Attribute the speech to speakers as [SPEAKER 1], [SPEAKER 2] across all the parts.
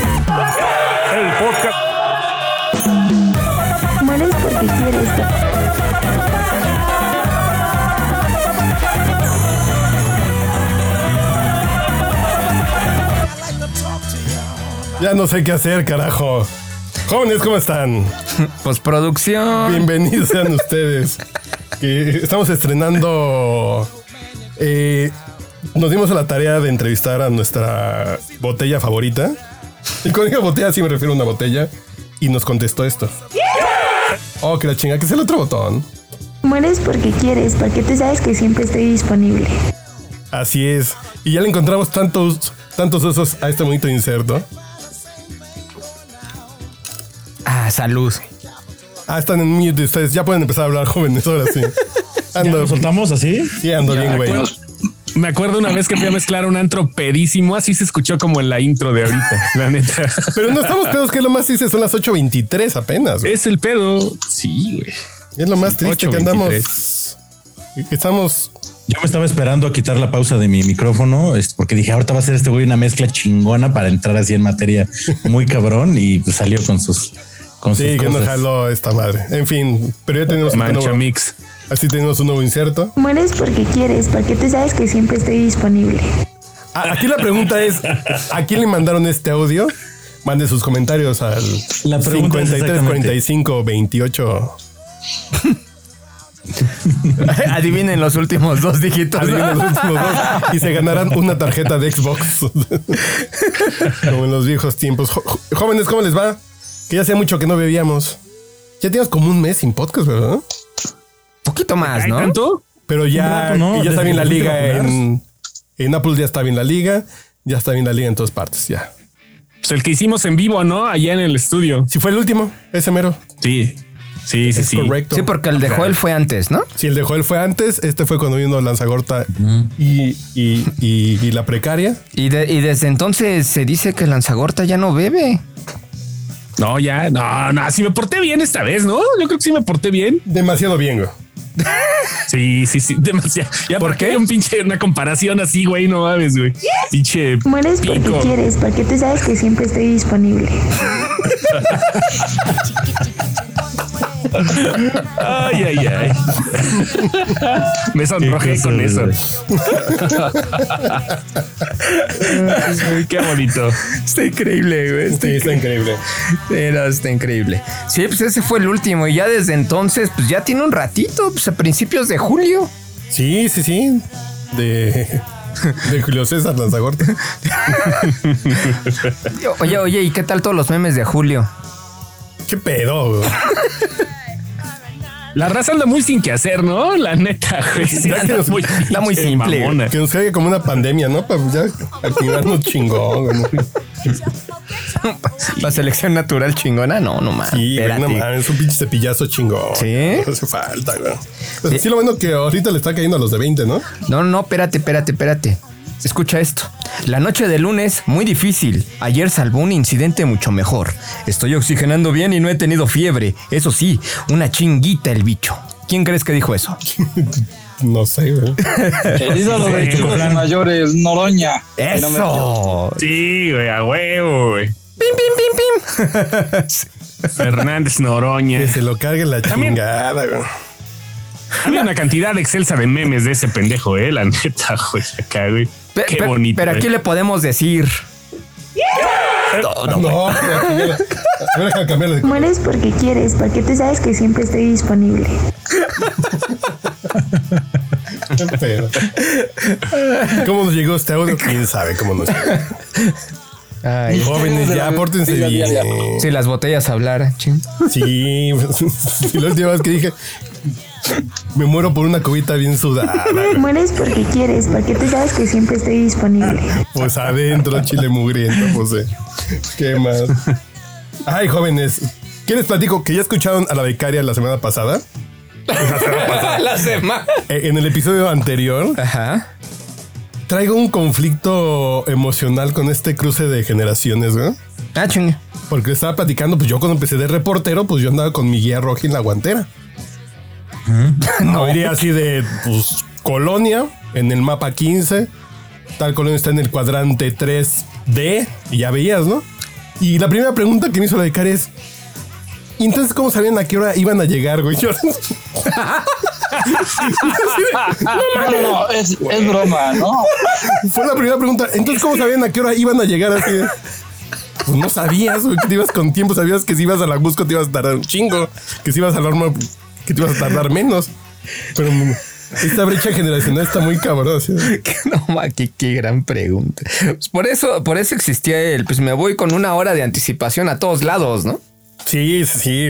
[SPEAKER 1] El podcast.
[SPEAKER 2] Mueres porque quieres.
[SPEAKER 1] Ya no sé qué hacer, carajo. Jóvenes, ¿cómo están?
[SPEAKER 3] Postproducción.
[SPEAKER 1] Bienvenidos sean ustedes. Que estamos estrenando. eh, nos dimos a la tarea de entrevistar a nuestra botella favorita. Y cuando digo botella, sí me refiero a una botella. Y nos contestó esto. Oh, que la chinga, que es el otro botón.
[SPEAKER 2] Mueres porque quieres, porque tú sabes que siempre estoy disponible.
[SPEAKER 1] Así es. Y ya le encontramos tantos, tantos usos a este bonito inserto.
[SPEAKER 3] Ah, salud.
[SPEAKER 1] Ah, están en mute ustedes. Ya pueden empezar a hablar, jóvenes, ahora sí.
[SPEAKER 4] ¿Ya
[SPEAKER 1] Ando,
[SPEAKER 4] nos soltamos así?
[SPEAKER 1] sí, ando bien, güey.
[SPEAKER 5] Me acuerdo una vez que fui a mezclar un antro pedísimo, así se escuchó como en la intro de ahorita, la neta.
[SPEAKER 1] Pero no estamos pedos, que lo más triste son las 8.23 apenas.
[SPEAKER 4] Eh,
[SPEAKER 1] güey.
[SPEAKER 5] Es el pedo. Sí, güey.
[SPEAKER 1] Es lo más triste que
[SPEAKER 5] 8:23.
[SPEAKER 1] andamos. que Estamos.
[SPEAKER 4] Yo me estaba esperando a quitar la pausa de mi micrófono es porque dije ahorita va a ser este güey una mezcla chingona para entrar así en materia muy cabrón y pues salió con sus con
[SPEAKER 1] Sí,
[SPEAKER 4] sus
[SPEAKER 1] que nos
[SPEAKER 4] cosas.
[SPEAKER 1] jaló esta madre. En fin, pero ya tenemos un
[SPEAKER 5] Mancha
[SPEAKER 1] nuevo.
[SPEAKER 5] mix.
[SPEAKER 1] Así tenemos un nuevo inserto.
[SPEAKER 2] Mueres porque quieres, porque tú sabes que siempre estoy disponible.
[SPEAKER 1] Ah, aquí la pregunta es: ¿a quién le mandaron este audio? Mande sus comentarios al
[SPEAKER 4] La pregunta es
[SPEAKER 1] 53 45 28.
[SPEAKER 3] Adivinen los últimos dos dígitos.
[SPEAKER 1] Adivinen los últimos dos y se ganarán una tarjeta de Xbox. como en los viejos tiempos. Jo- jo- jóvenes, ¿cómo les va? Que ya hace mucho que no bebíamos. Ya tienes como un mes sin podcast, ¿verdad?
[SPEAKER 3] poquito más,
[SPEAKER 5] ¿Hay
[SPEAKER 3] ¿no?
[SPEAKER 5] tanto?
[SPEAKER 1] Pero ya,
[SPEAKER 4] rato, ¿no?
[SPEAKER 1] y ya está
[SPEAKER 4] Desde
[SPEAKER 1] bien la
[SPEAKER 4] que fuiste a
[SPEAKER 1] liga
[SPEAKER 4] vacunar.
[SPEAKER 1] en, en Apple, ya está bien la liga, ya está bien la liga en todas partes, ya.
[SPEAKER 5] Pues el que hicimos en vivo, ¿no? Allá en el estudio.
[SPEAKER 1] Si fue el último, ese mero.
[SPEAKER 5] Sí. Sí, sí,
[SPEAKER 1] es
[SPEAKER 5] sí.
[SPEAKER 1] correcto.
[SPEAKER 3] Sí, porque el de Joel fue antes, ¿no?
[SPEAKER 1] Si el de Joel fue antes, este fue cuando vino Lanzagorta y, y, y- y la precaria.
[SPEAKER 3] Y, de- y desde entonces se dice que Lanzagorta ya no bebe.
[SPEAKER 5] No, ya. No, no. Si me porté bien esta vez, ¿no? Yo creo que sí me porté bien.
[SPEAKER 1] Demasiado bien, güey.
[SPEAKER 5] Sí, sí, sí. Demasiado. Ya, ¿por qué? Un pinche, una comparación así, güey. No mames, güey. Pinche.
[SPEAKER 2] Mueres porque
[SPEAKER 5] pico.
[SPEAKER 2] quieres, porque tú sabes que siempre estoy disponible.
[SPEAKER 5] Ay, ay, ay. Me sonrojé con eso. Qué bonito.
[SPEAKER 3] Está increíble, güey.
[SPEAKER 1] Sí, está increíble.
[SPEAKER 3] Era, está increíble. Sí, pues ese fue el último. Y ya desde entonces, pues ya tiene un ratito, pues a principios de julio.
[SPEAKER 1] Sí, sí, sí. De, de Julio César Lanzagorta.
[SPEAKER 3] Oye, oye, ¿y qué tal todos los memes de julio?
[SPEAKER 1] ¿Qué pedo, güey?
[SPEAKER 5] La raza anda muy sin que hacer, ¿no? La neta, güey. Sí,
[SPEAKER 1] Anda muy-
[SPEAKER 3] anda muy
[SPEAKER 5] pinche
[SPEAKER 3] simple.
[SPEAKER 5] mamona.
[SPEAKER 1] Que nos caiga como una pandemia, ¿no? Para ya activarnos chingón. güey.
[SPEAKER 3] La selección natural chingona, no, no más.
[SPEAKER 1] Sí, güey, no mames, un pinche cepillazo chingón.
[SPEAKER 3] ¿Sí?
[SPEAKER 1] No hace falta, güey. Pues, sí. lo bueno que ahorita le está cayendo a los de 20, ¿no?
[SPEAKER 3] No, no, espérate, espérate, espérate. Escucha esto. La noche de lunes, muy difícil. Ayer salvó un incidente mucho mejor. Estoy oxigenando bien y no he tenido fiebre. Eso sí, una chinguita el bicho. ¿Quién crees que dijo eso?
[SPEAKER 1] No sé, güey.
[SPEAKER 6] El ídolo de chicos
[SPEAKER 5] Plan.
[SPEAKER 6] mayores, Noroña. Que no me-
[SPEAKER 3] ¡Eso!
[SPEAKER 5] Sí, güey, a huevo, güey.
[SPEAKER 3] ¡Pim, pim, pim, pim!
[SPEAKER 5] Fernández Noroña.
[SPEAKER 1] Que se lo cargue la
[SPEAKER 5] También-
[SPEAKER 1] chingada, güey.
[SPEAKER 5] Había una cantidad excelsa de memes de ese pendejo, eh, la neta, güey. Acá, güey.
[SPEAKER 3] Pe-
[SPEAKER 5] Qué
[SPEAKER 3] pe-
[SPEAKER 5] bonito.
[SPEAKER 3] Pero
[SPEAKER 5] eh.
[SPEAKER 3] aquí le podemos decir.
[SPEAKER 1] Oh, No, güey, aquí ya la- a ver, déjame cambiarle de-
[SPEAKER 2] Mueres porque quieres, porque tú sabes que siempre estoy disponible.
[SPEAKER 1] qué pedo. ¿Cómo nos llegó este audio? ¿Quién sabe cómo nos llegó?
[SPEAKER 3] Ay,
[SPEAKER 1] Jóvenes, ya pórtense
[SPEAKER 6] Diga,
[SPEAKER 1] bien.
[SPEAKER 6] diga,
[SPEAKER 3] si las botellas hablaran, ching.
[SPEAKER 1] Sí, si los llevas que dije, me muero por una cubita bien sudada.
[SPEAKER 2] Mueres porque quieres, porque tú sabes que siempre estoy disponible.
[SPEAKER 1] Pues adentro, chile mugriento, José. ¿Qué más? Ay, jóvenes, ¿qué les platico? Que ya escucharon a la becaria la semana pasada.
[SPEAKER 3] La semana.
[SPEAKER 1] Eh, En el episodio anterior,
[SPEAKER 3] Ajá.
[SPEAKER 1] traigo un conflicto emocional con este cruce de generaciones, ¿no?
[SPEAKER 3] Ah, chinga.
[SPEAKER 1] Porque estaba platicando, pues yo cuando empecé de reportero, pues yo andaba con mi guía roja en la guantera. No, iría así de pues, colonia en el mapa 15. Tal colonia está en el cuadrante 3D y ya veías, ¿no? Y la primera pregunta que me hizo la de Cari es: ¿Y entonces cómo sabían a qué hora iban a llegar, güey? Yo-
[SPEAKER 6] No, no, no, es,
[SPEAKER 5] Eh.
[SPEAKER 6] es broma, ¿no?
[SPEAKER 1] fue la primera pregunta. Entonces, ¿cómo sabían a qué hora iban a llegar así? de- Pues no sabías, güey, que te ibas con tiempo, sabías que si ibas a la Busco te ibas a tardar un chingo, que si ibas al horno que te ibas a tardar menos. Pero esta brecha generacional está muy cabrón. así de-
[SPEAKER 3] Que No, ma, qué, qué gran pregunta. Pues por eso, por eso existía el, pues me voy con una hora de anticipación a todos lados, ¿no?
[SPEAKER 1] Sí, sí.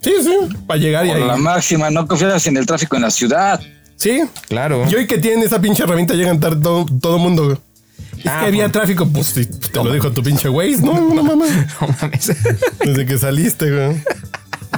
[SPEAKER 1] Sí, sí. Para llegar y
[SPEAKER 6] Por la
[SPEAKER 1] ahí.
[SPEAKER 6] máxima, no confías en el tráfico en la ciudad.
[SPEAKER 1] Sí.
[SPEAKER 3] Claro.
[SPEAKER 1] Y hoy que tienen esa pinche herramienta llegan tarde todo, todo mundo. güey. Es
[SPEAKER 3] Ah,
[SPEAKER 1] que había
[SPEAKER 3] pues.
[SPEAKER 1] tráfico, pues sí, te lo dijo tu pinche güey. No, no mames.
[SPEAKER 3] No mames.
[SPEAKER 1] Desde que saliste, güey.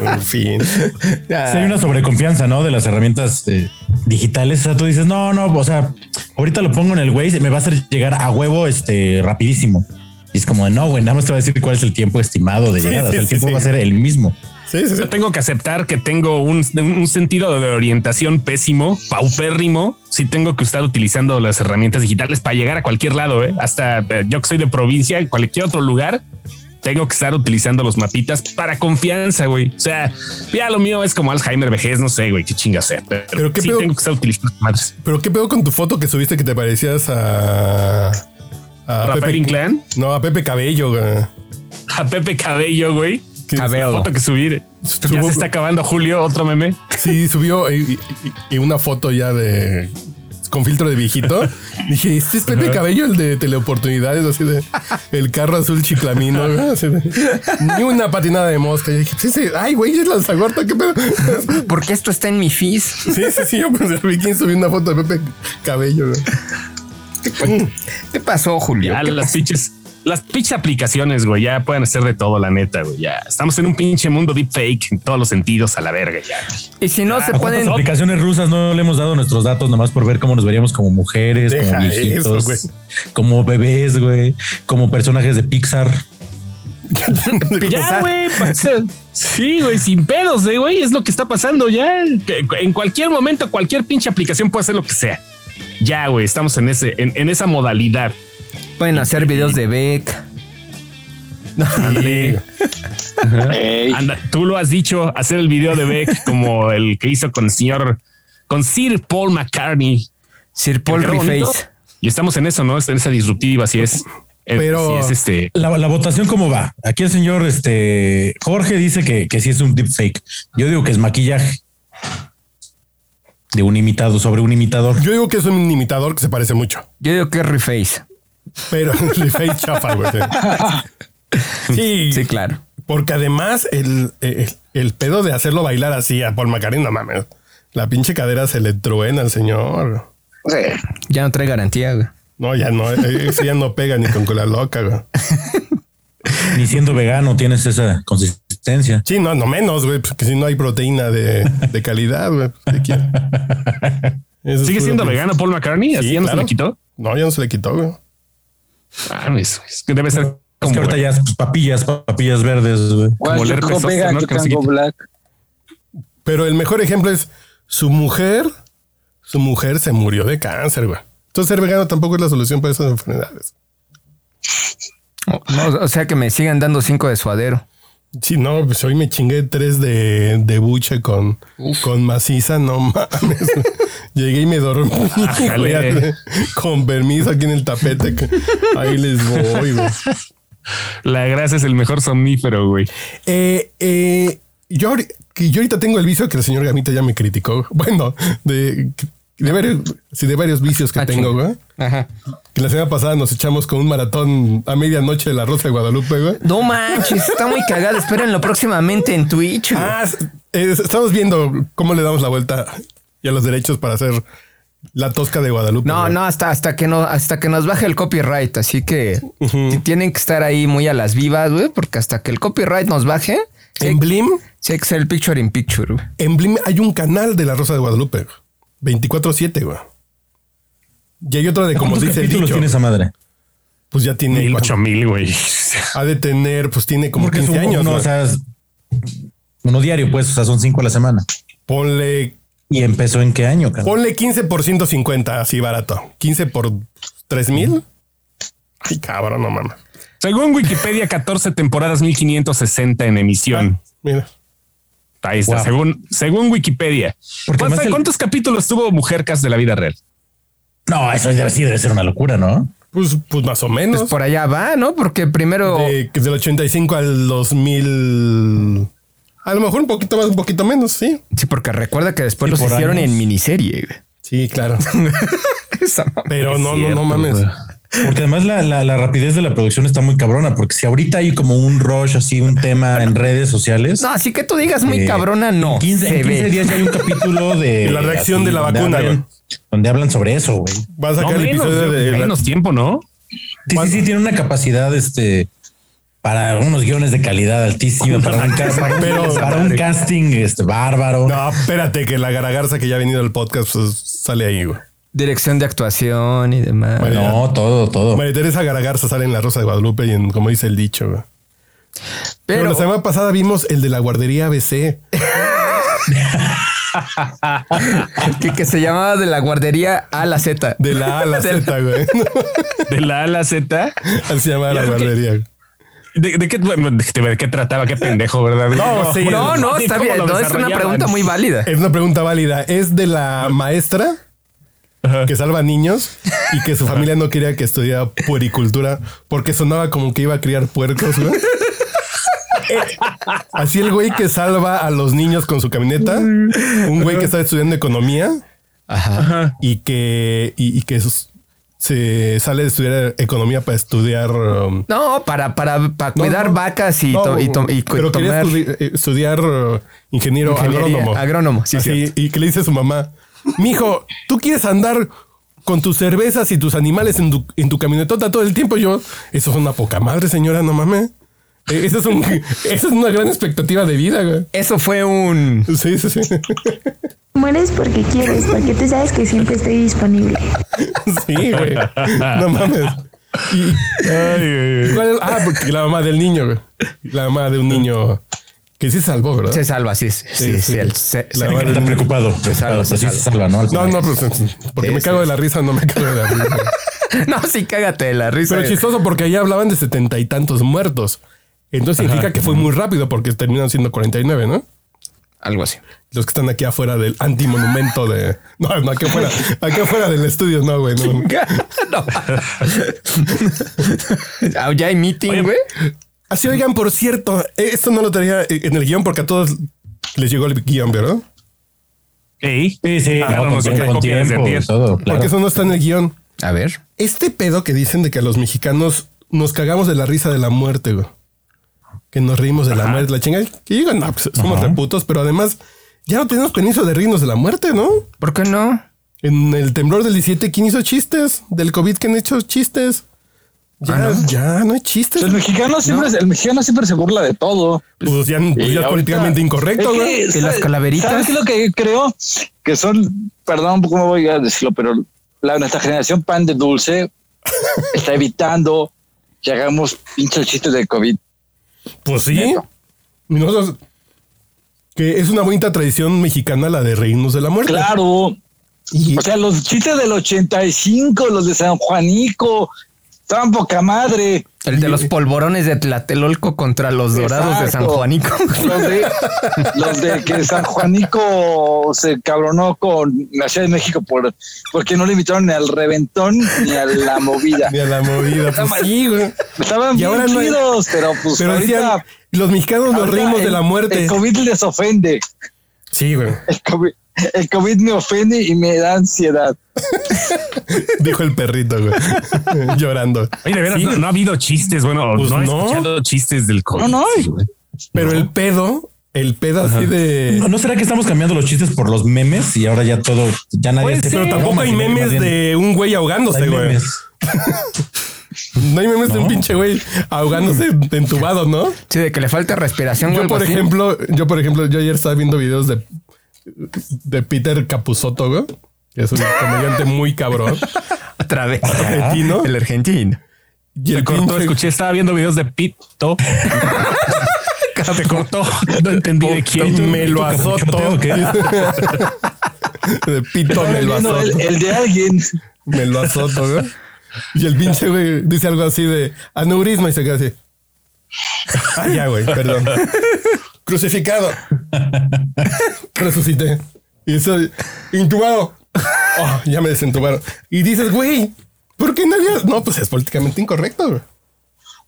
[SPEAKER 1] En fin.
[SPEAKER 4] Sí, hay una sobreconfianza, ¿no? De las herramientas eh, digitales. O sea, tú dices, no, no, o sea, ahorita lo pongo en el Waze, me va a hacer llegar a huevo este rapidísimo. Y es como de no, güey, nada más te va a decir cuál es el tiempo estimado de llegada. O sea, el
[SPEAKER 1] sí,
[SPEAKER 4] tiempo
[SPEAKER 1] sí.
[SPEAKER 4] va a ser el mismo.
[SPEAKER 1] Sí, sí, sí.
[SPEAKER 5] Yo tengo que aceptar que tengo un, un sentido de orientación pésimo, paupérrimo. Si tengo que estar utilizando las herramientas digitales para llegar a cualquier lado, ¿eh? hasta eh, yo que soy de provincia, en cualquier otro lugar, tengo que estar utilizando los mapitas para confianza, güey. O sea, ya lo mío es como Alzheimer, vejez, no sé, güey, qué chinga sea. Pero,
[SPEAKER 1] Pero qué
[SPEAKER 5] sí
[SPEAKER 1] pedo-
[SPEAKER 5] tengo que estar utilizando las madres.
[SPEAKER 1] Pero qué pedo con tu foto que subiste que te parecías a. a
[SPEAKER 5] Rafael Inclán.
[SPEAKER 1] No, a Pepe Cabello. güey.
[SPEAKER 5] A Pepe Cabello, güey.
[SPEAKER 1] Que-
[SPEAKER 3] Cabello.
[SPEAKER 5] Foto que subir. Ya
[SPEAKER 1] Subo-
[SPEAKER 5] se está acabando Julio, otro meme.
[SPEAKER 1] Sí, subió eh, y, y- y una foto ya de. con filtro de viejito. Dije, este es Pepe Cabello, el de teleoportunidades, así de. El carro azul chiclamino, güey, así de- Ni una patinada de mosca. Yo dije, "Sí, sí, ay, güey, es la zagorta, qué pedo.
[SPEAKER 3] Porque esto está en mi fis.
[SPEAKER 1] Sí, sí, sí, yo pensé, vi quién subió una foto de Pepe Cabello, güey.
[SPEAKER 3] ¿Qué pasó, Julio?
[SPEAKER 5] Ya Ah, las pinches, las pinches aplicaciones, güey, ya pueden hacer de todo, la neta, güey. Ya estamos en un pinche mundo deepfake en todos los sentidos a la verga, ya.
[SPEAKER 3] Y si no se
[SPEAKER 4] ¿A cuántas
[SPEAKER 3] pueden.
[SPEAKER 4] aplicaciones rusas no le hemos dado nuestros datos nomás por ver cómo nos veríamos como mujeres,
[SPEAKER 1] Deja
[SPEAKER 4] como
[SPEAKER 1] eso,
[SPEAKER 4] viejitos,
[SPEAKER 1] güey.
[SPEAKER 4] como bebés, güey, como personajes de Pixar.
[SPEAKER 5] Ya, güey. pues, Sí, güey, sin pedos, eh, güey. Es lo que está pasando ya. Que- En cualquier momento, cualquier pinche aplicación puede hacer lo que sea. Ya, güey, estamos en ese, en, en esa modalidad.
[SPEAKER 3] Pueden hacer videos de Beck.
[SPEAKER 5] Ándale. Ah,
[SPEAKER 6] Ey,
[SPEAKER 5] Anda, tú lo has dicho, hacer el video de Beck como el que hizo con el señor, con Sir Paul McCartney.
[SPEAKER 3] Sir
[SPEAKER 5] Que
[SPEAKER 3] Paul
[SPEAKER 5] le quedó bonito.
[SPEAKER 3] Reface.
[SPEAKER 5] Y estamos en eso, ¿no? En esa disruptiva, si es. eh,
[SPEAKER 1] Pero-
[SPEAKER 5] si es este.
[SPEAKER 4] La, la votación, ¿cómo va? Aquí el señor este, Jorge dice que, que sí es un deepfake. Yo digo que es maquillaje de un imitado sobre un imitador.
[SPEAKER 1] Yo digo que es un imitador que se parece mucho.
[SPEAKER 3] Yo digo que es Reface.
[SPEAKER 1] Pero le fue chafa, güey. Sí.
[SPEAKER 3] Sí, claro.
[SPEAKER 1] Porque además el, el, el pedo de hacerlo bailar así a Paul McCartney, no mames. La pinche cadera se le truena al señor.
[SPEAKER 3] Ya no trae garantía, güey.
[SPEAKER 1] No, ya no, eh, eso ya no pega ni con cola loca, güey.
[SPEAKER 4] Ni siendo vegano tienes esa consistencia.
[SPEAKER 1] Sí, no, no menos, güey, porque si no hay proteína de, de calidad, güey. pues, ¿qué quiere? Eso es
[SPEAKER 5] ¿Sigue
[SPEAKER 1] puro
[SPEAKER 5] siendo
[SPEAKER 1] pinche-
[SPEAKER 5] vegano Paul McCartney? ¿Así
[SPEAKER 1] Sí,
[SPEAKER 5] ya no se
[SPEAKER 1] claro.
[SPEAKER 5] le quitó?
[SPEAKER 1] No, ya no se le quitó, güey.
[SPEAKER 5] Ah, es, es que debe ser.
[SPEAKER 4] Es
[SPEAKER 5] Como,
[SPEAKER 4] que ahorita ya pues, papillas, papillas verdes. güey.
[SPEAKER 6] guay,
[SPEAKER 5] como
[SPEAKER 6] yo
[SPEAKER 5] leer
[SPEAKER 6] tengo
[SPEAKER 5] pesos,
[SPEAKER 6] vega,
[SPEAKER 5] ¿no?
[SPEAKER 6] yo
[SPEAKER 5] Que no sé
[SPEAKER 6] tengo
[SPEAKER 5] qué.
[SPEAKER 6] black.
[SPEAKER 1] Pero el mejor ejemplo es su mujer. Su mujer se murió de cáncer, güey. Entonces ser vegano tampoco es la solución para esas enfermedades.
[SPEAKER 3] O- no, o sea que me sigan dando cinco de suadero.
[SPEAKER 1] Sí, no, pues hoy me chingué tres de, de buche con, con maciza, no mames. Llegué y me dormí.
[SPEAKER 5] Ájale.
[SPEAKER 1] Cuídate. con permiso aquí en el tapete. que Ahí les voy. güey.
[SPEAKER 5] La grasa es el mejor somnífero, güey.
[SPEAKER 1] Eh, eh, yo, ahori- que yo ahorita tengo el vicio que el señor Gamita ya me criticó. Bueno, de que- de varios, sí, de varios vicios que
[SPEAKER 3] Ah,
[SPEAKER 1] tengo,
[SPEAKER 3] chinga.
[SPEAKER 1] güey.
[SPEAKER 3] Ajá.
[SPEAKER 1] Que la semana pasada nos echamos con un maratón a medianoche de la Rosa de Guadalupe, güey.
[SPEAKER 3] No manches, está muy cagado. Espérenlo próximamente en Twitch. güey.
[SPEAKER 1] Ah, es- estamos viendo cómo le damos la vuelta y a los derechos para hacer la tosca de Guadalupe.
[SPEAKER 3] No,
[SPEAKER 1] güey.
[SPEAKER 3] no, hasta, hasta que no, hasta que nos baje el copyright. Así que sí tienen que estar ahí muy a las vivas, güey, porque hasta que el copyright nos baje, sí hay-
[SPEAKER 1] En Blim,
[SPEAKER 3] sí hay que hacer el picture in picture. güey.
[SPEAKER 1] en Blim hay un canal de la Rosa de Guadalupe. güey. 24-7, güey. Y hay otro de como
[SPEAKER 4] ¿Cuántos
[SPEAKER 1] dice el
[SPEAKER 4] capítulos
[SPEAKER 1] dicho.
[SPEAKER 4] tiene esa madre?
[SPEAKER 1] Pues ya tiene.
[SPEAKER 5] Mil
[SPEAKER 1] ¿cuánto?
[SPEAKER 5] ocho mil, güey.
[SPEAKER 1] Ha de tener, pues tiene como
[SPEAKER 4] Porque es
[SPEAKER 1] 15
[SPEAKER 4] un-
[SPEAKER 1] años.
[SPEAKER 4] uno,
[SPEAKER 1] güey.
[SPEAKER 4] o sea, es uno diario, pues, o sea, son cinco a la semana.
[SPEAKER 1] Ponle,
[SPEAKER 4] ¿Y empezó en qué año? cabrón?
[SPEAKER 1] ponle 15 por 150, así barato. 15 por 3 mil. Ay, cabrón, no mames.
[SPEAKER 5] Según Wikipedia, 14 temporadas, 1560 en emisión.
[SPEAKER 1] Mira.
[SPEAKER 5] Ahí está,
[SPEAKER 4] Wow.
[SPEAKER 5] según, según Wikipedia.
[SPEAKER 4] Porque
[SPEAKER 5] ¿Cuántos,
[SPEAKER 4] además el-
[SPEAKER 5] cuántos capítulos tuvo Mujercas de la vida real?
[SPEAKER 4] No, eso debe, sí debe ser una locura, ¿no?
[SPEAKER 1] Pues, pues más o menos.
[SPEAKER 3] Pues por allá va, ¿no? Porque primero
[SPEAKER 1] De- del 85 al 2000. A lo mejor un poquito más, un poquito menos, sí.
[SPEAKER 3] Sí, porque recuerda que después
[SPEAKER 4] Y
[SPEAKER 3] los
[SPEAKER 4] por
[SPEAKER 3] hicieron
[SPEAKER 4] años.
[SPEAKER 3] en miniserie. güey.
[SPEAKER 1] Sí, claro.
[SPEAKER 3] Esa mamá.
[SPEAKER 1] Pero no, no,
[SPEAKER 5] cierto,
[SPEAKER 1] no mames.
[SPEAKER 5] güey.
[SPEAKER 4] Porque además la, la- la rapidez de la producción está muy cabrona, porque si ahorita hay como un rush, así un tema en redes sociales.
[SPEAKER 3] No, así que tú digas muy
[SPEAKER 4] eh,
[SPEAKER 3] cabrona, no.
[SPEAKER 4] en 15, en
[SPEAKER 3] se
[SPEAKER 4] 15
[SPEAKER 3] ve.
[SPEAKER 4] días ya hay un capítulo de
[SPEAKER 1] La reacción de la
[SPEAKER 4] donde
[SPEAKER 1] vacuna,
[SPEAKER 4] hablan-
[SPEAKER 1] güey.
[SPEAKER 4] donde hablan sobre eso, güey.
[SPEAKER 1] Va a sacar
[SPEAKER 5] No,
[SPEAKER 1] el
[SPEAKER 5] menos,
[SPEAKER 1] episodio de. la-
[SPEAKER 5] menos tiempo, ¿no?
[SPEAKER 4] Sí, sí, sí, tiene una capacidad este para unos guiones de calidad altísima, para un, ca- para un-
[SPEAKER 1] Pero-
[SPEAKER 4] para un casting este bárbaro.
[SPEAKER 1] No, espérate, que la garagarza que ya ha venido al podcast pues, sale ahí, güey.
[SPEAKER 3] Dirección de actuación y demás.
[SPEAKER 1] Bueno.
[SPEAKER 4] No, todo, todo.
[SPEAKER 1] María Teresa Garagarza sale en La Rosa de Guadalupe y en, como dice el dicho, güey. Pero,
[SPEAKER 3] pero
[SPEAKER 1] la semana pasada vimos el de la guardería ABC.
[SPEAKER 3] que, que se llamaba de la guardería a la Z.
[SPEAKER 1] De la A a la
[SPEAKER 3] De la-
[SPEAKER 1] Z, güey.
[SPEAKER 5] De la A a la Z.
[SPEAKER 1] Así se llama la
[SPEAKER 5] Ya, ok.
[SPEAKER 1] guardería. güey.
[SPEAKER 5] ¿De, de qué, bueno, de- de qué trataba? Qué pendejo, ¿verdad?
[SPEAKER 1] No, sí.
[SPEAKER 3] No, no, está
[SPEAKER 5] ¿Cómo
[SPEAKER 3] bien.
[SPEAKER 5] lo
[SPEAKER 3] No, es una
[SPEAKER 5] desarrollaban?
[SPEAKER 3] pregunta muy válida.
[SPEAKER 1] Es una pregunta válida. Es de la maestra
[SPEAKER 5] Ajá.
[SPEAKER 1] que salva niños y que su familia no quería que estudiara puericultura porque sonaba como que iba a criar puercos, güey. Eh, Así el güey que salva a los niños con su camioneta, un güey que está estudiando economía y que, y, y que sus- se sale de estudiar economía para estudiar. um,
[SPEAKER 3] No, para, para, para
[SPEAKER 1] no,
[SPEAKER 3] cuidar
[SPEAKER 1] no.
[SPEAKER 3] vacas y,
[SPEAKER 1] No,
[SPEAKER 3] to- y to- y cu-
[SPEAKER 1] pero quería
[SPEAKER 3] tomar-
[SPEAKER 1] estudi- eh, estudiar uh, ingeniero
[SPEAKER 3] Ingeniería,
[SPEAKER 1] agrónomo.
[SPEAKER 3] agrónomo, sí,
[SPEAKER 1] Así,
[SPEAKER 3] cierto.
[SPEAKER 1] y que le dice a su mamá, mijo, tú quieres andar con tus cervezas y tus animales en tu, en tu camionetota todo el tiempo. Y Yo, eso es una poca madre, señora, no mames. Eh, Esa es, un- esa es una gran expectativa de vida, güey.
[SPEAKER 3] Eso fue un.
[SPEAKER 1] Sí, sí, sí.
[SPEAKER 2] Mueres porque quieres, porque tú sabes que siempre estoy disponible.
[SPEAKER 1] Sí, güey. No mames. Y- ¿cuál es? Ah, porque la mamá del niño, güey. La mamá de un niño que sí se salvó, ¿verdad?
[SPEAKER 3] Se salva, sí. Sí, sí,
[SPEAKER 1] sí.
[SPEAKER 3] el- se-
[SPEAKER 1] La
[SPEAKER 3] se-
[SPEAKER 4] Está
[SPEAKER 1] madre-
[SPEAKER 4] preocupado.
[SPEAKER 3] salva,
[SPEAKER 4] Así
[SPEAKER 3] se
[SPEAKER 4] se salva, ¿no? Al
[SPEAKER 1] No,
[SPEAKER 4] final.
[SPEAKER 1] no, pues, porque me
[SPEAKER 3] Sí,
[SPEAKER 1] cago
[SPEAKER 3] sí.
[SPEAKER 1] de la risa, no me cago de la risa.
[SPEAKER 3] No, sí, cágate de la risa.
[SPEAKER 1] Pero chistoso porque allá hablaban de setenta y tantos muertos. Entonces significa que fue muy rápido porque terminan siendo 49, ¿no?
[SPEAKER 3] Algo así.
[SPEAKER 1] Los que están aquí afuera del antimonumento de... No, no, aquí afuera, aquí afuera del estudio, no, güey. no.
[SPEAKER 3] No. Ah, ya hay meeting, güey.
[SPEAKER 1] Así, oigan, por cierto, esto no lo tenía en el guión porque a todos les llegó el guión, ¿verdad?
[SPEAKER 5] Ey.
[SPEAKER 4] Sí, sí,
[SPEAKER 5] Ah,
[SPEAKER 4] no,
[SPEAKER 5] no,
[SPEAKER 4] con,
[SPEAKER 5] sí,
[SPEAKER 4] tiempo,
[SPEAKER 5] con
[SPEAKER 4] con tiempo,
[SPEAKER 5] tiempo.
[SPEAKER 4] todo, claro.
[SPEAKER 1] Porque eso no está en el guión.
[SPEAKER 3] A ver.
[SPEAKER 1] Este pedo que dicen de que a los mexicanos nos cagamos de la risa de la muerte, güey. Que nos reímos de la muerte, la chingada. Que digan, no, pues somos reputos, pero además ya no tenemos permiso de reírnos de la muerte, ¿no?
[SPEAKER 3] ¿Por qué no?
[SPEAKER 1] En el temblor del 17, ¿quién hizo chistes? Del COVID, ¿quién ha hecho chistes? Ya,
[SPEAKER 6] Ah,
[SPEAKER 1] ya no hay chistes.
[SPEAKER 6] Pues, El mexicano, siempre, el mexicano siempre se burla de todo.
[SPEAKER 1] Pues ya, pues
[SPEAKER 6] Y
[SPEAKER 1] ya es
[SPEAKER 6] ahorita-
[SPEAKER 1] políticamente incorrecto,
[SPEAKER 6] es que,
[SPEAKER 1] güey.
[SPEAKER 3] ¿Y las calaveritas?
[SPEAKER 6] ¿Sabes qué es lo que creo? Que son, perdón, ¿cómo voy a decirlo? Pero la, nuestra generación pan de dulce está evitando que hagamos pinches chistes de COVID.
[SPEAKER 1] Pues sí. Y nosotros- que es una bonita tradición mexicana la de reírnos de la muerte.
[SPEAKER 6] Claro.
[SPEAKER 1] Y-
[SPEAKER 6] O sea, los chistes del 85, los de San Juanico, estaban poca madre.
[SPEAKER 3] El de los polvorones de Tlatelolco contra los dorados de San
[SPEAKER 6] Exacto.
[SPEAKER 3] Juanico.
[SPEAKER 6] Los de, los de que San Juanico se cabronó con la Ciudad de México por porque no le invitaron ni al reventón ni a la movida.
[SPEAKER 1] Ni a la movida. Pues sí, güey.
[SPEAKER 6] Estaban
[SPEAKER 1] Y
[SPEAKER 6] bien
[SPEAKER 1] ahora no hay-
[SPEAKER 6] chidos, pero pues
[SPEAKER 1] Pero
[SPEAKER 6] ahorita,
[SPEAKER 1] decían, los mexicanos nos
[SPEAKER 6] ahorita
[SPEAKER 1] reímos de
[SPEAKER 6] el-
[SPEAKER 1] la muerte.
[SPEAKER 6] El COVID les ofende.
[SPEAKER 1] Sí, güey.
[SPEAKER 6] El COVID, el COVID me ofende y me da ansiedad.
[SPEAKER 1] Dijo el perrito, güey. Llorando.
[SPEAKER 5] Oye, de veras, no, no ha habido chistes. Bueno,
[SPEAKER 1] Pues
[SPEAKER 5] no he
[SPEAKER 1] no.
[SPEAKER 5] escuchado chistes del COVID.
[SPEAKER 6] No, no hay.
[SPEAKER 5] güey.
[SPEAKER 1] Pero el pedo, el pedo así de.
[SPEAKER 4] ¿No, no será que estamos cambiando los chistes por los memes y ahora ya todo, ya nadie
[SPEAKER 5] Puede
[SPEAKER 4] hace
[SPEAKER 5] ser,
[SPEAKER 1] Pero tampoco
[SPEAKER 4] bromas,
[SPEAKER 1] hay
[SPEAKER 4] sino que
[SPEAKER 1] memes
[SPEAKER 4] más bien
[SPEAKER 1] de un güey ahogándose,
[SPEAKER 4] hay
[SPEAKER 1] güey.
[SPEAKER 4] memes.
[SPEAKER 1] No hay memes de un
[SPEAKER 4] No.
[SPEAKER 1] pinche güey ahogándose entubado, ¿no?
[SPEAKER 3] Sí, de que le falta respiración,
[SPEAKER 1] Yo,
[SPEAKER 3] güey.
[SPEAKER 1] por ejemplo, yo, por ejemplo, yo ayer estaba viendo videos de, de Peter Capusotto, güey, que es un comediante muy cabrón.
[SPEAKER 3] Otra vez.
[SPEAKER 1] Argentino.
[SPEAKER 3] El argentino.
[SPEAKER 1] Y
[SPEAKER 5] Se
[SPEAKER 1] el
[SPEAKER 5] cortó,
[SPEAKER 1] pinche-
[SPEAKER 5] escuché, estaba viendo videos de Pito. Se cortó, no entendí de quién.
[SPEAKER 1] me lo azoto.
[SPEAKER 4] capuchoteo,
[SPEAKER 1] De pito me lo
[SPEAKER 6] No,
[SPEAKER 1] azoto.
[SPEAKER 6] el, el de alguien.
[SPEAKER 1] Me lo azoto, güey. Y el pinche güey dice algo así de aneurisma y se queda así. Ah, ya, güey, perdón. Crucificado. Resucité. Y soy intubado. Oh, ya me desentubaron. Y dices, güey, ¿por qué no había? No, pues es políticamente incorrecto, güey.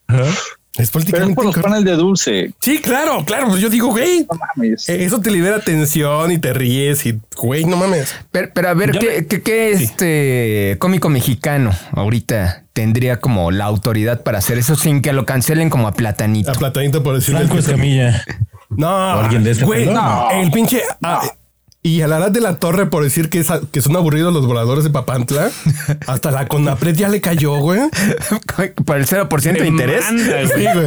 [SPEAKER 1] Es
[SPEAKER 6] Pero es
[SPEAKER 1] políticamente
[SPEAKER 6] por los
[SPEAKER 1] incorrecto.
[SPEAKER 6] panes de dulce.
[SPEAKER 1] Sí, claro, claro. Pues yo digo, güey,
[SPEAKER 6] No mames.
[SPEAKER 1] eh, eso te libera tensión y te ríes y, güey, no mames.
[SPEAKER 3] Pero, pero a ver, ¿qué, qué, qué, este cómico mexicano ahorita tendría como la autoridad para hacer eso sin que lo cancelen como a platanito?
[SPEAKER 1] A platanito por decirle.
[SPEAKER 4] Franco Escamilla.
[SPEAKER 1] No,
[SPEAKER 4] alguien de ese
[SPEAKER 1] güey,
[SPEAKER 4] pelo.
[SPEAKER 1] no, el pinche ah, y a la de la torre por decir que, es- que son aburridos los voladores de Papantla. Hasta la Conapred ya le cayó, güey.
[SPEAKER 3] Por el 0% de interés.
[SPEAKER 5] Manda, güey.
[SPEAKER 1] Sí, Ah. güey.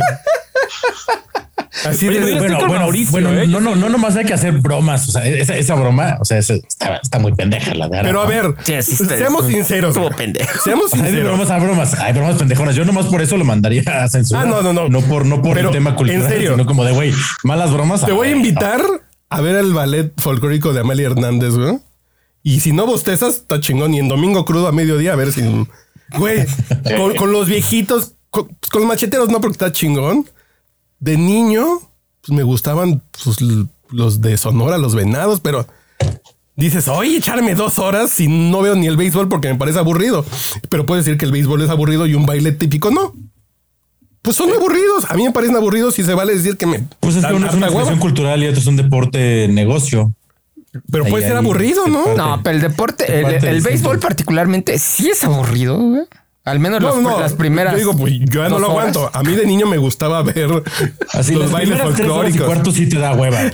[SPEAKER 1] Así
[SPEAKER 5] Oye, yo
[SPEAKER 1] de,
[SPEAKER 5] estoy
[SPEAKER 4] Bueno,
[SPEAKER 5] con
[SPEAKER 4] bueno,
[SPEAKER 5] Mauricio,
[SPEAKER 4] bueno,
[SPEAKER 5] ¿eh?
[SPEAKER 4] no, no, no, nomás hay que hacer bromas. O sea, esa, esa broma, o sea, esa- está, está muy pendeja la de ahora,
[SPEAKER 1] pero a
[SPEAKER 4] ¿no?
[SPEAKER 1] ver,
[SPEAKER 3] Sí, sí, está-
[SPEAKER 1] seamos
[SPEAKER 3] estuvo-
[SPEAKER 1] sinceros.
[SPEAKER 3] estuvo
[SPEAKER 1] güey.
[SPEAKER 3] pendejo.
[SPEAKER 1] Seamos
[SPEAKER 4] Hay de
[SPEAKER 1] sinceros.
[SPEAKER 4] bromas a bromas, hay bromas pendejonas. Yo nomás por eso lo mandaría a censurar.
[SPEAKER 1] Ah, no, no, no.
[SPEAKER 4] No por, no por
[SPEAKER 1] Pero,
[SPEAKER 4] el tema cultural,
[SPEAKER 1] en serio.
[SPEAKER 4] sino como de güey, malas bromas.
[SPEAKER 1] Te voy a invitar a ver el ballet folclórico de Amelia Hernández, güey. Y si no bostezas, está chingón. Y en domingo crudo a mediodía, a ver si. Güey, con, con los viejitos, con, con los macheteros, no, porque está chingón. De niño, pues, me gustaban pues, l- los de Sonora, los venados, pero dices, oye, echarme dos horas si no veo ni el béisbol porque me parece aburrido. Pero puedes decir que el béisbol es aburrido y un baile típico no. Pues son aburridos. A mí me parecen aburridos y se vale decir que me.
[SPEAKER 4] Pues es que
[SPEAKER 1] dan
[SPEAKER 4] uno es una
[SPEAKER 1] harta hueva.
[SPEAKER 4] expresión cultural y otro es un deporte negocio.
[SPEAKER 1] Pero
[SPEAKER 4] Ahí,
[SPEAKER 1] puede ser
[SPEAKER 4] ahí,
[SPEAKER 1] aburrido,
[SPEAKER 4] este
[SPEAKER 1] ¿no?
[SPEAKER 4] parte.
[SPEAKER 3] No, pero el deporte,
[SPEAKER 4] Qué
[SPEAKER 3] el,
[SPEAKER 4] parte
[SPEAKER 3] el
[SPEAKER 4] del
[SPEAKER 3] béisbol
[SPEAKER 4] fútbol.
[SPEAKER 3] particularmente sí es aburrido, güey. Al menos las, las primeras.
[SPEAKER 1] Yo digo, pues yo ya no
[SPEAKER 3] dos
[SPEAKER 1] lo
[SPEAKER 3] horas.
[SPEAKER 1] aguanto. A mí de niño me gustaba ver
[SPEAKER 4] Así
[SPEAKER 1] los
[SPEAKER 4] las
[SPEAKER 1] bailes
[SPEAKER 4] primeras tres horas y
[SPEAKER 1] folclóricos.
[SPEAKER 4] cuarto sí te da hueva.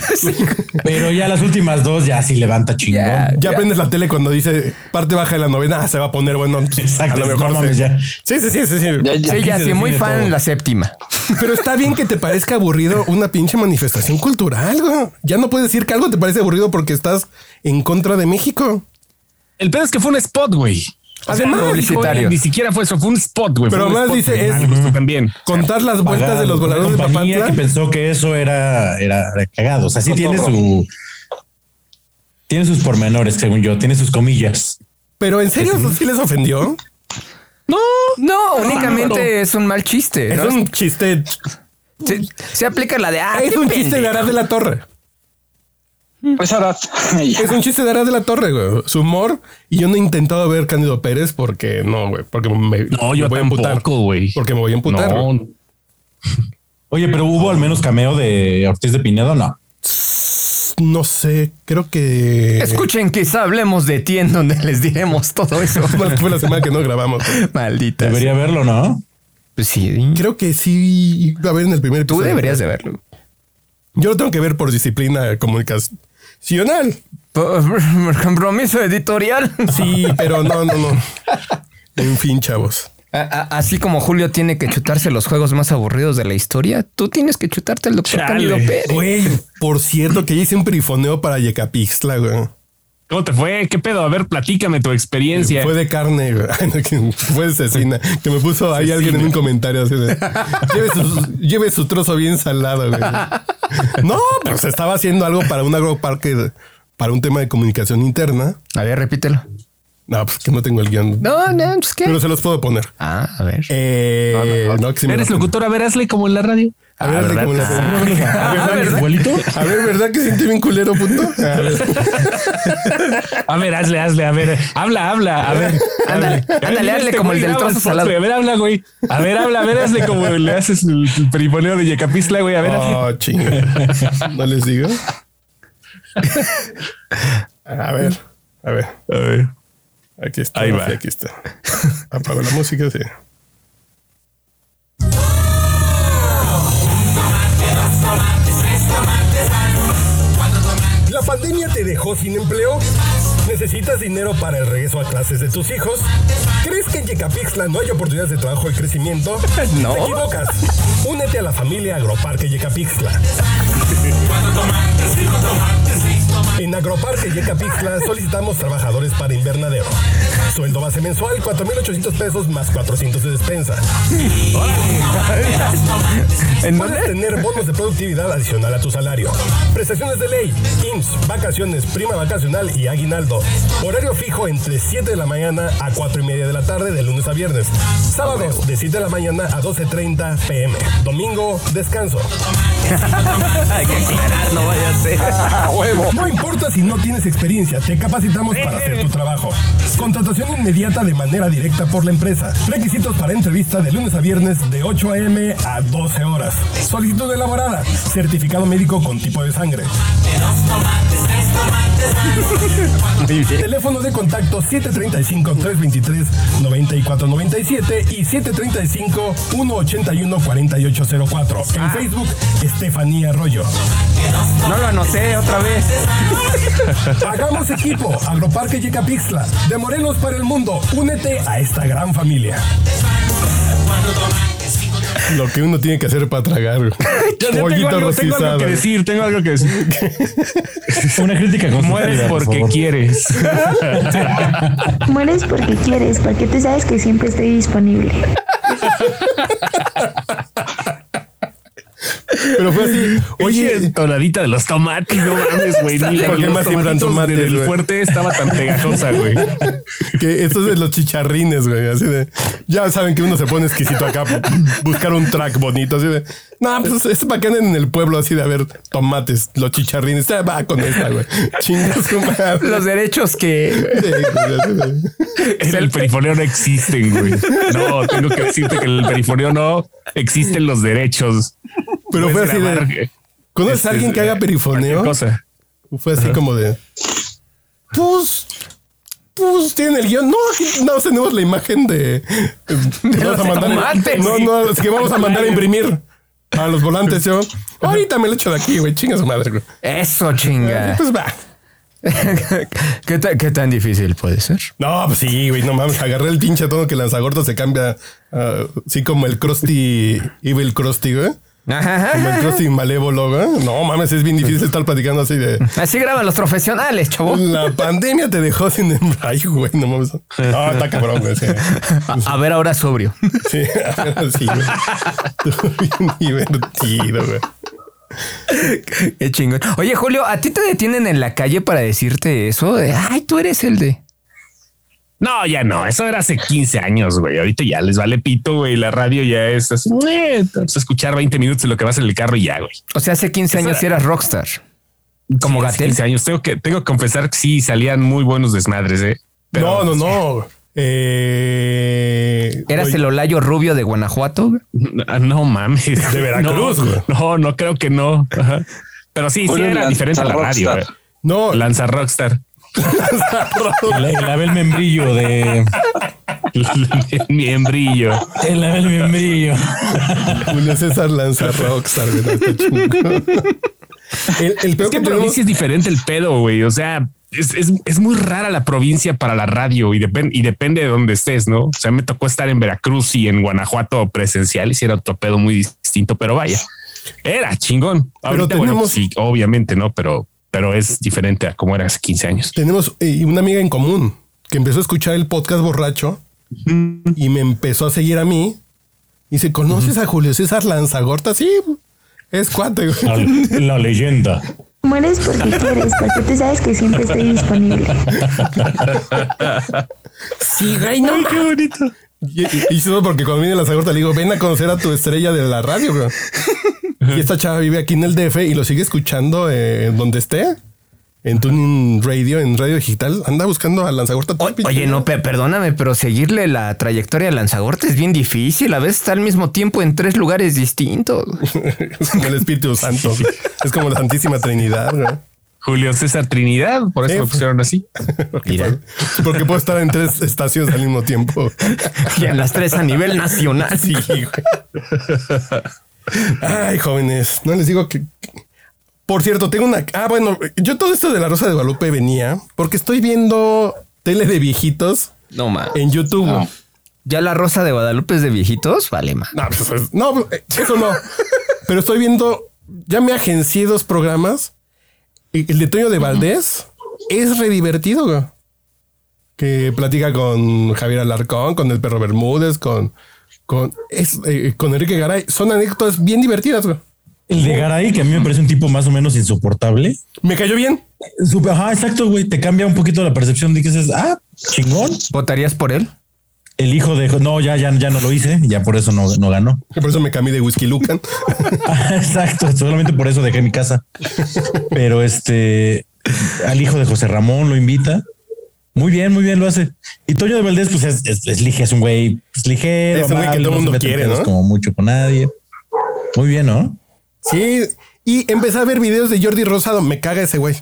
[SPEAKER 4] Pero ya las últimas dos ya sí levanta chingón.
[SPEAKER 3] Ya.
[SPEAKER 1] Ya prendes la tele cuando dice parte baja de la novena, ah, se va a poner bueno. pues,
[SPEAKER 4] Exacto,
[SPEAKER 1] A lo
[SPEAKER 4] no
[SPEAKER 1] mejor
[SPEAKER 4] mames,
[SPEAKER 1] sí.
[SPEAKER 4] ya.
[SPEAKER 1] Sí, sí, sí, sí, sí.
[SPEAKER 6] Ya, ya.
[SPEAKER 3] Sí, ya,
[SPEAKER 4] se
[SPEAKER 3] sí, muy
[SPEAKER 4] define
[SPEAKER 3] fan
[SPEAKER 4] todo.
[SPEAKER 3] la séptima.
[SPEAKER 1] Pero está bien que te parezca aburrido una pinche manifestación cultural, güey. Ya no puedes decir que algo te parece aburrido porque estás en contra de México.
[SPEAKER 5] El pedo es que fue un spot, güey. O sea,
[SPEAKER 1] Además,
[SPEAKER 5] no dijo-
[SPEAKER 3] publicitario.
[SPEAKER 5] ni siquiera fue eso, fue un spot, güey.
[SPEAKER 1] Pero
[SPEAKER 5] Fue un
[SPEAKER 1] además
[SPEAKER 5] spot,
[SPEAKER 1] dice,
[SPEAKER 5] güey.
[SPEAKER 1] es-
[SPEAKER 5] Ah, me gustó también.
[SPEAKER 1] Contar las vueltas
[SPEAKER 4] Pagado,
[SPEAKER 1] de los
[SPEAKER 4] una
[SPEAKER 1] voladores de
[SPEAKER 4] compañía
[SPEAKER 1] Papantla.
[SPEAKER 4] que pensó que eso era, era cagado. O sea, sí tiene su. Tiene sus pormenores, según yo, tiene sus comillas.
[SPEAKER 1] Pero en serio, eso sí les ofendió.
[SPEAKER 3] No, no, únicamente es un mal chiste.
[SPEAKER 1] Es
[SPEAKER 3] ¿no?
[SPEAKER 1] un chiste.
[SPEAKER 3] Se, se aplica la de ah,
[SPEAKER 1] Es
[SPEAKER 3] qué
[SPEAKER 1] un chiste de
[SPEAKER 3] pendejo.
[SPEAKER 1] Arad de la Torre.
[SPEAKER 6] Pues ahora.
[SPEAKER 1] Es un chiste de Arad de la Torre, güey. Su humor. Y yo no he intentado ver Cándido Pérez porque no, güey. Porque me,
[SPEAKER 5] No,
[SPEAKER 1] me
[SPEAKER 5] yo
[SPEAKER 1] voy
[SPEAKER 5] tampoco,
[SPEAKER 1] a emputar.
[SPEAKER 5] güey.
[SPEAKER 1] Porque me voy a emputar. güey.
[SPEAKER 5] No,
[SPEAKER 4] Oye, pero hubo al menos cameo de Ortiz de Pinedo, no.
[SPEAKER 1] No sé, creo que.
[SPEAKER 3] Escuchen, quizá hablemos de ti en donde les diremos todo eso.
[SPEAKER 1] Fue la semana que no grabamos. güey.
[SPEAKER 3] Maldita.
[SPEAKER 4] Debería verlo, ¿no?
[SPEAKER 3] Pues sí,
[SPEAKER 1] Creo que sí iba a ver en el primer
[SPEAKER 3] tú
[SPEAKER 1] episodio.
[SPEAKER 3] deberías de verlo.
[SPEAKER 1] Yo lo tengo que ver por disciplina comunicacional.
[SPEAKER 3] Por compromiso editorial.
[SPEAKER 1] Sí, pero no, no, no. En fin, chavos.
[SPEAKER 3] A- a- así como Julio tiene que chutarse los juegos más aburridos de la historia, tú tienes que chutarte el doctor
[SPEAKER 5] Chale.
[SPEAKER 3] Cándido Pérez.
[SPEAKER 1] Güey, por cierto que hice un perifoneo para Yecapixtla, güey.
[SPEAKER 5] ¿Cómo te fue? ¿Qué pedo? A ver, platícame tu experiencia.
[SPEAKER 1] Fue de carne, güey. Ay, no, que fue de cecina. Que me puso ahí alguien en un comentario así de lleve su, lleve su trozo bien salado, güey. No, pues estaba haciendo algo para un agroparque, para un tema de comunicación interna.
[SPEAKER 3] A ver, repítelo.
[SPEAKER 1] No, pues que no tengo el guión.
[SPEAKER 3] No, no, es que.
[SPEAKER 1] Pero se los puedo poner.
[SPEAKER 3] Ah, a ver.
[SPEAKER 1] Eh, Ah, no, que sí me
[SPEAKER 5] Eres
[SPEAKER 1] lo-
[SPEAKER 5] locutor, a ver, hazle como en la radio.
[SPEAKER 1] A ver, hazle como la- ah,
[SPEAKER 4] ¿Abuelito?
[SPEAKER 1] A ver, ¿verdad que siente bien culero, punto? A ver,
[SPEAKER 5] A ver, hazle, hazle, a ver. Habla, habla, a ver.
[SPEAKER 3] Ándale,
[SPEAKER 5] A ver,
[SPEAKER 3] ándale,
[SPEAKER 5] mira
[SPEAKER 3] hazle
[SPEAKER 5] este
[SPEAKER 3] como
[SPEAKER 5] güey
[SPEAKER 3] el del
[SPEAKER 5] graba
[SPEAKER 3] trozo
[SPEAKER 5] spot,
[SPEAKER 3] salado.
[SPEAKER 5] güey. A ver, habla, güey. A ver, habla, a ver, hazle como le haces Ah, el periponeo de Yecapistla, güey. A ver, hazle.
[SPEAKER 1] oh, chinga. No les digo. A ver, a ver.
[SPEAKER 5] A ver.
[SPEAKER 1] Aquí está.
[SPEAKER 5] Ahí va.
[SPEAKER 1] sí, Aquí está. Apago la música, sí.
[SPEAKER 7] ¿La pandemia te dejó sin empleo? ¿Necesitas dinero para el regreso a clases de tus hijos? ¿Crees que en Yecapixtla no hay oportunidades de trabajo y crecimiento?
[SPEAKER 3] No.
[SPEAKER 7] Te equivocas. Únete a la familia Agroparque Yecapixtla. En Agroparque Yecapixtla solicitamos trabajadores para invernadero. Sueldo base mensual 4.800 pesos más 400 de despensa.
[SPEAKER 3] ¿En
[SPEAKER 7] Puedes
[SPEAKER 3] dónde?
[SPEAKER 7] tener bonos de productividad adicional a tu salario. Prestaciones de ley, IMSS, vacaciones, prima vacacional y aguinaldo. Horario fijo entre 7 de la mañana a 4 y media de la tarde de lunes a viernes. Sábados de 7 de la mañana a 12.30 pm. Domingo, descanso.
[SPEAKER 3] Hay que aclarar, no vaya a ser.
[SPEAKER 7] No importa si no tienes experiencia, te capacitamos para hacer tu trabajo. Contratación inmediata de manera directa por la empresa. Requisitos para entrevista de lunes a viernes de 8 a.m. a 12 horas. Solicitud elaborada. Certificado médico con tipo de sangre. Teléfono de contacto 735-323-9497 y 735-181-4804.
[SPEAKER 1] Ah.
[SPEAKER 7] En Facebook, Estefanía Arroyo.
[SPEAKER 3] No lo anoté otra vez.
[SPEAKER 7] Hagamos equipo, Agroparque Yecapixtla, de Morelos para el mundo. Únete a esta gran familia.
[SPEAKER 1] Lo que uno tiene que hacer para tragar. güey.
[SPEAKER 5] tengo
[SPEAKER 1] Pollito
[SPEAKER 5] algo, tengo algo
[SPEAKER 1] rostizado.
[SPEAKER 5] que decir, tengo algo que decir.
[SPEAKER 4] Una crítica
[SPEAKER 5] Mueres
[SPEAKER 4] constructiva. por
[SPEAKER 5] porque
[SPEAKER 4] favor.
[SPEAKER 5] quieres.
[SPEAKER 2] Mueres porque quieres, porque tú sabes que siempre estoy disponible.
[SPEAKER 1] Pero fue así.
[SPEAKER 5] Oye,
[SPEAKER 1] Oye,
[SPEAKER 5] tonadita de los tomates, no mames, güey. Ni
[SPEAKER 1] ¿Por qué
[SPEAKER 5] los
[SPEAKER 1] más siembran
[SPEAKER 5] tomatitos
[SPEAKER 1] tomates,
[SPEAKER 5] del
[SPEAKER 1] güey?
[SPEAKER 5] fuerte estaba tan pegajosa, güey.
[SPEAKER 1] que esto es de los chicharrines, güey. Así de. Ya saben que uno se pone exquisito acá. Buscar un track bonito. Así de. No, pues es para que anden en el pueblo así de a ver tomates, los chicharrines. Ah, Va con esta, güey. Chingas, compadre.
[SPEAKER 3] Los derechos que.
[SPEAKER 1] Sí, güey, así de-
[SPEAKER 5] El, perifoneo no existe, güey. No, tengo que decirte que en el perifoneo no existen los derechos.
[SPEAKER 1] Pero
[SPEAKER 5] Puedes
[SPEAKER 1] fue así
[SPEAKER 5] grabar,
[SPEAKER 1] de.
[SPEAKER 5] eh,
[SPEAKER 1] ¿Conoces
[SPEAKER 5] este,
[SPEAKER 1] a alguien que haga
[SPEAKER 5] cualquier
[SPEAKER 1] perifoneo?
[SPEAKER 5] cosa.
[SPEAKER 1] Fue así como de. Pues. Pues tienen el guión. No, aquí no tenemos la imagen de. que
[SPEAKER 3] los tomates,
[SPEAKER 1] no,
[SPEAKER 3] sí.
[SPEAKER 1] no, es que vamos a mandar a imprimir a los volantes. Yo ahorita me lo echo de aquí, güey. Chinga su madre, güey.
[SPEAKER 3] Eso, chinga.
[SPEAKER 1] Pues va.
[SPEAKER 3] ¿Qué, ta- qué tan difícil puede ser?
[SPEAKER 1] No, pues sí, güey. No mames. Agarré el pinche tono que Lanzagordo se cambia. ah, Así como el Krusty. Evil Krusty, güey.
[SPEAKER 3] Ajá,
[SPEAKER 1] Como el
[SPEAKER 3] ajá.
[SPEAKER 1] Krusty malévolo, güey. No mames, es bien difícil estar platicando así de.
[SPEAKER 3] Así graban los profesionales, chavo.
[SPEAKER 1] La pandemia te dejó sin empleo. Ay, güey, no mames. No, está cabrón, güey. sí.
[SPEAKER 3] A, a ver ahora sobrio.
[SPEAKER 1] Sí, sí, güey. Estuvo bien divertido, güey.
[SPEAKER 3] Qué chingón. Oye, Julio, ¿a ti te detienen en la calle para decirte eso? De, Ay, tú eres el de.
[SPEAKER 5] No, ya no. Eso era hace 15 años, güey. Ahorita ya les vale pito, güey. La radio ya es así. "Mue", te vas a escuchar 20 minutos de lo que vas en el carro y ya, güey.
[SPEAKER 3] O sea, hace 15 años eras rockstar. Como
[SPEAKER 5] Hace
[SPEAKER 3] Gatel.
[SPEAKER 5] 15 años. Tengo que, tengo que confesar que sí salían muy buenos desmadres, eh.
[SPEAKER 1] No,
[SPEAKER 5] Pero-
[SPEAKER 1] no, no. Eh,
[SPEAKER 3] Eras
[SPEAKER 1] oye,
[SPEAKER 3] el Olayo Rubio de Guanajuato. güey.
[SPEAKER 5] Ah, No mames. De
[SPEAKER 1] Veracruz,
[SPEAKER 5] No,
[SPEAKER 1] güey.
[SPEAKER 5] no, no creo que no. Ajá. Pero sí, sí
[SPEAKER 6] Julio
[SPEAKER 5] era
[SPEAKER 6] Lanza
[SPEAKER 5] diferente a la radio.
[SPEAKER 6] Rockstar.
[SPEAKER 5] güey.
[SPEAKER 1] No,
[SPEAKER 5] Lanza Rockstar.
[SPEAKER 4] El, el Abel Membrillo de.
[SPEAKER 5] Mi embrillo.
[SPEAKER 4] El Abel Membrillo.
[SPEAKER 1] Julio César lanza Rockstar, güey. no, está chingón. El,
[SPEAKER 5] Es que
[SPEAKER 1] el peor que tenemos-
[SPEAKER 5] provincia es diferente el pedo, güey. O sea, es, es- es muy rara la provincia para la radio y, depen- y depende de dónde estés, ¿no? O sea, me tocó estar en Veracruz y en Guanajuato presencial y si era otro pedo muy distinto, pero vaya, era chingón. Ahorita, bueno,
[SPEAKER 1] tenemos-
[SPEAKER 5] sí, obviamente, ¿no? Pero, pero es diferente a como era hace 15 años.
[SPEAKER 1] tenemos eh, una amiga en común que empezó a escuchar el podcast borracho y me empezó a seguir a mí. Y dice, ¿conoces a Julio César Lanzagorta? Sí, es cuate, güey.
[SPEAKER 4] La, la leyenda.
[SPEAKER 2] Mueres porque quieres, porque tú sabes que siempre estoy disponible.
[SPEAKER 1] Sí, güey, no. qué bonito. Y, y- y solo porque cuando viene la Zagorta le digo, ven a conocer a tu estrella de la radio, bro. Y esta chava vive aquí en el DF y lo sigue escuchando eh, donde esté. En Tuning Radio, en radio digital, anda buscando a Lanzagorta.
[SPEAKER 3] O- Oye, no, pe- perdóname, pero seguirle la trayectoria a Lanzagorte es bien difícil. A veces está al mismo tiempo en tres lugares distintos.
[SPEAKER 1] Es como el Espíritu Santo. güey. Es como la Santísima Trinidad, güey.
[SPEAKER 5] Julio César Trinidad, por eso
[SPEAKER 1] Sí,
[SPEAKER 5] lo
[SPEAKER 1] fue-
[SPEAKER 5] pusieron así.
[SPEAKER 3] Mira,
[SPEAKER 1] Porque puedo estar en tres estaciones al mismo tiempo.
[SPEAKER 3] y a las tres a nivel nacional.
[SPEAKER 1] Sí, güey. Ay, jóvenes, no les digo que. Por cierto, tengo una. Ah, bueno, yo todo esto de la Rosa de Guadalupe venía porque estoy viendo tele de viejitos
[SPEAKER 3] No más.
[SPEAKER 1] en YouTube. No,
[SPEAKER 3] ¿Ya la rosa de Guadalupe es de viejitos? Vale, ma.
[SPEAKER 1] pues, pues, no, eh, eso no. Pero estoy viendo. Ya me agencié dos programas. Y El de Toño de Valdés es re divertido, güey. Que platica con Javier Alarcón, con el perro Bermúdez, con, con, es, eh, con Enrique Garay. Son anécdotas bien divertidas, güey.
[SPEAKER 4] El de Garay, que a mí me parece un tipo más o menos insoportable.
[SPEAKER 1] Me cayó bien.
[SPEAKER 4] Su- Ajá, exacto, güey. Te cambia un poquito la percepción de que dices, ah, chingón.
[SPEAKER 3] ¿Votarías por él?
[SPEAKER 4] El hijo de... No, ya, ya, ya no lo hice. Ya por eso no, no ganó. Ah,
[SPEAKER 1] Por eso me cambié de Whisky Lucan.
[SPEAKER 4] Exacto, solamente por eso dejé mi casa. Pero este, al hijo de José Ramón lo invita. Muy bien, muy bien lo hace. Y Toño de Valdés, pues es, es, es lige- es un güey pues, ligero,
[SPEAKER 1] Es un güey que
[SPEAKER 4] amable,
[SPEAKER 1] todo
[SPEAKER 4] no se
[SPEAKER 1] mundo
[SPEAKER 4] mete en
[SPEAKER 1] quiere,
[SPEAKER 4] pedos
[SPEAKER 1] ¿no?
[SPEAKER 4] como mucho con nadie. Muy bien, ¿no?
[SPEAKER 1] Sí. Y empecé a ver videos de Jordi Rosado. Me caga ese güey.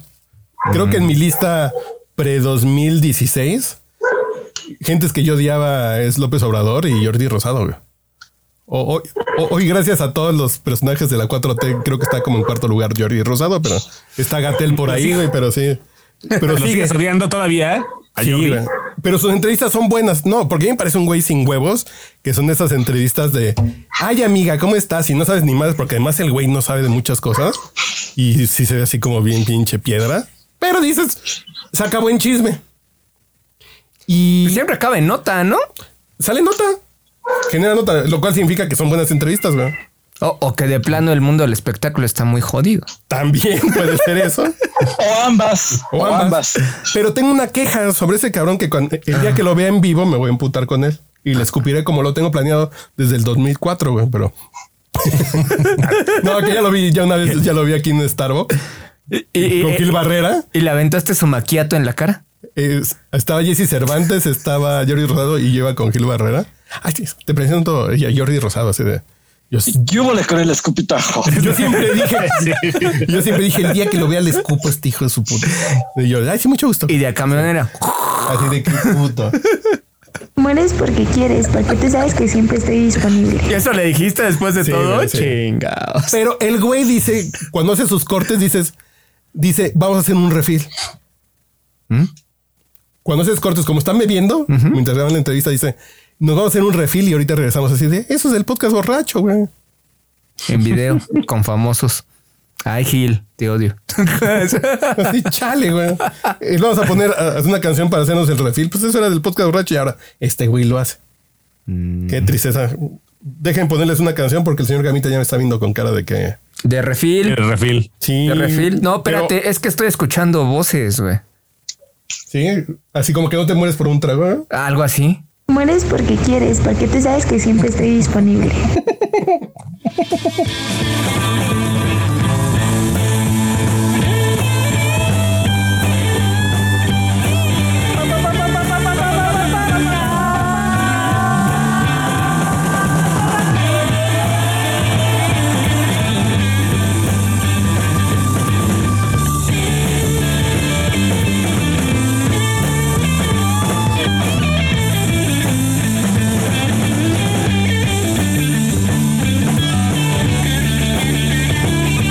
[SPEAKER 1] Creo que en mi lista pre-2016, gentes que yo odiaba es López Obrador y Jordi Rosado. güey. O- Hoy, o- hoy, gracias a todos los personajes de la 4T, creo que está como en cuarto lugar Jordi Rosado, pero está Gatel por ahí, güey, pero sí. Pero
[SPEAKER 5] ¿Lo
[SPEAKER 1] sigue.
[SPEAKER 5] sigues odiando todavía? ¿eh? A
[SPEAKER 1] Sí,
[SPEAKER 5] Jordi.
[SPEAKER 1] güey. Pero sus entrevistas son buenas. No, porque a mí me parece un güey sin huevos, que son esas entrevistas de, ay amiga, ¿cómo estás? Y no sabes ni más, porque además el güey no sabe de muchas cosas. Y sí se ve así como bien pinche piedra. Pero dices, saca buen chisme. Y
[SPEAKER 3] Siempre acaba en nota, ¿no?
[SPEAKER 1] sale nota. Genera nota, lo cual significa que son buenas entrevistas, güey.
[SPEAKER 3] O, o que de plano el mundo del espectáculo está muy jodido.
[SPEAKER 1] También puede ser eso.
[SPEAKER 6] O ambas.
[SPEAKER 1] O ambas. Pero tengo una queja sobre ese cabrón que cuando- el día que lo vea en vivo me voy a emputar con él y le escupiré como lo tengo planeado desde el 2004, güey, pero... no, que ya lo vi, ya una vez ya lo vi aquí en Starbucks con Gil Barrera.
[SPEAKER 3] ¿Y le aventaste su maquiato en la cara?
[SPEAKER 1] Es- estaba Jesse Cervantes, estaba Jordi Rosado y lleva con Gil Barrera. Ay, sí, te presento a Jordi Rosado, así de... Yo,
[SPEAKER 6] ¿Qué hubo con el escupitajo?
[SPEAKER 1] yo siempre dije, yo siempre dije, el día que lo vea le escupo a este hijo de su puta. Y yo, ay, sí, mucho gusto.
[SPEAKER 3] Y de a camionera.
[SPEAKER 1] Así de qué puto.
[SPEAKER 2] Mueres porque quieres, porque tú sabes que siempre estoy disponible.
[SPEAKER 3] ¿Y eso le dijiste después de
[SPEAKER 1] Sí,
[SPEAKER 3] todo?
[SPEAKER 1] güey, sí.
[SPEAKER 3] Chingados.
[SPEAKER 1] Pero el güey dice, cuando hace sus cortes, dices, dice, vamos a hacer un refil. Cuando haces cortes, como están bebiendo, mientras graban la entrevista, dice, nos vamos a hacer un refil y ahorita regresamos así de, eso es el podcast borracho, güey.
[SPEAKER 3] En video, con famosos. Ay, Gil, te odio.
[SPEAKER 1] Así, chale, güey. Y vamos a poner a- a una canción para hacernos el refil. Pues eso era del podcast borracho y ahora este güey lo hace. Qué tristeza. Dejen ponerles una canción porque el señor Gamita ya me está viendo con cara de que...
[SPEAKER 3] De refil.
[SPEAKER 5] El refil.
[SPEAKER 1] Sí.
[SPEAKER 3] De refil. No,
[SPEAKER 1] pero-
[SPEAKER 3] espérate, es que estoy escuchando voces, güey.
[SPEAKER 1] Sí, así como que no te mueres por un trago. ¿eh?
[SPEAKER 3] Algo así.
[SPEAKER 2] Mueres porque quieres, porque tú sabes que siempre estoy disponible.
[SPEAKER 8] Thank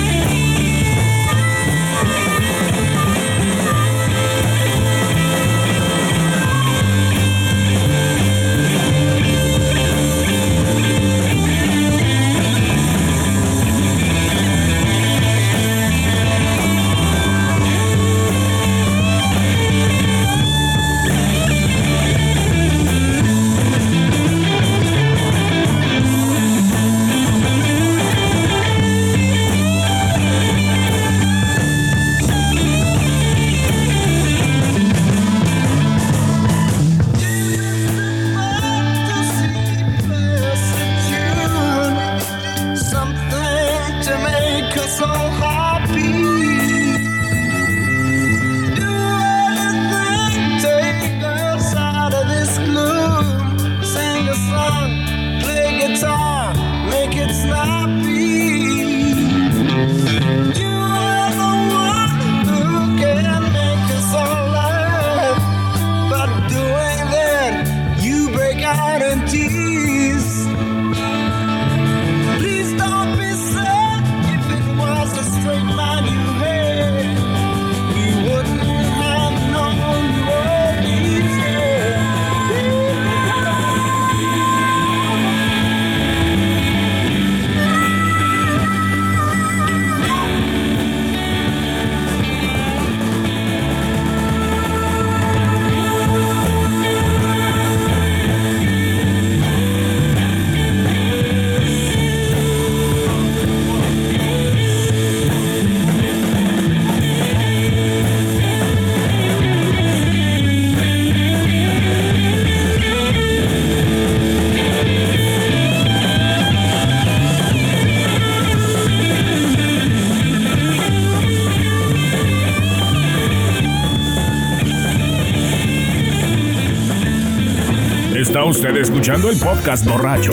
[SPEAKER 9] Está usted escuchando el podcast borracho.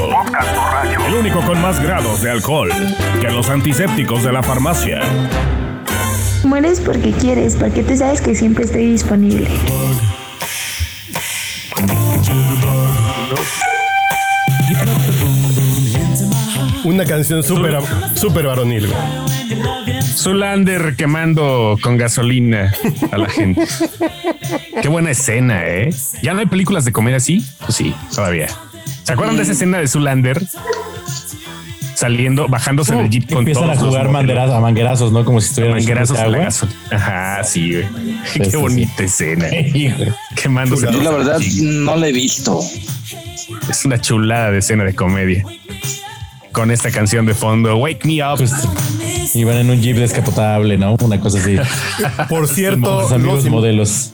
[SPEAKER 9] El único con más grados de alcohol que los antisépticos de la farmacia.
[SPEAKER 2] Mueres porque quieres, porque tú sabes que siempre estoy disponible.
[SPEAKER 1] Una canción súper super varonil, güey.
[SPEAKER 5] Zulander quemando con gasolina a la gente. Qué buena escena, ¿eh? ¿Ya no hay películas de comer así? Pues sí, todavía. ¿Se acuerdan
[SPEAKER 4] Mm.
[SPEAKER 5] de esa escena de Zulander? Saliendo, bajándose del jeep con
[SPEAKER 4] Uh, Empiezan
[SPEAKER 5] todos
[SPEAKER 4] a
[SPEAKER 5] los
[SPEAKER 4] jugar
[SPEAKER 5] modelos.
[SPEAKER 4] manguerazos, a manguerazos, ¿no? Como si estuvieran
[SPEAKER 5] Manguerazos
[SPEAKER 4] en
[SPEAKER 5] a
[SPEAKER 4] agua.
[SPEAKER 5] la gasolina. Ajá, sí, güey.
[SPEAKER 4] sí,
[SPEAKER 5] Qué
[SPEAKER 4] sí.
[SPEAKER 5] bonita escena.
[SPEAKER 4] Sí, güey.
[SPEAKER 5] Quemándose.
[SPEAKER 6] Yo
[SPEAKER 5] todos
[SPEAKER 6] la
[SPEAKER 5] a
[SPEAKER 6] verdad
[SPEAKER 5] jeep.
[SPEAKER 6] no la he visto.
[SPEAKER 5] Es una chulada de escena de comedia. Con esta canción de fondo, Wake Me Up.
[SPEAKER 4] Pues, iban en un jeep descapotable, ¿no? Una cosa así.
[SPEAKER 1] Por cierto,
[SPEAKER 4] Los amigos
[SPEAKER 1] los, in-
[SPEAKER 4] modelos.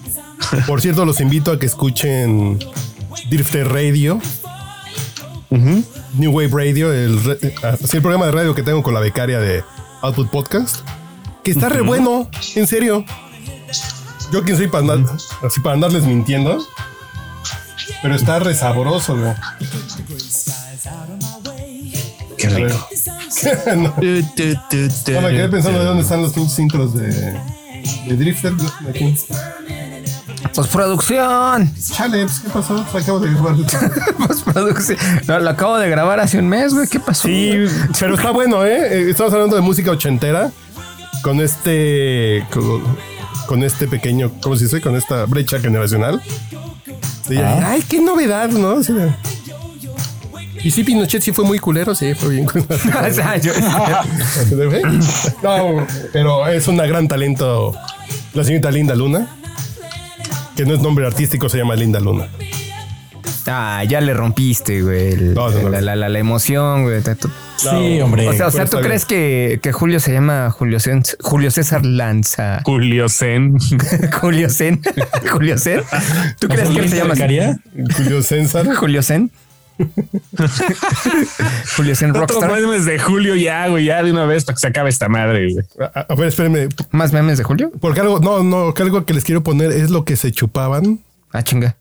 [SPEAKER 1] por cierto, los invito a que escuchen Drifter Radio. New Wave Radio, el, re- así el programa de radio que tengo con la becaria de Output Podcast, que está re bueno, en serio. Yo quién soy para, andar- así para andarles mintiendo, pero está re sabroso, güey.
[SPEAKER 5] Qué
[SPEAKER 1] A ver.
[SPEAKER 5] rico.
[SPEAKER 1] no, no, me quedé pensando de dónde están los pinches intros de, de Drifter. de aquí.
[SPEAKER 3] Pues producción.
[SPEAKER 1] Chale, pues, ¿qué pasó? Se acabo de grabar.
[SPEAKER 3] Pues producción. No, lo acabo de grabar hace un mes, güey. ¿Qué pasó?
[SPEAKER 1] Sí, pero está bueno, ¿eh? Eh, Estamos hablando de música ochentera. Con este. Con, con este pequeño. ¿Cómo se dice? Con esta brecha generacional. Sí, Ay, qué novedad, ¿no? Sí. y sí, Pinochet sí fue muy culero, sí, fue bien culero.
[SPEAKER 3] O sea, yo-
[SPEAKER 1] no, pero es una gran talento. La señorita Linda Luna. Que no es nombre artístico, se llama Linda Luna.
[SPEAKER 3] Ah, ya le rompiste, güey. el-
[SPEAKER 1] No, no, no.
[SPEAKER 3] La, la- la- la emoción, güey. Tú-
[SPEAKER 4] Sí, hombre.
[SPEAKER 3] O sea, o sea,
[SPEAKER 1] pero
[SPEAKER 3] ¿tú
[SPEAKER 1] está
[SPEAKER 3] crees que, que Julio se llama Julio, Cens- Julio César Lanza?
[SPEAKER 5] Julio Zen.
[SPEAKER 3] Julio Zen. Julio Zen. ¿Tú crees que él se llama así?
[SPEAKER 4] Zacaría?
[SPEAKER 1] Julio César.
[SPEAKER 3] Julio Zen. Julio Zen
[SPEAKER 5] Otro
[SPEAKER 3] Rockstar.
[SPEAKER 5] memes de Julio ya, güey, ya de una vez para que se acabe esta madre, güey.
[SPEAKER 1] A, a- a ver, espérenme.
[SPEAKER 3] ¿Más memes de Julio?
[SPEAKER 1] Porque algo, no, no, que algo que les quiero poner es lo que se chupaban
[SPEAKER 3] Ah, chinga.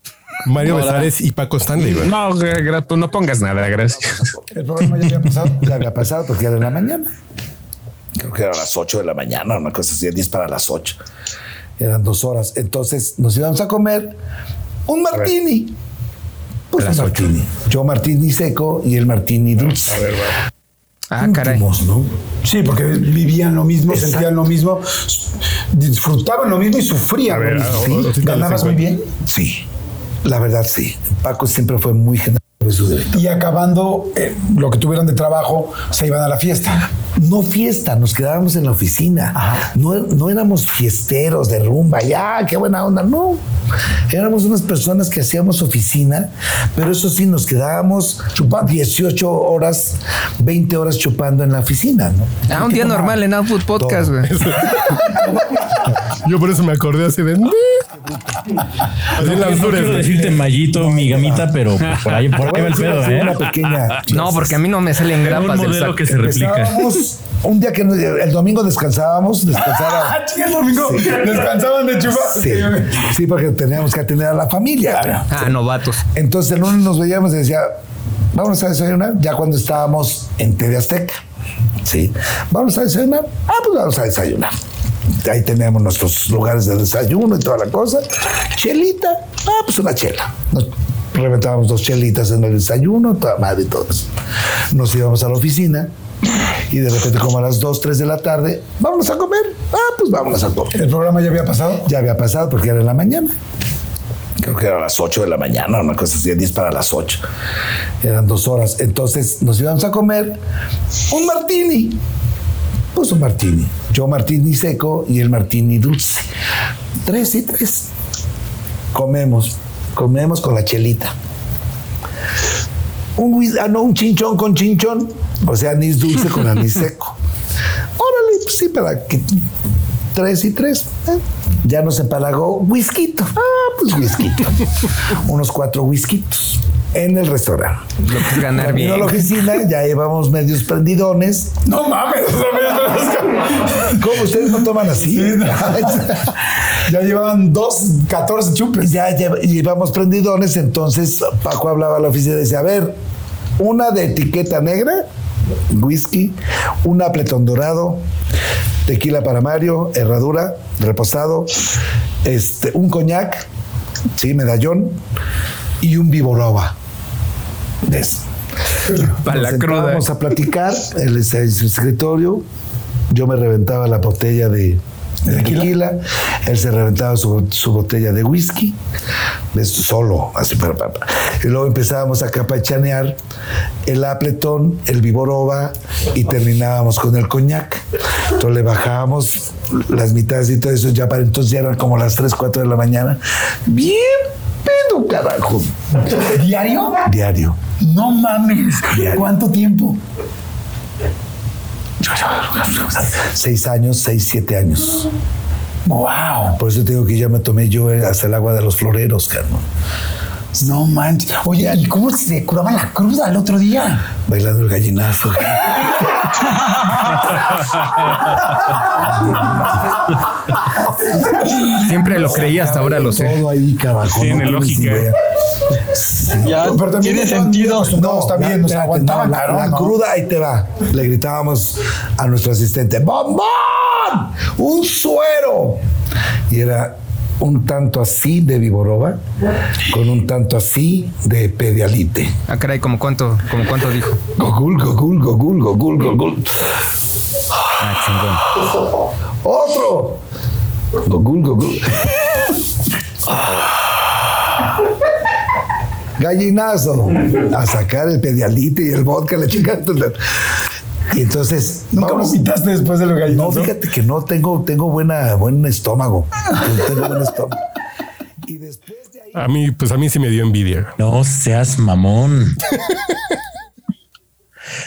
[SPEAKER 1] Mario Besares y Paco Stanley. güey.
[SPEAKER 5] No, gra- gra- tú no pongas nada, gracias.
[SPEAKER 8] El programa ya había pasado, ya había pasado porque era en la mañana. Creo que era a las 8 de la mañana, una cosa así, 10 para las 8. Eran dos horas. Entonces nos íbamos a comer un martini. Pues un martini. Yo martini seco y el martini dulce.
[SPEAKER 3] Ah, caray.
[SPEAKER 8] Íntimos, ¿no?
[SPEAKER 10] Sí, porque vivían lo mismo,
[SPEAKER 8] Exacto.
[SPEAKER 10] sentían lo mismo, disfrutaban lo mismo y sufrían lo mismo.
[SPEAKER 1] ahora sí te
[SPEAKER 10] Ganabas
[SPEAKER 1] lo
[SPEAKER 10] muy bien.
[SPEAKER 8] Sí, la verdad sí. Paco siempre fue muy generoso de su derecho.
[SPEAKER 10] Y acabando eh, lo que tuvieran de trabajo, se iban a la fiesta.
[SPEAKER 8] No fiesta, nos quedábamos en la oficina. No, no éramos fiesteros de rumba, ya, qué buena onda, no. Éramos unas personas que hacíamos oficina, pero eso sí, nos quedábamos chupando 18 horas, 20 horas chupando en la oficina, ¿no?
[SPEAKER 3] Ah, un día normal en Output Podcast, güey.
[SPEAKER 1] Yo por eso me acordé así de. Así en las
[SPEAKER 4] No
[SPEAKER 1] flores,
[SPEAKER 4] quiero
[SPEAKER 1] güey.
[SPEAKER 4] decirte mallito, mi gamita, pero pues, por ahí, por ahí va el pedo,
[SPEAKER 8] Fue Una
[SPEAKER 4] ¿eh?
[SPEAKER 8] pequeña.
[SPEAKER 3] No, porque a mí no me salen
[SPEAKER 4] Un
[SPEAKER 3] grapas del
[SPEAKER 4] modelo
[SPEAKER 3] saco.
[SPEAKER 4] que se replica.
[SPEAKER 8] Empezábamos Este, un día que nos- el domingo descansábamos, descansaba.
[SPEAKER 10] el domingo descansaban de chupar.
[SPEAKER 8] Sí, sí, porque teníamos que atender a la familia.
[SPEAKER 3] Ah, novatos.
[SPEAKER 8] Entonces el lunes nos veíamos y decía, vamos a desayunar, ya cuando estábamos en TV Azteca. Sí, vamos a desayunar. Ah, pues vamos a desayunar. Ahí teníamos nuestros lugares de desayuno y toda la cosa. Chelita, ah, pues una chela. Nos reventábamos dos chelitas en el desayuno, toda madre y todo eso. Nos íbamos a la oficina y de repente como a las 2, 3 de la tarde, vamos a comer. Ah, pues vámonos a comer
[SPEAKER 10] El programa ya había pasado.
[SPEAKER 8] ya había pasado porque era en la mañana. Creo que era a las 8 de la mañana, una cosa así, 10 para las 8. Eran dos horas. Entonces nos íbamos a comer un martini. Pues un martini. Yo martini seco y el martini dulce. Tres y tres. Comemos. Comemos con la chelita. Un, whis- ah, no, un chinchón con chinchón. O sea, anís dulce con anís seco. Órale, pues sí, para que tres y tres. ¿eh? Ya nos empalagó whisky. Ah, pues whisky. Unos cuatro whiskitos. en el restaurante.
[SPEAKER 3] Lo que es ganar
[SPEAKER 8] Terminó
[SPEAKER 3] bien.
[SPEAKER 8] la oficina, ya llevamos medios prendidones.
[SPEAKER 10] No mames, no mames.
[SPEAKER 8] ¿Cómo ustedes no toman así?
[SPEAKER 10] ya llevaban dos, 14 chupes.
[SPEAKER 8] ya lle- llevamos prendidones, entonces Paco hablaba a la oficina y decía, a ver, una de etiqueta negra, whisky, un apletón dorado, tequila para Mario, herradura, reposado, este, un coñac, sí, medallón, y un viboroba. De eso.
[SPEAKER 3] Para la
[SPEAKER 8] Nos
[SPEAKER 3] cruda.
[SPEAKER 8] sentábamos a platicar, él está en su escritorio, yo me reventaba la botella de, de tequila, él se reventaba su, su botella de whisky, ¿ves? solo, así para papá. Y luego empezábamos a capachanear el apletón, el viboroba y terminábamos con el coñac. Entonces le bajábamos las mitades y todo eso, ya para entonces ya eran como las 3, 4 de la mañana. Bien pedo, carajo.
[SPEAKER 10] ¿Diario?
[SPEAKER 8] Diario.
[SPEAKER 10] No mames.
[SPEAKER 8] Diario.
[SPEAKER 10] ¿Cuánto tiempo?
[SPEAKER 8] Seis años, seis, siete años.
[SPEAKER 10] Wow.
[SPEAKER 8] Por eso te digo que ya me tomé yo hasta el agua de los floreros, Carmen.
[SPEAKER 10] No manches. Oye, ¿y cómo se curaba la cruda el otro día?
[SPEAKER 8] Bailando el gallinazo.
[SPEAKER 3] Siempre lo creí, hasta ahora lo sé.
[SPEAKER 8] Todo ahí, carajo.
[SPEAKER 5] Tiene
[SPEAKER 8] tienes
[SPEAKER 5] lógica.
[SPEAKER 8] idea.
[SPEAKER 6] Ya tiene sentido.
[SPEAKER 10] No, también nos
[SPEAKER 8] espérate,
[SPEAKER 10] aguantaban,
[SPEAKER 8] no, la,
[SPEAKER 10] claro,
[SPEAKER 8] la
[SPEAKER 10] ¿no?
[SPEAKER 8] cruda ahí te va. Le gritábamos a nuestro asistente, ¡Bombón! ¡Un suero! Y era un tanto así de viboroba con un tanto así de pedialite.
[SPEAKER 3] Ah, caray, como cuánto, como cuánto dijo.
[SPEAKER 8] Gogul, gogul, gogul, gogul, gogul.
[SPEAKER 3] Ah, chingón.
[SPEAKER 8] Otro. Gogul, gogul. Gallinazo. A sacar el pedialite y el vodka, la chica. Y entonces.
[SPEAKER 10] Nunca
[SPEAKER 8] vamos-
[SPEAKER 10] vomitaste después de los
[SPEAKER 8] No,
[SPEAKER 10] gallitos.
[SPEAKER 8] fíjate que no tengo, tengo buena, buen estómago. Tengo buen estómago. Y después de ahí.
[SPEAKER 1] A mí, pues a mí sí me dio envidia.
[SPEAKER 4] No seas mamón.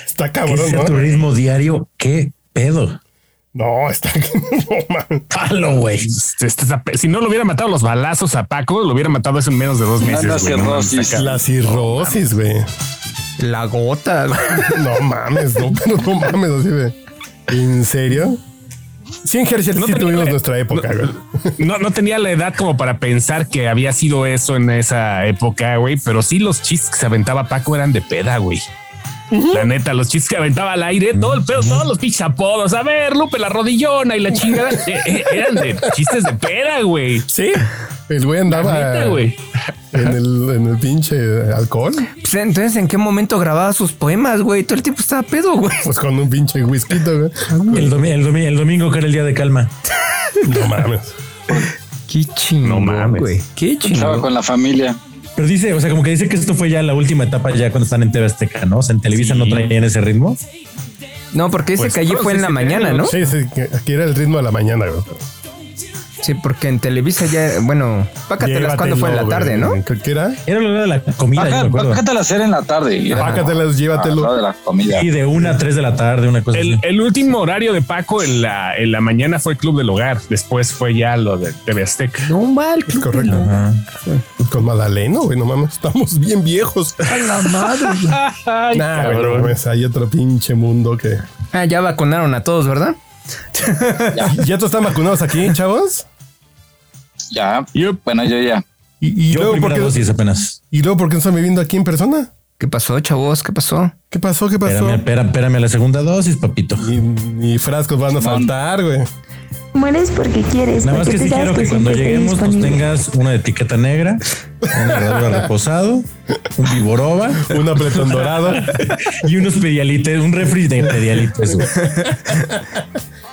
[SPEAKER 1] Está
[SPEAKER 4] Que
[SPEAKER 1] cabrón,
[SPEAKER 4] sea
[SPEAKER 1] ¿no?
[SPEAKER 4] tu ritmo diario, qué pedo.
[SPEAKER 1] No, está. No, man.
[SPEAKER 4] Palo, güey.
[SPEAKER 5] Este- este- este- Si no lo hubiera matado los balazos a Paco, lo hubiera matado hace menos de dos meses.
[SPEAKER 6] la
[SPEAKER 5] güey, no mames,
[SPEAKER 6] cirrosis.
[SPEAKER 5] acá.
[SPEAKER 1] La cirrosis, güey.
[SPEAKER 3] La gota. güey.
[SPEAKER 1] No mames, no, pero no mames, así de. ¿En serio? Sí, en Herschel sí
[SPEAKER 5] tenía-
[SPEAKER 1] tuvimos nuestra época, güey.
[SPEAKER 5] No, no tenía la edad como para pensar que había sido eso en esa época, güey, pero sí los chistes que se aventaba Paco eran de peda, güey. La neta, los chistes que aventaba al aire, todo el pedo, todos los pinches apodos. A ver, Lupe, la rodillona y la chingada. eh, eh, eran de chistes de peda, güey.
[SPEAKER 1] Sí. El güey andaba
[SPEAKER 5] Neta,
[SPEAKER 1] en
[SPEAKER 5] güey.
[SPEAKER 1] el, en el pinche alcohol,
[SPEAKER 3] Pues, entonces, ¿en qué momento grababa sus poemas, güey? Todo el tiempo estaba pedo, güey.
[SPEAKER 1] pues con un pinche whisky, güey.
[SPEAKER 4] El, domi- el domi- el domingo que era el día de calma.
[SPEAKER 1] No mames.
[SPEAKER 3] Qué chingón,
[SPEAKER 5] No mames.
[SPEAKER 3] güey. Qué
[SPEAKER 6] Estaba
[SPEAKER 3] chingón.
[SPEAKER 6] con la familia.
[SPEAKER 4] Pero dice, o sea, como que dice que esto fue ya la última etapa ya cuando están en TV Azteca, ¿no? O sea, en Televisa no traían ese ritmo.
[SPEAKER 3] No, porque dice que allí fue en la mañana, ¿Ah, ¿no?
[SPEAKER 1] Sí, sí, que aquí era el ritmo de la mañana, güey.
[SPEAKER 3] Sí, porque en Televisa ya, bueno, pácatelas cuando fue en la
[SPEAKER 1] Llévatelo,
[SPEAKER 3] tarde, ¿no?
[SPEAKER 1] güey. Creo que era.
[SPEAKER 4] Era la hora de la comida, yo me acuerdo.
[SPEAKER 6] Bájate la cena en la tarde. y era
[SPEAKER 1] Pácatelas,
[SPEAKER 6] a la hora
[SPEAKER 1] Ah,
[SPEAKER 4] Ah,
[SPEAKER 1] llévatelo.
[SPEAKER 6] de la comida.
[SPEAKER 4] Y de una a tres de la tarde, una cosa
[SPEAKER 5] El,
[SPEAKER 4] así.
[SPEAKER 5] el último horario de Paco en la, en la mañana fue Club del Hogar. Después fue ya lo de TV Azteca.
[SPEAKER 3] No mal.
[SPEAKER 1] Es correcto. Con Madaleno, güey, no mames. Estamos bien viejos.
[SPEAKER 3] La madre.
[SPEAKER 5] Ay,
[SPEAKER 1] Nah, güey,
[SPEAKER 5] cabrón.
[SPEAKER 1] no mames. Hay otro pinche mundo que.
[SPEAKER 3] Ah, ya vacunaron a todos, ¿verdad?
[SPEAKER 1] ¿Ya todos están vacunados aquí, chavos?
[SPEAKER 6] Ya.
[SPEAKER 5] Yup.
[SPEAKER 6] Bueno, yo ya.
[SPEAKER 1] Y, y
[SPEAKER 4] Yo
[SPEAKER 1] luego, ¿por
[SPEAKER 4] primera
[SPEAKER 1] qué,
[SPEAKER 4] dosis apenas.
[SPEAKER 1] y luego, ¿por qué no están viviendo aquí en persona?
[SPEAKER 3] ¿Qué pasó, chavos? ¿Qué pasó?
[SPEAKER 1] ¿Qué pasó? ¿Qué pasó?
[SPEAKER 4] Espérame, espera- espérame a la segunda dosis, papito.
[SPEAKER 1] Ni, ni frascos van a faltar, güey.
[SPEAKER 2] Mueres porque quieres,
[SPEAKER 4] Nada más
[SPEAKER 2] porque tú
[SPEAKER 4] que sí
[SPEAKER 2] sabes
[SPEAKER 4] quiero
[SPEAKER 2] que
[SPEAKER 4] que cuando
[SPEAKER 2] siempre estoy
[SPEAKER 4] lleguemos pues
[SPEAKER 2] disponible.
[SPEAKER 4] tengas una de etiqueta negra, una herradura reposado, un viboroba
[SPEAKER 1] Un apretón dorado.
[SPEAKER 4] y unos pedialites, un refri de pedialites. güey.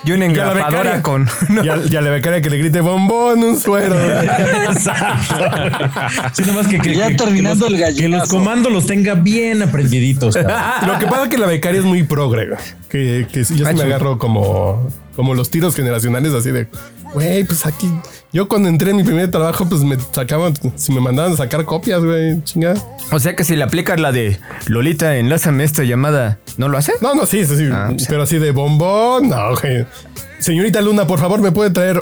[SPEAKER 3] Y
[SPEAKER 1] Y
[SPEAKER 3] una
[SPEAKER 1] a la
[SPEAKER 3] engrapadora
[SPEAKER 1] becaria.
[SPEAKER 3] con...
[SPEAKER 1] Y al- y a la becaria que le grite bombón, un suero.
[SPEAKER 4] Exacto. Sí, nada más que, que-
[SPEAKER 6] Ya
[SPEAKER 4] que- que
[SPEAKER 6] terminando
[SPEAKER 4] los-
[SPEAKER 6] el gallinazo.
[SPEAKER 4] Que los comandos los tenga bien aprendiditos. cabrón.
[SPEAKER 1] Lo que pasa es que la becaria es muy progre, güey. Que, que sí, yo sí me agarro como, como los tiros generacionales, así de, güey, pues aquí. Yo cuando entré en mi primer trabajo, pues me sacaban, si me mandaban a sacar copias, güey, chinga.
[SPEAKER 3] O sea que si le aplicas la de Lolita, enlázame esta llamada, ¿no lo hace?
[SPEAKER 1] No, no, sí, sí, sí.
[SPEAKER 3] Ah, pues.
[SPEAKER 1] pero así de bombón, no, güey. Señorita Luna, por favor, ¿me puede traer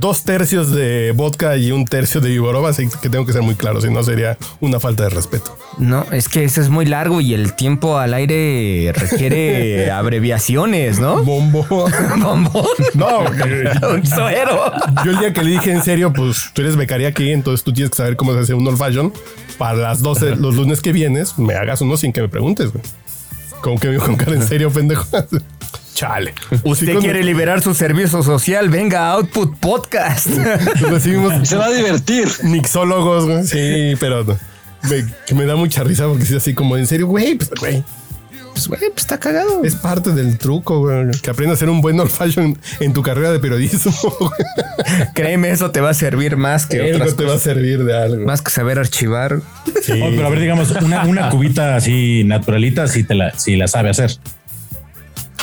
[SPEAKER 1] dos tercios de vodka y un tercio de Iborova, así que tengo que ser muy claro, si no sería una falta de respeto.
[SPEAKER 3] No, es que ese es muy largo y el tiempo al aire requiere abreviaciones, ¿no?
[SPEAKER 1] Bombo.
[SPEAKER 3] Bombón.
[SPEAKER 1] No, eh,
[SPEAKER 3] Un suero.
[SPEAKER 1] yo el día que le dije en serio, pues tú eres becaria aquí, entonces tú tienes que saber cómo se hace un old fashion para las 12, los lunes que vienes, me hagas uno sin que me preguntes, güey. Como que me dijo con cara en serio, pendejo. Chale. Sí,
[SPEAKER 3] Usted
[SPEAKER 1] con-
[SPEAKER 3] quiere liberar su servicio social, venga a Output Podcast.
[SPEAKER 1] Recibimos
[SPEAKER 6] Se va a divertir.
[SPEAKER 1] mixólogos, güey. Sí, pero no. me, que me da mucha risa porque es así como en serio, güey, pues, güey.
[SPEAKER 3] pues, güey, pues está cagado.
[SPEAKER 1] Es parte del truco, güey. Que aprendas a ser un buen old fashion en tu carrera de periodismo. güey.
[SPEAKER 3] Créeme, eso te va a servir más que
[SPEAKER 1] Algo
[SPEAKER 3] otras
[SPEAKER 1] te va a
[SPEAKER 3] cosas.
[SPEAKER 1] servir de algo.
[SPEAKER 3] Más que saber archivar.
[SPEAKER 1] Sí.
[SPEAKER 4] Oh, pero a ver, digamos, una, una cubita así naturalita, si te la, si la sabe hacer.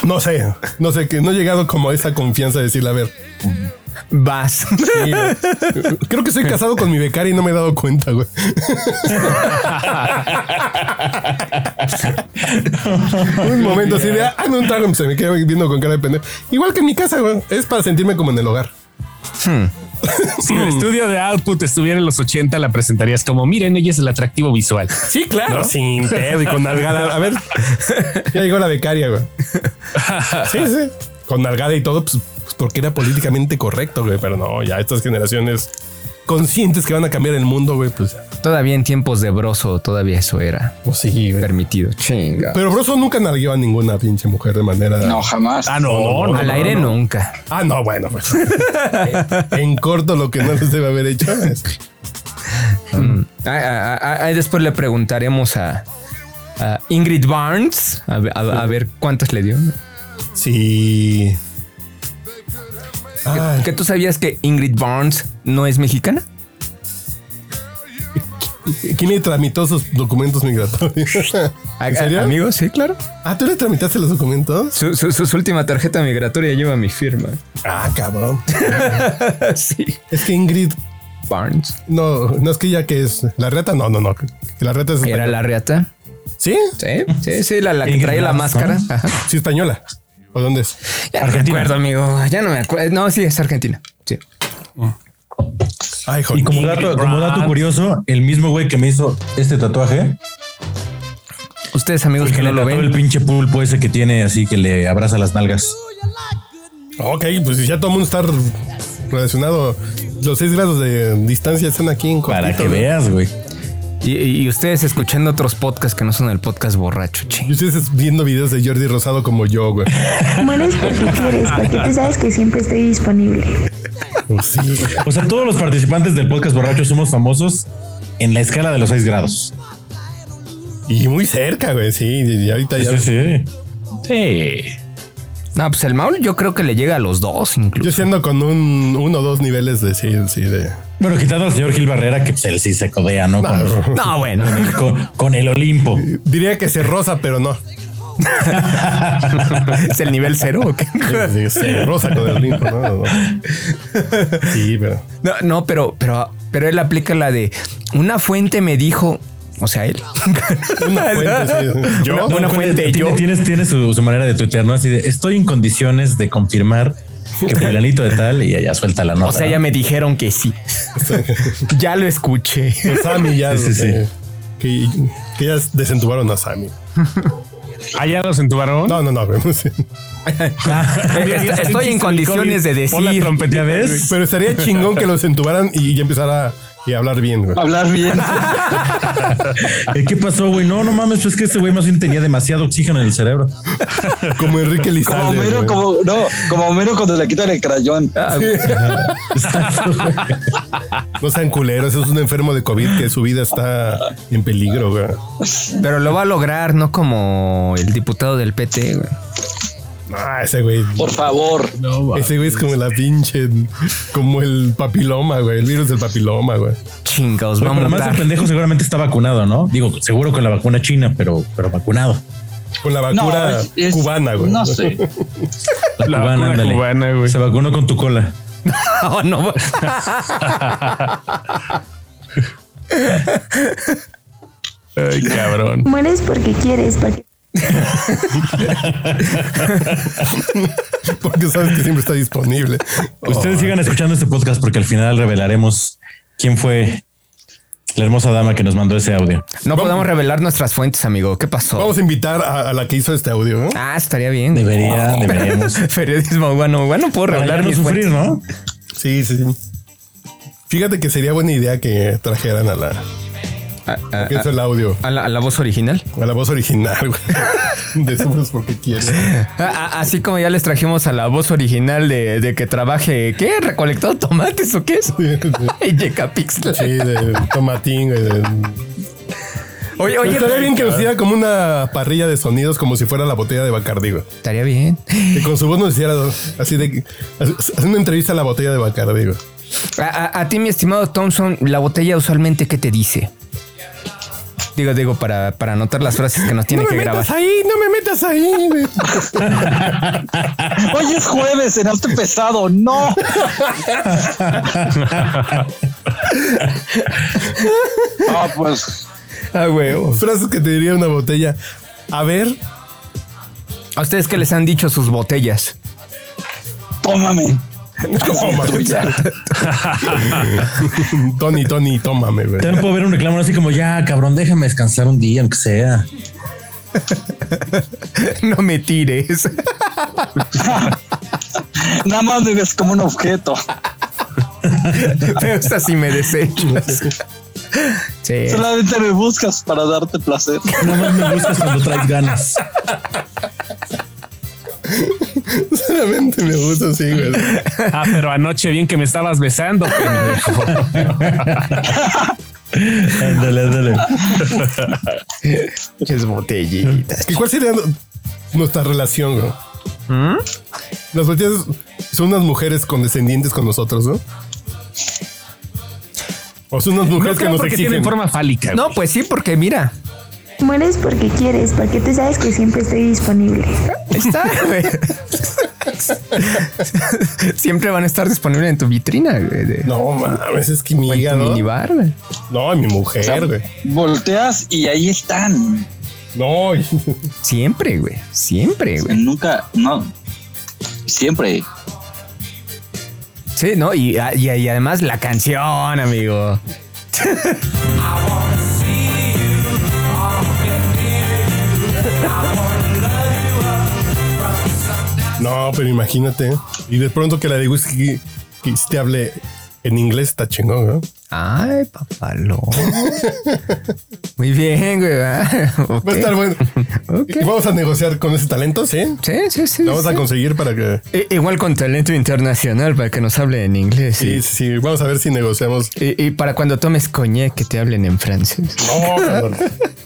[SPEAKER 1] No sé, no sé, que no he llegado como a esa confianza de decirle, a ver. sí,
[SPEAKER 3] Vas.
[SPEAKER 1] güey. Creo que estoy casado con mi becaria y no me he dado cuenta, güey. un momento así de, ah, no, un trago, se me queda viendo con cara de pendejo. Igual que en mi casa, güey. Es para sentirme como en el hogar.
[SPEAKER 5] Si el estudio de Output estuviera en los 80, la presentarías como, miren, ella es el atractivo visual.
[SPEAKER 1] Sí, claro. sin pedo y con nalgada. A ver, ya llegó la becaria, güey. Sí, sí. Con nalgada y todo, pues, pues, porque era políticamente correcto, güey. Pero no, ya estas generaciones conscientes que van a cambiar el mundo, güey, pues.
[SPEAKER 3] Todavía en tiempos de broso, todavía eso era
[SPEAKER 1] Pues sí, güey.
[SPEAKER 3] permitido. Chinga.
[SPEAKER 1] Pero Broso nunca nalgueó a ninguna pinche mujer de manera.
[SPEAKER 6] No, jamás.
[SPEAKER 5] Ah, no, no,
[SPEAKER 3] Al aire nunca.
[SPEAKER 1] Ah, no, bueno, pues. en corto lo que no les debe haber hecho. es-
[SPEAKER 3] Ah, ah, ah, ah, después le preguntaremos a, a Ingrid Barnes a, ver- a- a ver cuántas le dio.
[SPEAKER 1] Sí. Ah, Ay,
[SPEAKER 3] ¿Que tú sabías que Ingrid Barnes no es mexicana?
[SPEAKER 1] ¿Quién le tramitó sus documentos migratorios?
[SPEAKER 3] A-
[SPEAKER 1] ¿En serio?
[SPEAKER 3] a- Amigo, sí, claro.
[SPEAKER 1] Ah, ¿tú le tramitaste los documentos?
[SPEAKER 3] Su, su- su- su última tarjeta migratoria lleva mi firma.
[SPEAKER 1] Ah, cabrón.
[SPEAKER 3] sí.
[SPEAKER 1] Es que Ingrid,
[SPEAKER 3] Barnes.
[SPEAKER 1] no, no es que ya que es la reta, no, no, no. que La reta es.
[SPEAKER 3] Era la reata.
[SPEAKER 1] Sí,
[SPEAKER 3] Sí, sí, sí, la, la que
[SPEAKER 4] Ingrid
[SPEAKER 3] trae la
[SPEAKER 4] Barnes,
[SPEAKER 3] máscara.
[SPEAKER 4] ¿no?
[SPEAKER 3] Ajá.
[SPEAKER 1] sí, española. ¿O dónde es?
[SPEAKER 3] Ya no me acuerdo, amigo. Ya no me acuerdo. No, sí, es Argentina. Sí.
[SPEAKER 1] Ay, joder.
[SPEAKER 4] Y como dato, como dato curioso, el mismo güey que me hizo este tatuaje,
[SPEAKER 3] Ustedes, amigos,
[SPEAKER 4] el Pues
[SPEAKER 3] Pues que
[SPEAKER 4] que
[SPEAKER 3] no
[SPEAKER 4] le
[SPEAKER 3] lo
[SPEAKER 4] tatuó el
[SPEAKER 3] ven.
[SPEAKER 4] pinche pulpo ese que tiene así que le abraza las nalgas.
[SPEAKER 1] Ok, pues ya todo el mundo está relacionado. Los seis grados de distancia están aquí en
[SPEAKER 4] Para
[SPEAKER 1] cortito,
[SPEAKER 4] que
[SPEAKER 1] güey.
[SPEAKER 4] veas, güey.
[SPEAKER 3] Y, y ustedes escuchando otros podcasts que no son el podcast borracho, ching.
[SPEAKER 1] Y ustedes viendo videos de Jordi Rosado como yo, güey.
[SPEAKER 2] Mueres porque quieres, porque tú sabes que siempre estoy disponible.
[SPEAKER 1] Pues sí.
[SPEAKER 4] O sea, todos los participantes del podcast borracho somos famosos en la escala de los 6 grados.
[SPEAKER 1] Y muy cerca, güey. Sí, y ahorita ya.
[SPEAKER 4] Sí, sí.
[SPEAKER 5] Sí.
[SPEAKER 3] No, pues el Maul yo creo que le llega a los dos incluso.
[SPEAKER 1] Yo siendo con un uno o dos niveles de sí, sí, de.
[SPEAKER 4] Bueno, quitando al señor Gil Barrera, que pues, él sí se codea, ¿no? Con,
[SPEAKER 3] No, bueno.
[SPEAKER 4] con- con el Olimpo.
[SPEAKER 1] Diría que se rosa, pero no.
[SPEAKER 3] ¿Es el nivel cero o qué?
[SPEAKER 1] Sí, Se rosa con el limpo, ¿no? No, no. Sí, pero.
[SPEAKER 3] No, no, pero, pero, pero él aplica la de una fuente me dijo, o sea, él.
[SPEAKER 1] Una fuente, sí. Yo.
[SPEAKER 3] Una- una fuente,
[SPEAKER 4] Tiene-
[SPEAKER 3] yo.
[SPEAKER 4] Tienes, tienes su, su manera de tuitear, ¿no? Así de, estoy en condiciones de confirmar que fulanito de tal y allá suelta la nota.
[SPEAKER 3] O sea,
[SPEAKER 4] ¿no?
[SPEAKER 3] ya me dijeron que sí. ya lo escuché.
[SPEAKER 1] Pues Sammy ya.
[SPEAKER 4] Sí, sí, sí.
[SPEAKER 1] eh, Que, que ya desentubaron a Sammy.
[SPEAKER 5] Allá los entubaron.
[SPEAKER 1] No, no, no, güey, no sé.
[SPEAKER 3] Est- Estoy en condiciones de
[SPEAKER 5] Pon la
[SPEAKER 3] decir.
[SPEAKER 5] trompetita, güey.
[SPEAKER 1] Pero estaría chingón que los entubaran y ya empezara y a hablar bien, güey.
[SPEAKER 6] Hablar bien.
[SPEAKER 4] Eh, ¿Qué pasó, güey? No, no mames, pues es que este güey más bien tenía demasiado oxígeno en el cerebro.
[SPEAKER 1] Como Enrique
[SPEAKER 6] Como
[SPEAKER 1] Lizalde.
[SPEAKER 6] Homero,
[SPEAKER 1] güey.
[SPEAKER 6] como, no, como Homero cuando le quitan el crayón.
[SPEAKER 1] No sean culeros, eso es un enfermo de COVID que su vida está en peligro, güey.
[SPEAKER 3] Pero lo va a lograr, no como el diputado del PT, güey.
[SPEAKER 1] Ah, ese güey.
[SPEAKER 6] Por favor.
[SPEAKER 1] Ese güey es como la pinche, como el papiloma, güey, el virus del papiloma, güey.
[SPEAKER 3] Chingados,
[SPEAKER 4] Pero,
[SPEAKER 3] vamos a
[SPEAKER 4] además el
[SPEAKER 3] hablar.
[SPEAKER 4] pendejo seguramente está vacunado, ¿no? Digo, seguro con la vacuna china, pero, pero vacunado.
[SPEAKER 1] Con la
[SPEAKER 6] No,
[SPEAKER 1] vacuna
[SPEAKER 6] es- es-
[SPEAKER 1] cubana, güey.
[SPEAKER 6] No sé.
[SPEAKER 4] La,
[SPEAKER 5] La
[SPEAKER 4] cubana,
[SPEAKER 5] vacuna
[SPEAKER 4] ándale.
[SPEAKER 5] cubana, güey.
[SPEAKER 4] Se vacunó con tu cola.
[SPEAKER 3] No, no.
[SPEAKER 5] Ay, cabrón.
[SPEAKER 2] Mueres porque quieres, porque
[SPEAKER 1] Porque sabes que siempre está disponible.
[SPEAKER 6] Pues
[SPEAKER 4] Ustedes sigan escuchando este podcast porque al final revelaremos quién fue la hermosa dama que nos mandó ese audio.
[SPEAKER 3] No podemos revelar nuestras fuentes, amigo. ¿Qué pasó?
[SPEAKER 1] Vamos a invitar a, a la que hizo este audio. ¿no?
[SPEAKER 3] Ah, estaría bien.
[SPEAKER 4] Debería, deberíamos.
[SPEAKER 3] Periodismo bueno, bueno, puedo
[SPEAKER 4] Para ya
[SPEAKER 3] revelar
[SPEAKER 4] no
[SPEAKER 3] mis
[SPEAKER 4] sufrir,
[SPEAKER 3] fuentes.
[SPEAKER 4] ¿no?
[SPEAKER 1] Sí, sí, sí. Fíjate que sería buena idea que trajeran a la
[SPEAKER 6] Ah,
[SPEAKER 3] A, a-
[SPEAKER 1] que hizo el audio,
[SPEAKER 3] a la, a la voz original.
[SPEAKER 1] a la voz original, güey. Decimos porque quiere.
[SPEAKER 3] A- a- así como ya les trajimos a la voz original de, de que trabaje, ¿qué? ¿Recolectado tomates o qué es? Y llega Pixel.
[SPEAKER 1] Sí, de tomatín, güey. de-
[SPEAKER 3] Oye, oye,
[SPEAKER 5] pues,
[SPEAKER 1] Estaría bien que nos hiciera como una parrilla de sonidos, como si fuera la botella de Bacardi, güey.
[SPEAKER 3] Estaría bien.
[SPEAKER 1] Y con su voz nos hiciera así de hacer una entrevista a la botella de Bacardi, güey.
[SPEAKER 3] A, a- a ti, mi estimado Thompson, la botella usualmente, ¿qué te dice? Digo, digo, para, para anotar las frases que nos tiene que grabar.
[SPEAKER 1] ahí, no me metas ahí. güey.
[SPEAKER 6] Hoy es jueves, en alto pesado. No. No, pues
[SPEAKER 3] Ah, huevo.
[SPEAKER 1] Frases que te diría una botella. A ver,
[SPEAKER 3] ¿A ustedes qué les han dicho sus botellas?
[SPEAKER 6] tómame.
[SPEAKER 1] Tony, Tony, tómame, güey.
[SPEAKER 4] También puedo ver un reclamo así como ya, cabrón, déjame descansar un día, aunque sea.
[SPEAKER 3] No me tires.
[SPEAKER 6] Nada más me ves como un objeto.
[SPEAKER 3] Me gusta si me desechas. Sí.
[SPEAKER 6] Solamente me buscas para darte placer.
[SPEAKER 4] No más me buscas cuando traes ganas.
[SPEAKER 1] Solamente me gusta así, güey.
[SPEAKER 5] Ah, pero anoche bien que me estabas besando. pendejo.
[SPEAKER 4] Ándale, ándale.
[SPEAKER 3] Es botellitas.
[SPEAKER 1] ¿Y cuál sería nuestra relación, güey?
[SPEAKER 5] ¿Mm?
[SPEAKER 1] Las botellas son unas mujeres condescendientes con nosotros, ¿no? O son unas
[SPEAKER 5] No
[SPEAKER 1] mujeres que
[SPEAKER 5] creo
[SPEAKER 1] nos
[SPEAKER 5] porque
[SPEAKER 1] exigen.
[SPEAKER 5] tienen forma fálica.
[SPEAKER 3] No, pues sí, porque mira,
[SPEAKER 2] Mueres porque quieres, porque tú sabes que siempre estoy disponible.
[SPEAKER 3] está. güey. Siempre van a estar disponibles en tu vitrina, güey. de-
[SPEAKER 1] No mames, es que mi
[SPEAKER 3] o en tu
[SPEAKER 1] hígado.
[SPEAKER 3] minibar, güey.
[SPEAKER 1] No, mi mujer, güey.
[SPEAKER 6] Volteas y ahí están.
[SPEAKER 1] No, y-
[SPEAKER 3] Siempre, güey. Siempre, güey.
[SPEAKER 6] Nunca, no. Siempre.
[SPEAKER 3] Sí, ¿no? Y, y- y además la canción, amigo.
[SPEAKER 1] no, pero imagínate. Y de pronto que la de whisky que te hable en inglés está chingón, ¿no?
[SPEAKER 3] Ay, papalón. Muy bien, güey. ¿verdad? Ok.
[SPEAKER 1] Va a estar bueno.
[SPEAKER 3] Ok.
[SPEAKER 1] Y vamos a negociar con ese talento, ¿sí?
[SPEAKER 3] Sí, sí, sí.
[SPEAKER 1] Lo vamos a
[SPEAKER 3] sí.
[SPEAKER 1] conseguir para que.
[SPEAKER 3] I- Igual con talento internacional para que nos hable en inglés.
[SPEAKER 1] Sí, sí, sí, Vamos a ver si negociamos.
[SPEAKER 3] Y, y para cuando tomes coñac que te hablen en francés.
[SPEAKER 1] No, cabrón.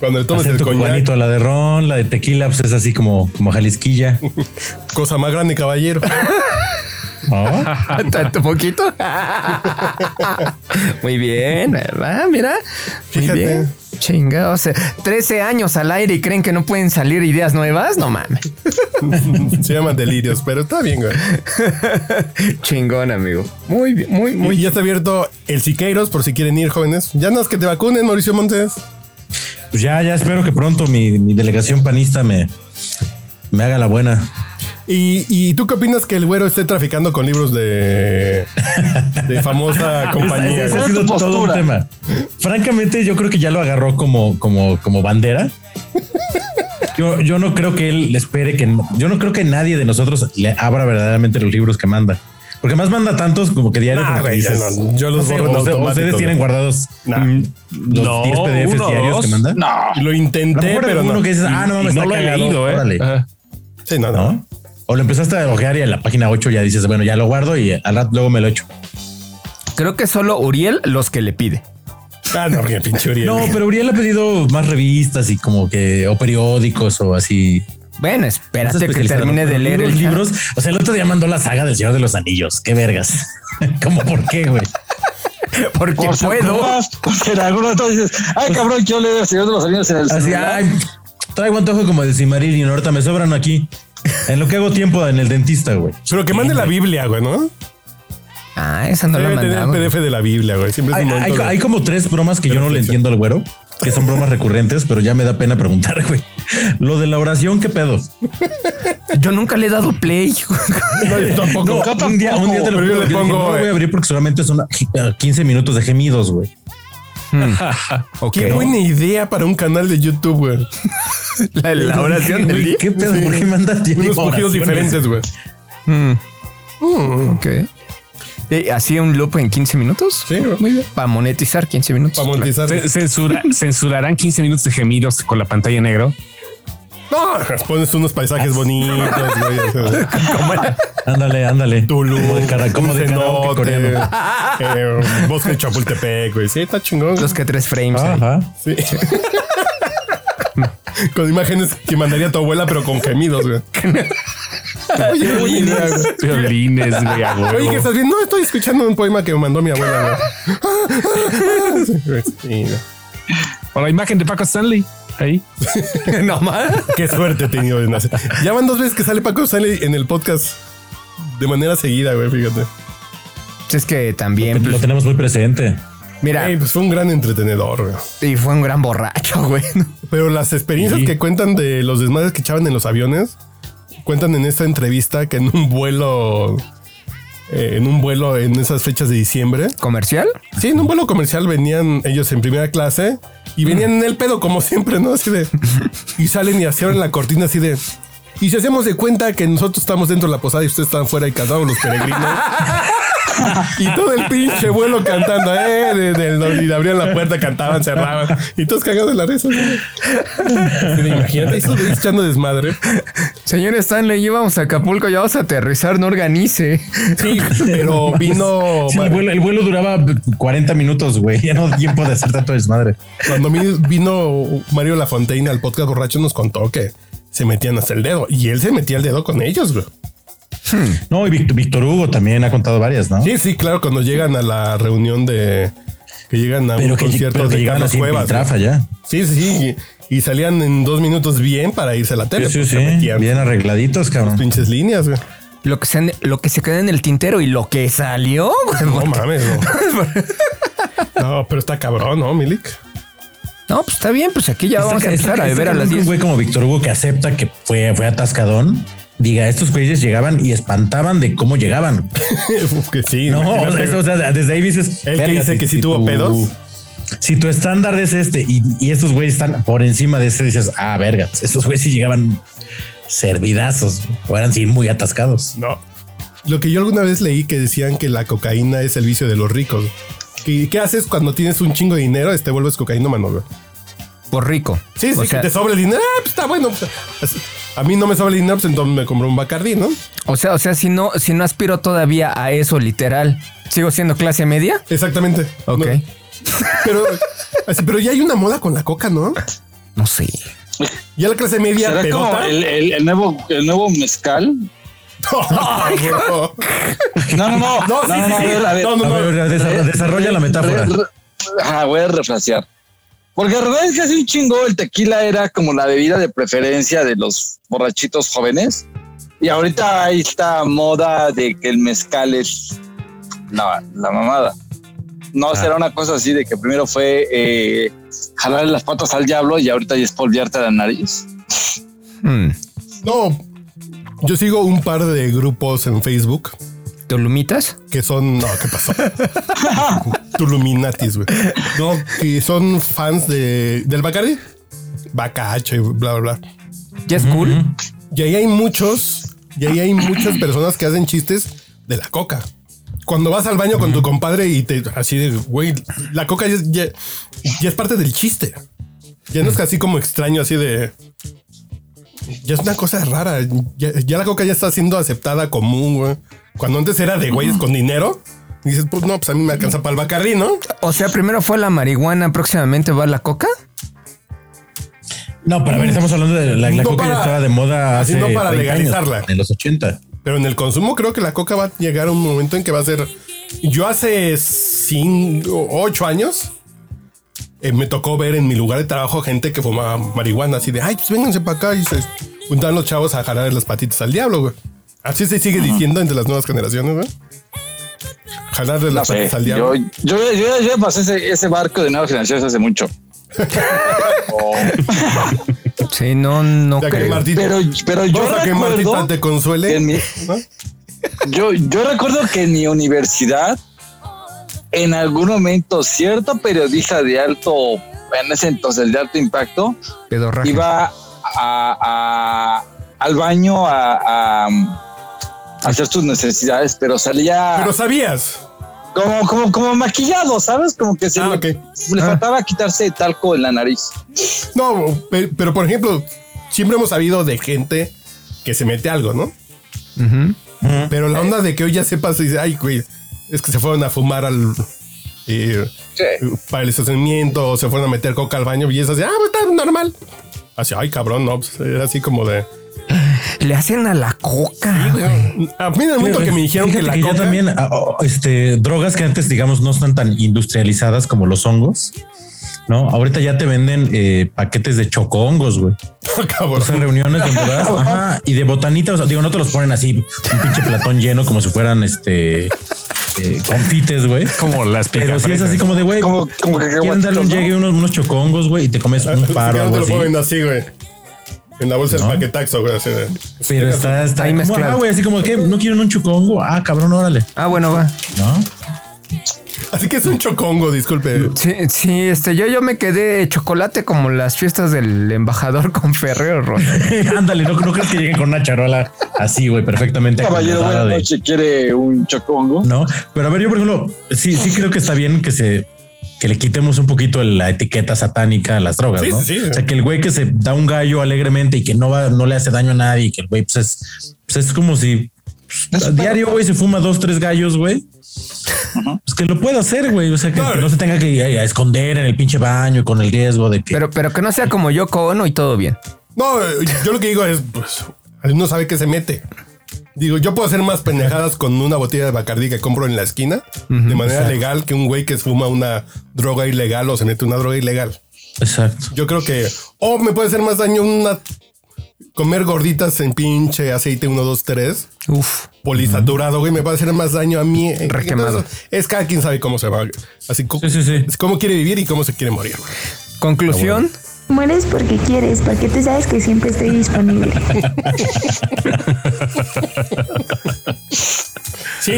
[SPEAKER 1] Cuando le tomes el
[SPEAKER 4] Acento
[SPEAKER 1] coñac,
[SPEAKER 4] cubanito, la de ron, la de tequila, pues es así como, como jalisquilla.
[SPEAKER 1] cosa más grande, caballero.
[SPEAKER 4] ¿no?
[SPEAKER 3] ¿Tanto poquito? Muy bien, ¿verdad? Mira. Muy
[SPEAKER 1] Fíjate.
[SPEAKER 3] bien. Chingados. 13 años al aire y creen que no pueden salir ideas nuevas. No mames.
[SPEAKER 1] Se llaman delirios, pero está bien, güey.
[SPEAKER 3] Chingón, amigo. Muy bien, muy, muy.
[SPEAKER 1] Y ya está abierto el Siqueiros por si quieren ir, jóvenes. Ya no es que te vacunen, Mauricio Montes.
[SPEAKER 4] Pues ya, ya espero que pronto mi, mi delegación panista me, me haga la buena.
[SPEAKER 1] ¿Y, y tú qué opinas que el güero esté traficando con libros de, de famosa compañía?
[SPEAKER 4] Ese ha
[SPEAKER 1] güey?
[SPEAKER 4] sido
[SPEAKER 6] tu
[SPEAKER 4] todo un
[SPEAKER 6] postura.
[SPEAKER 4] tema. Francamente, yo creo que ya lo agarró como, como, como bandera. Yo, yo no creo que él espere que yo no creo que nadie de nosotros le abra verdaderamente los libros que manda. Porque más manda tantos como que diario.
[SPEAKER 1] Nah,
[SPEAKER 4] como que
[SPEAKER 1] güey,
[SPEAKER 4] dices,
[SPEAKER 1] ya no, yo los
[SPEAKER 4] sé,
[SPEAKER 1] borro en
[SPEAKER 4] o sea,
[SPEAKER 1] automático,
[SPEAKER 4] Ustedes tienen
[SPEAKER 1] güey.
[SPEAKER 4] guardados
[SPEAKER 1] Nah.
[SPEAKER 4] mm, los
[SPEAKER 5] No,
[SPEAKER 4] 10 PDFs
[SPEAKER 5] uno,
[SPEAKER 4] diarios que
[SPEAKER 5] dos.
[SPEAKER 4] manda.
[SPEAKER 6] No.
[SPEAKER 1] Lo
[SPEAKER 4] A lo
[SPEAKER 1] intenté,
[SPEAKER 4] mejor
[SPEAKER 1] pero
[SPEAKER 4] alguno
[SPEAKER 1] no.
[SPEAKER 4] que dices, ah, no
[SPEAKER 5] Y
[SPEAKER 4] mames,
[SPEAKER 5] no
[SPEAKER 4] está
[SPEAKER 5] lo he
[SPEAKER 4] cagado,
[SPEAKER 5] leído, ¿eh?
[SPEAKER 4] órale.
[SPEAKER 5] Ah.
[SPEAKER 1] Sí, no, no.
[SPEAKER 4] ¿no? O lo empezaste a ojear y en la página 8 ya dices, bueno, ya lo guardo y al rato luego me lo echo.
[SPEAKER 3] Creo que solo Uriel los que le pide.
[SPEAKER 1] Ah, no, porque pinche Uriel.
[SPEAKER 4] No, pero Uriel ha pedido más revistas y como que o periódicos o así.
[SPEAKER 3] Bueno,
[SPEAKER 4] Más
[SPEAKER 3] espérate que
[SPEAKER 4] especializado.
[SPEAKER 3] termine de
[SPEAKER 4] Pero
[SPEAKER 3] leer
[SPEAKER 4] unos
[SPEAKER 3] el
[SPEAKER 4] libros. O sea, el otro día mandó la saga del Señor de los Anillos. Qué vergas. ¿Cómo por qué, güey?
[SPEAKER 3] Porque
[SPEAKER 6] Por si
[SPEAKER 3] puedo.
[SPEAKER 6] acaso, Porque en alguno de todos dices, ay cabrón, yo leo el Señor de los Anillos en el
[SPEAKER 4] Así,
[SPEAKER 6] celular".
[SPEAKER 4] ay, traigo antojo como de Simarillion. Ahorita me sobran aquí. En lo que hago tiempo en el dentista, güey.
[SPEAKER 1] Pero que mande la Biblia, güey, ¿no?
[SPEAKER 3] Ah, esa no la
[SPEAKER 1] Debe tener el
[SPEAKER 3] mandamos.
[SPEAKER 1] PDF de la Biblia, güey. Siempre es
[SPEAKER 4] Hay,
[SPEAKER 1] un
[SPEAKER 4] hay-
[SPEAKER 1] momento. de-
[SPEAKER 4] hay como tres bromas que yo no le
[SPEAKER 1] Perfecto.
[SPEAKER 4] entiendo al güero. que son bromas recurrentes, pero ya me da pena preguntar, güey. Lo de la oración, ¿qué pedo?
[SPEAKER 3] Yo nunca le he dado play.
[SPEAKER 1] No, yo tampoco.
[SPEAKER 4] No, un día, un día te lo
[SPEAKER 1] Pero yo
[SPEAKER 4] juro,
[SPEAKER 1] le
[SPEAKER 4] yo dije,
[SPEAKER 1] pongo,
[SPEAKER 4] no lo voy
[SPEAKER 1] eh.
[SPEAKER 4] a abrir porque solamente son eh, 15 minutos de gemidos, güey.
[SPEAKER 3] ok.
[SPEAKER 1] Qué buena idea para un canal de YouTube, güey.
[SPEAKER 3] La, la oración del día.
[SPEAKER 4] ¿Qué pedo? ¿Por qué mandas diez
[SPEAKER 1] Unos cogidos
[SPEAKER 4] oraciones?
[SPEAKER 1] diferentes, güey. Mm.
[SPEAKER 3] Mm, Ok. Eh, ¿Hacía un loop en 15 minutos?
[SPEAKER 1] Sí, güey.
[SPEAKER 3] Muy bien. Para monetizar 15 minutos.
[SPEAKER 1] Para monetizar.
[SPEAKER 5] Ce- censura- ¿Censurarán 15 minutos de gemidos con la pantalla en negro?
[SPEAKER 1] No, pones unos paisajes bonitos, güey. o sea,
[SPEAKER 4] Ándale, ándale.
[SPEAKER 1] Tulum,
[SPEAKER 4] Como de, cara, como
[SPEAKER 1] un
[SPEAKER 4] de karaoke
[SPEAKER 1] cenote,
[SPEAKER 4] coreano.
[SPEAKER 1] eh, un bosque de Chapultepec, güey. Sí, está chingón. güey.
[SPEAKER 3] Los que tres frames.
[SPEAKER 1] Ah.
[SPEAKER 3] ahí.
[SPEAKER 4] Ajá.
[SPEAKER 1] Sí. con imágenes que mandaría tu abuela, pero con gemidos, güey. Oye, oye, güey.
[SPEAKER 5] Violines, güey, a huevo.
[SPEAKER 1] Oye, ¿qué estás viendo? No, estoy escuchando un poema que me mandó mi abuela. güey. Sí, güey, sí, güey.
[SPEAKER 5] O la imagen de Paco Stanley. Ahí.
[SPEAKER 3] no más.
[SPEAKER 1] Qué suerte he tenido de nacer. Ya van dos veces que sale Paco Stanley en el podcast de manera seguida, güey, fíjate.
[SPEAKER 3] Es que también. pues,
[SPEAKER 4] Lo tenemos muy presente.
[SPEAKER 3] Mira,
[SPEAKER 1] Ey, pues fue un gran entretenedor, güey.
[SPEAKER 3] y fue un gran borracho, güey.
[SPEAKER 1] Pero las experiencias
[SPEAKER 4] Sí.
[SPEAKER 1] que cuentan de los desmadres que echaban en los aviones, cuentan en esta entrevista que en un vuelo, eh, en un vuelo en esas fechas de diciembre,
[SPEAKER 3] ¿Comercial?
[SPEAKER 1] sí, en un vuelo comercial venían ellos en primera clase y venían en el pedo como siempre, ¿no? Así de... Y salen y hacían la cortina así de... Y si hacemos de cuenta que nosotros estamos dentro de la posada y ustedes están fuera y cantamos los peregrinos. Y todo el pinche vuelo cantando, eh, de, de- y abrían la puerta, cantaban, cerraban. Y todos cagados de la risa. ¿Te imaginas? Eso de echando desmadre.
[SPEAKER 3] Señor Stanley, ya vamos a Acapulco, ya vamos a aterrizar, no organice.
[SPEAKER 1] Sí, pero vino
[SPEAKER 4] Sí, el, vuelo, el vuelo duraba 40 minutos, güey. Ya no dio tiempo de hacer tanto desmadre.
[SPEAKER 1] cuando mi- vino Mario Lafontaine al podcast borracho, nos contó que se metían hasta el dedo y él se metía el dedo con ellos. Güey.
[SPEAKER 4] No, y Víctor, Víctor Hugo también ha contado varias, ¿no?
[SPEAKER 1] Sí, sí, claro. Cuando llegan a la reunión de que llegan a
[SPEAKER 4] pero
[SPEAKER 1] un
[SPEAKER 4] que,
[SPEAKER 1] concierto
[SPEAKER 4] pero que
[SPEAKER 1] de
[SPEAKER 4] llegaron
[SPEAKER 1] Carlos
[SPEAKER 4] así en
[SPEAKER 1] Cuevas.
[SPEAKER 4] piltrafa
[SPEAKER 1] güey.
[SPEAKER 4] ya.
[SPEAKER 1] Sí, sí. Y, y salían en dos minutos bien para irse a la tele.
[SPEAKER 4] Sí, sí,
[SPEAKER 1] pues,
[SPEAKER 4] sí.
[SPEAKER 1] se metían
[SPEAKER 4] Bien arregladitos, cabrón.
[SPEAKER 1] pinches líneas. Güey.
[SPEAKER 3] Lo que, se, han- lo que se queda en el tintero y lo que salió, güey.
[SPEAKER 1] No mames, no. No, pero está cabrón, ¿no, Milik?
[SPEAKER 3] No, pues está bien, pues aquí ya vamos a empezar a beber a las 10.
[SPEAKER 4] Un güey como Víctor Hugo que acepta que fue, fue atascadón. Diga, estos güeyes llegaban y espantaban de cómo llegaban.
[SPEAKER 1] Uf, que sí.
[SPEAKER 4] No, o
[SPEAKER 1] imagínate,
[SPEAKER 4] sea, eso, o
[SPEAKER 1] güey.
[SPEAKER 4] sea, desde ahí dices.
[SPEAKER 1] Él que
[SPEAKER 4] verga,
[SPEAKER 1] dice que sí tuvo
[SPEAKER 4] tu-
[SPEAKER 1] pedos.
[SPEAKER 4] Si tu estándar es este y, y estos güeyes están por encima de ese, dices, ah, verga, pues estos güeyes sí llegaban servidazos o eran sí muy atascados.
[SPEAKER 1] No. Lo que yo alguna vez leí que decían que la cocaína es el vicio de los ricos. ¿Qué, qué haces cuando tienes un chingo de dinero? Te vuelves cocainómano, güey.
[SPEAKER 3] Por rico.
[SPEAKER 1] Sí, sí,
[SPEAKER 3] o sea,
[SPEAKER 1] que te sobra el dinero. Ah, pues está bueno. pues, así. A mí no me sobra el dinero, pues entonces me compro un Bacardí, ¿no?
[SPEAKER 3] o sea, o sea, si no, si no aspiro todavía a eso literal, ¿sigo siendo clase media?
[SPEAKER 1] Exactamente.
[SPEAKER 3] Ok.
[SPEAKER 1] No, pero, así, pero ya hay una moda con la coca, ¿no?
[SPEAKER 3] No sé.
[SPEAKER 1] Ya la clase media
[SPEAKER 6] ¿Será como
[SPEAKER 1] pedota.
[SPEAKER 6] el, el- el nuevo, el nuevo mezcal?
[SPEAKER 1] No,
[SPEAKER 6] No, no, no.
[SPEAKER 1] No, sí,
[SPEAKER 6] no,
[SPEAKER 1] sí,
[SPEAKER 6] no, a
[SPEAKER 1] sí.
[SPEAKER 6] ver, a ver.
[SPEAKER 1] No, no,
[SPEAKER 4] A ver, desa- desarrolla la metáfora.
[SPEAKER 6] Re- re- ajá, voy a refrasear. Porque la verdad es que hace un chingo el tequila era como la bebida de preferencia de los borrachitos jóvenes. Y ahorita hay esta moda de que el mezcal es la, la mamada.
[SPEAKER 1] Ah.
[SPEAKER 6] No será una cosa así de que primero fue eh, jalar las patas al diablo y ahorita ya es polviarte la nariz.
[SPEAKER 3] Hmm.
[SPEAKER 1] No, yo sigo un par de grupos en Facebook
[SPEAKER 3] ¿Tolumitas?
[SPEAKER 1] que son. No, ¿qué pasó? Tuluminatis, güey. No, que son fans de, del Bacardi. Bacacho y bla, bla, bla.
[SPEAKER 3] ¿Ya es cool?
[SPEAKER 1] Y ahí hay muchos, y ahí hay muchas personas que hacen chistes de la coca. Cuando vas al baño con tu compadre y te así de güey, la coca ya, es- ya, ya es parte del chiste. Ya no es así como extraño, así de. Ya es una cosa rara. Ya, ya la coca ya está siendo aceptada común, güey. Cuando antes era de güeyes con dinero, dices, pues no, pues a mí me alcanza para el bacarrí, ¿no?
[SPEAKER 3] O sea, primero fue la marihuana, próximamente va la coca.
[SPEAKER 4] No, pero a ver, estamos hablando de la, la
[SPEAKER 1] No
[SPEAKER 4] coca ya
[SPEAKER 1] para-
[SPEAKER 4] estaba de moda
[SPEAKER 1] sí,
[SPEAKER 4] hace.
[SPEAKER 1] no para
[SPEAKER 4] 30 años,
[SPEAKER 1] legalizarla.
[SPEAKER 4] en los 80.
[SPEAKER 1] Pero en el consumo creo que la coca va a llegar a un momento en que va a ser... Yo hace cinco, ocho años eh, me tocó ver en mi lugar de trabajo gente que fumaba marihuana así de, ay, pues vénganse para acá y se juntaban los chavos a jalar las patitas al diablo, güey. Así se sigue diciendo entre las nuevas generaciones, güey. Jalarle
[SPEAKER 6] No
[SPEAKER 1] las
[SPEAKER 6] sé.
[SPEAKER 1] patitas al
[SPEAKER 6] Pues, Yo,
[SPEAKER 1] diablo.
[SPEAKER 6] yo, yo, yo ya pasé ese, ese barco de nuevas generaciones hace mucho.
[SPEAKER 3] Sí, no, no
[SPEAKER 1] Ya que
[SPEAKER 3] creo.
[SPEAKER 1] Martita-
[SPEAKER 6] Pero, pero yo
[SPEAKER 1] Vamos a que Martita
[SPEAKER 6] recuerdo
[SPEAKER 1] te
[SPEAKER 6] que
[SPEAKER 1] consuele.
[SPEAKER 6] en mi-
[SPEAKER 1] ¿no?
[SPEAKER 6] yo, yo recuerdo que en mi universidad, en algún momento, cierto periodista de alto, en ese entonces de alto impacto,
[SPEAKER 3] Pedorraje.
[SPEAKER 6] iba a, a- al baño a, a- a hacer sus necesidades, pero salía
[SPEAKER 1] Pero sabías.
[SPEAKER 6] como, como, como maquillado, ¿sabes? Como que se
[SPEAKER 1] Ah,
[SPEAKER 6] le,
[SPEAKER 1] ok.
[SPEAKER 6] le faltaba quitarse talco en la nariz.
[SPEAKER 1] No, pe- pero, por ejemplo, siempre hemos sabido de gente que se mete algo, ¿no? Pero la onda de que hoy ya sepas y dice, ay, güey, es que se fueron a fumar al. eh, para el estacionamiento, o se fueron a meter coca al baño y es así, ah, pues está normal. Así, ay, cabrón, no, pues, era así como de.
[SPEAKER 3] Le hacen a la coca.
[SPEAKER 1] A mí en el momento que me dijeron que
[SPEAKER 4] Fíjate
[SPEAKER 1] la
[SPEAKER 4] yo
[SPEAKER 1] coca.
[SPEAKER 4] también, ah, oh, este, drogas que antes, digamos, no están tan industrializadas como los hongos, ¿no? Ahorita ya te venden eh, paquetes de chocohongos, güey.
[SPEAKER 1] cabrón.
[SPEAKER 4] O sea, reuniones de bodas, ajá, y de botanita, o sea, digo, no te los ponen así, un pinche platón lleno como si fueran, este, eh, confites, güey.
[SPEAKER 5] Como las
[SPEAKER 4] Pero si es
[SPEAKER 5] picafresas.
[SPEAKER 4] así como de, güey,
[SPEAKER 6] Como- como que
[SPEAKER 4] quieren darle un
[SPEAKER 6] cacahuatitos, ¿no?
[SPEAKER 4] llegue unos, unos chocongos, güey, y te comes un
[SPEAKER 1] Es que
[SPEAKER 4] paro,
[SPEAKER 1] no te
[SPEAKER 4] algo
[SPEAKER 1] lo
[SPEAKER 4] así.
[SPEAKER 1] ponen así, güey. En la bolsa
[SPEAKER 4] ¿No?
[SPEAKER 1] del paquetaxo, güey. Así de.
[SPEAKER 4] Pero está, está
[SPEAKER 3] Ahí
[SPEAKER 4] como,
[SPEAKER 3] mezclado.
[SPEAKER 4] ah, güey, así como que no quieren un chocongo, ah, cabrón, órale,
[SPEAKER 3] Ah, bueno, va.
[SPEAKER 4] ¿no?
[SPEAKER 1] Así que es un chocongo, disculpe.
[SPEAKER 3] Sí, sí, este, yo, yo me quedé chocolate como las fiestas del embajador con Ferrero Rocher.
[SPEAKER 4] Ándale, no, no crees que lleguen con una charola así, güey, perfectamente.
[SPEAKER 6] Caballero,
[SPEAKER 4] acomodada
[SPEAKER 6] buenas
[SPEAKER 4] de-
[SPEAKER 6] noches, ¿quiere un chocongo?
[SPEAKER 4] No, pero a ver, yo por ejemplo, sí, sí creo que está bien que se que le quitemos un poquito la etiqueta satánica a las drogas,
[SPEAKER 1] Sí,
[SPEAKER 4] ¿no?
[SPEAKER 1] sí, sí.
[SPEAKER 4] O sea, que el güey que se da un gallo alegremente y que no va, no le hace daño a nadie, y que el güey pues es, pues es como si pues, a diario güey se fuma dos, tres gallos, güey. Pues que lo pueda hacer, güey. O sea, que, que no se tenga que ir a esconder en el pinche baño y con el riesgo de que.
[SPEAKER 3] Pero, pero que no sea como yo cono y todo bien.
[SPEAKER 1] No, eh, yo lo que digo es, pues, uno sabe que se mete. Digo, yo puedo hacer más pendejadas con una botella de Bacardí que compro en la esquina de manera legal que un güey que fuma una droga ilegal o se mete una droga ilegal.
[SPEAKER 4] Exacto.
[SPEAKER 1] Yo creo que, o me puede hacer más daño una comer gorditas en pinche aceite 1, 2, 3,
[SPEAKER 3] Uf,
[SPEAKER 1] polisaturado, güey, me va a hacer más daño a mí. eh,
[SPEAKER 3] Requemado.
[SPEAKER 1] entonces, es cada quien sabe cómo se va. Así co-
[SPEAKER 4] Sí, sí, sí.
[SPEAKER 1] es cómo quiere vivir y cómo se quiere morir. güey. Ah,
[SPEAKER 3] conclusión.
[SPEAKER 2] Mueres porque quieres, porque tú sabes que siempre estoy disponible.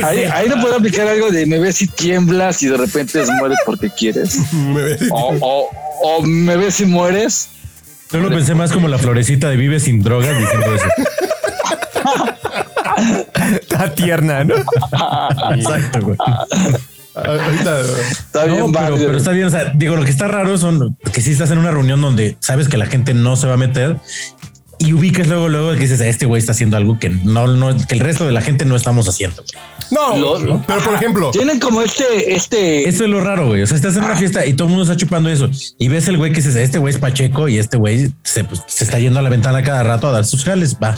[SPEAKER 6] Ahí, ahí le puedo aplicar algo de me ves si tiemblas y de repente mueres porque quieres.
[SPEAKER 1] Me ve-
[SPEAKER 6] O, o- o me ves si mueres.
[SPEAKER 4] Yo lo pensé más como la florecita de vive sin drogas diciendo eso.
[SPEAKER 3] Está tierna, ¿no?
[SPEAKER 4] Exacto, güey.
[SPEAKER 1] Ahorita,
[SPEAKER 6] Está
[SPEAKER 4] No,
[SPEAKER 6] bien,
[SPEAKER 4] pero,
[SPEAKER 6] válido.
[SPEAKER 4] pero está bien. O sea, digo, lo que está raro son que si estás en una reunión donde sabes que la gente no se va a meter y ubicas luego, luego que dices, este güey está haciendo algo que no, no, que el resto de la gente no estamos haciendo. güey".
[SPEAKER 1] no,
[SPEAKER 6] Lo-
[SPEAKER 1] pero por ejemplo,
[SPEAKER 6] Tienen como este, este,
[SPEAKER 4] Eso es lo raro, güey. O sea, estás en una fiesta y todo el mundo está chupando eso y ves el güey que dices, este güey es Pacheco y este güey se, pues, se está yendo a la ventana cada rato a dar sus jales. Va.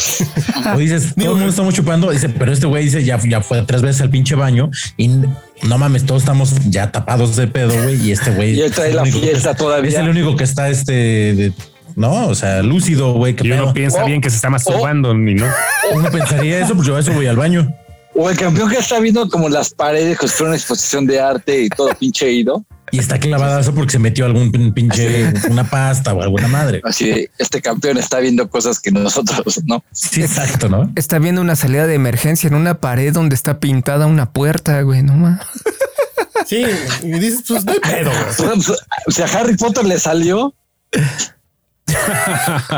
[SPEAKER 4] O dices, todo el mundo estamos chupando. Dice, pero este güey dice, ya, ya fue tres veces al pinche baño y no mames, todos estamos ya tapados de pedo, güey. Y este güey
[SPEAKER 6] Y él trae
[SPEAKER 4] es el
[SPEAKER 6] la
[SPEAKER 4] único que
[SPEAKER 6] fiesta
[SPEAKER 4] está-
[SPEAKER 6] todavía.
[SPEAKER 4] Es el único que está este, de- no, o sea, lúcido, güey. que
[SPEAKER 5] Y uno
[SPEAKER 4] pedo.
[SPEAKER 5] piensa bien que
[SPEAKER 4] oh.
[SPEAKER 5] se está masturbando, ni no.
[SPEAKER 4] Uno pensaría eso, pues yo a eso voy al baño.
[SPEAKER 6] o el campeón que está viendo como las paredes que fuera una exposición de arte y todo pinche ido.
[SPEAKER 4] Y está clavadazo porque se metió algún pin- pinche, una pasta o alguna madre.
[SPEAKER 6] Así de, este campeón está viendo cosas que nosotros no.
[SPEAKER 4] Sí, exacto, ¿no?
[SPEAKER 3] Está viendo una salida de emergencia en una pared donde está pintada una puerta, güey, no más.
[SPEAKER 1] sí, y dices, pues no hay pedo. güey.
[SPEAKER 6] O sea, Harry Potter le salió.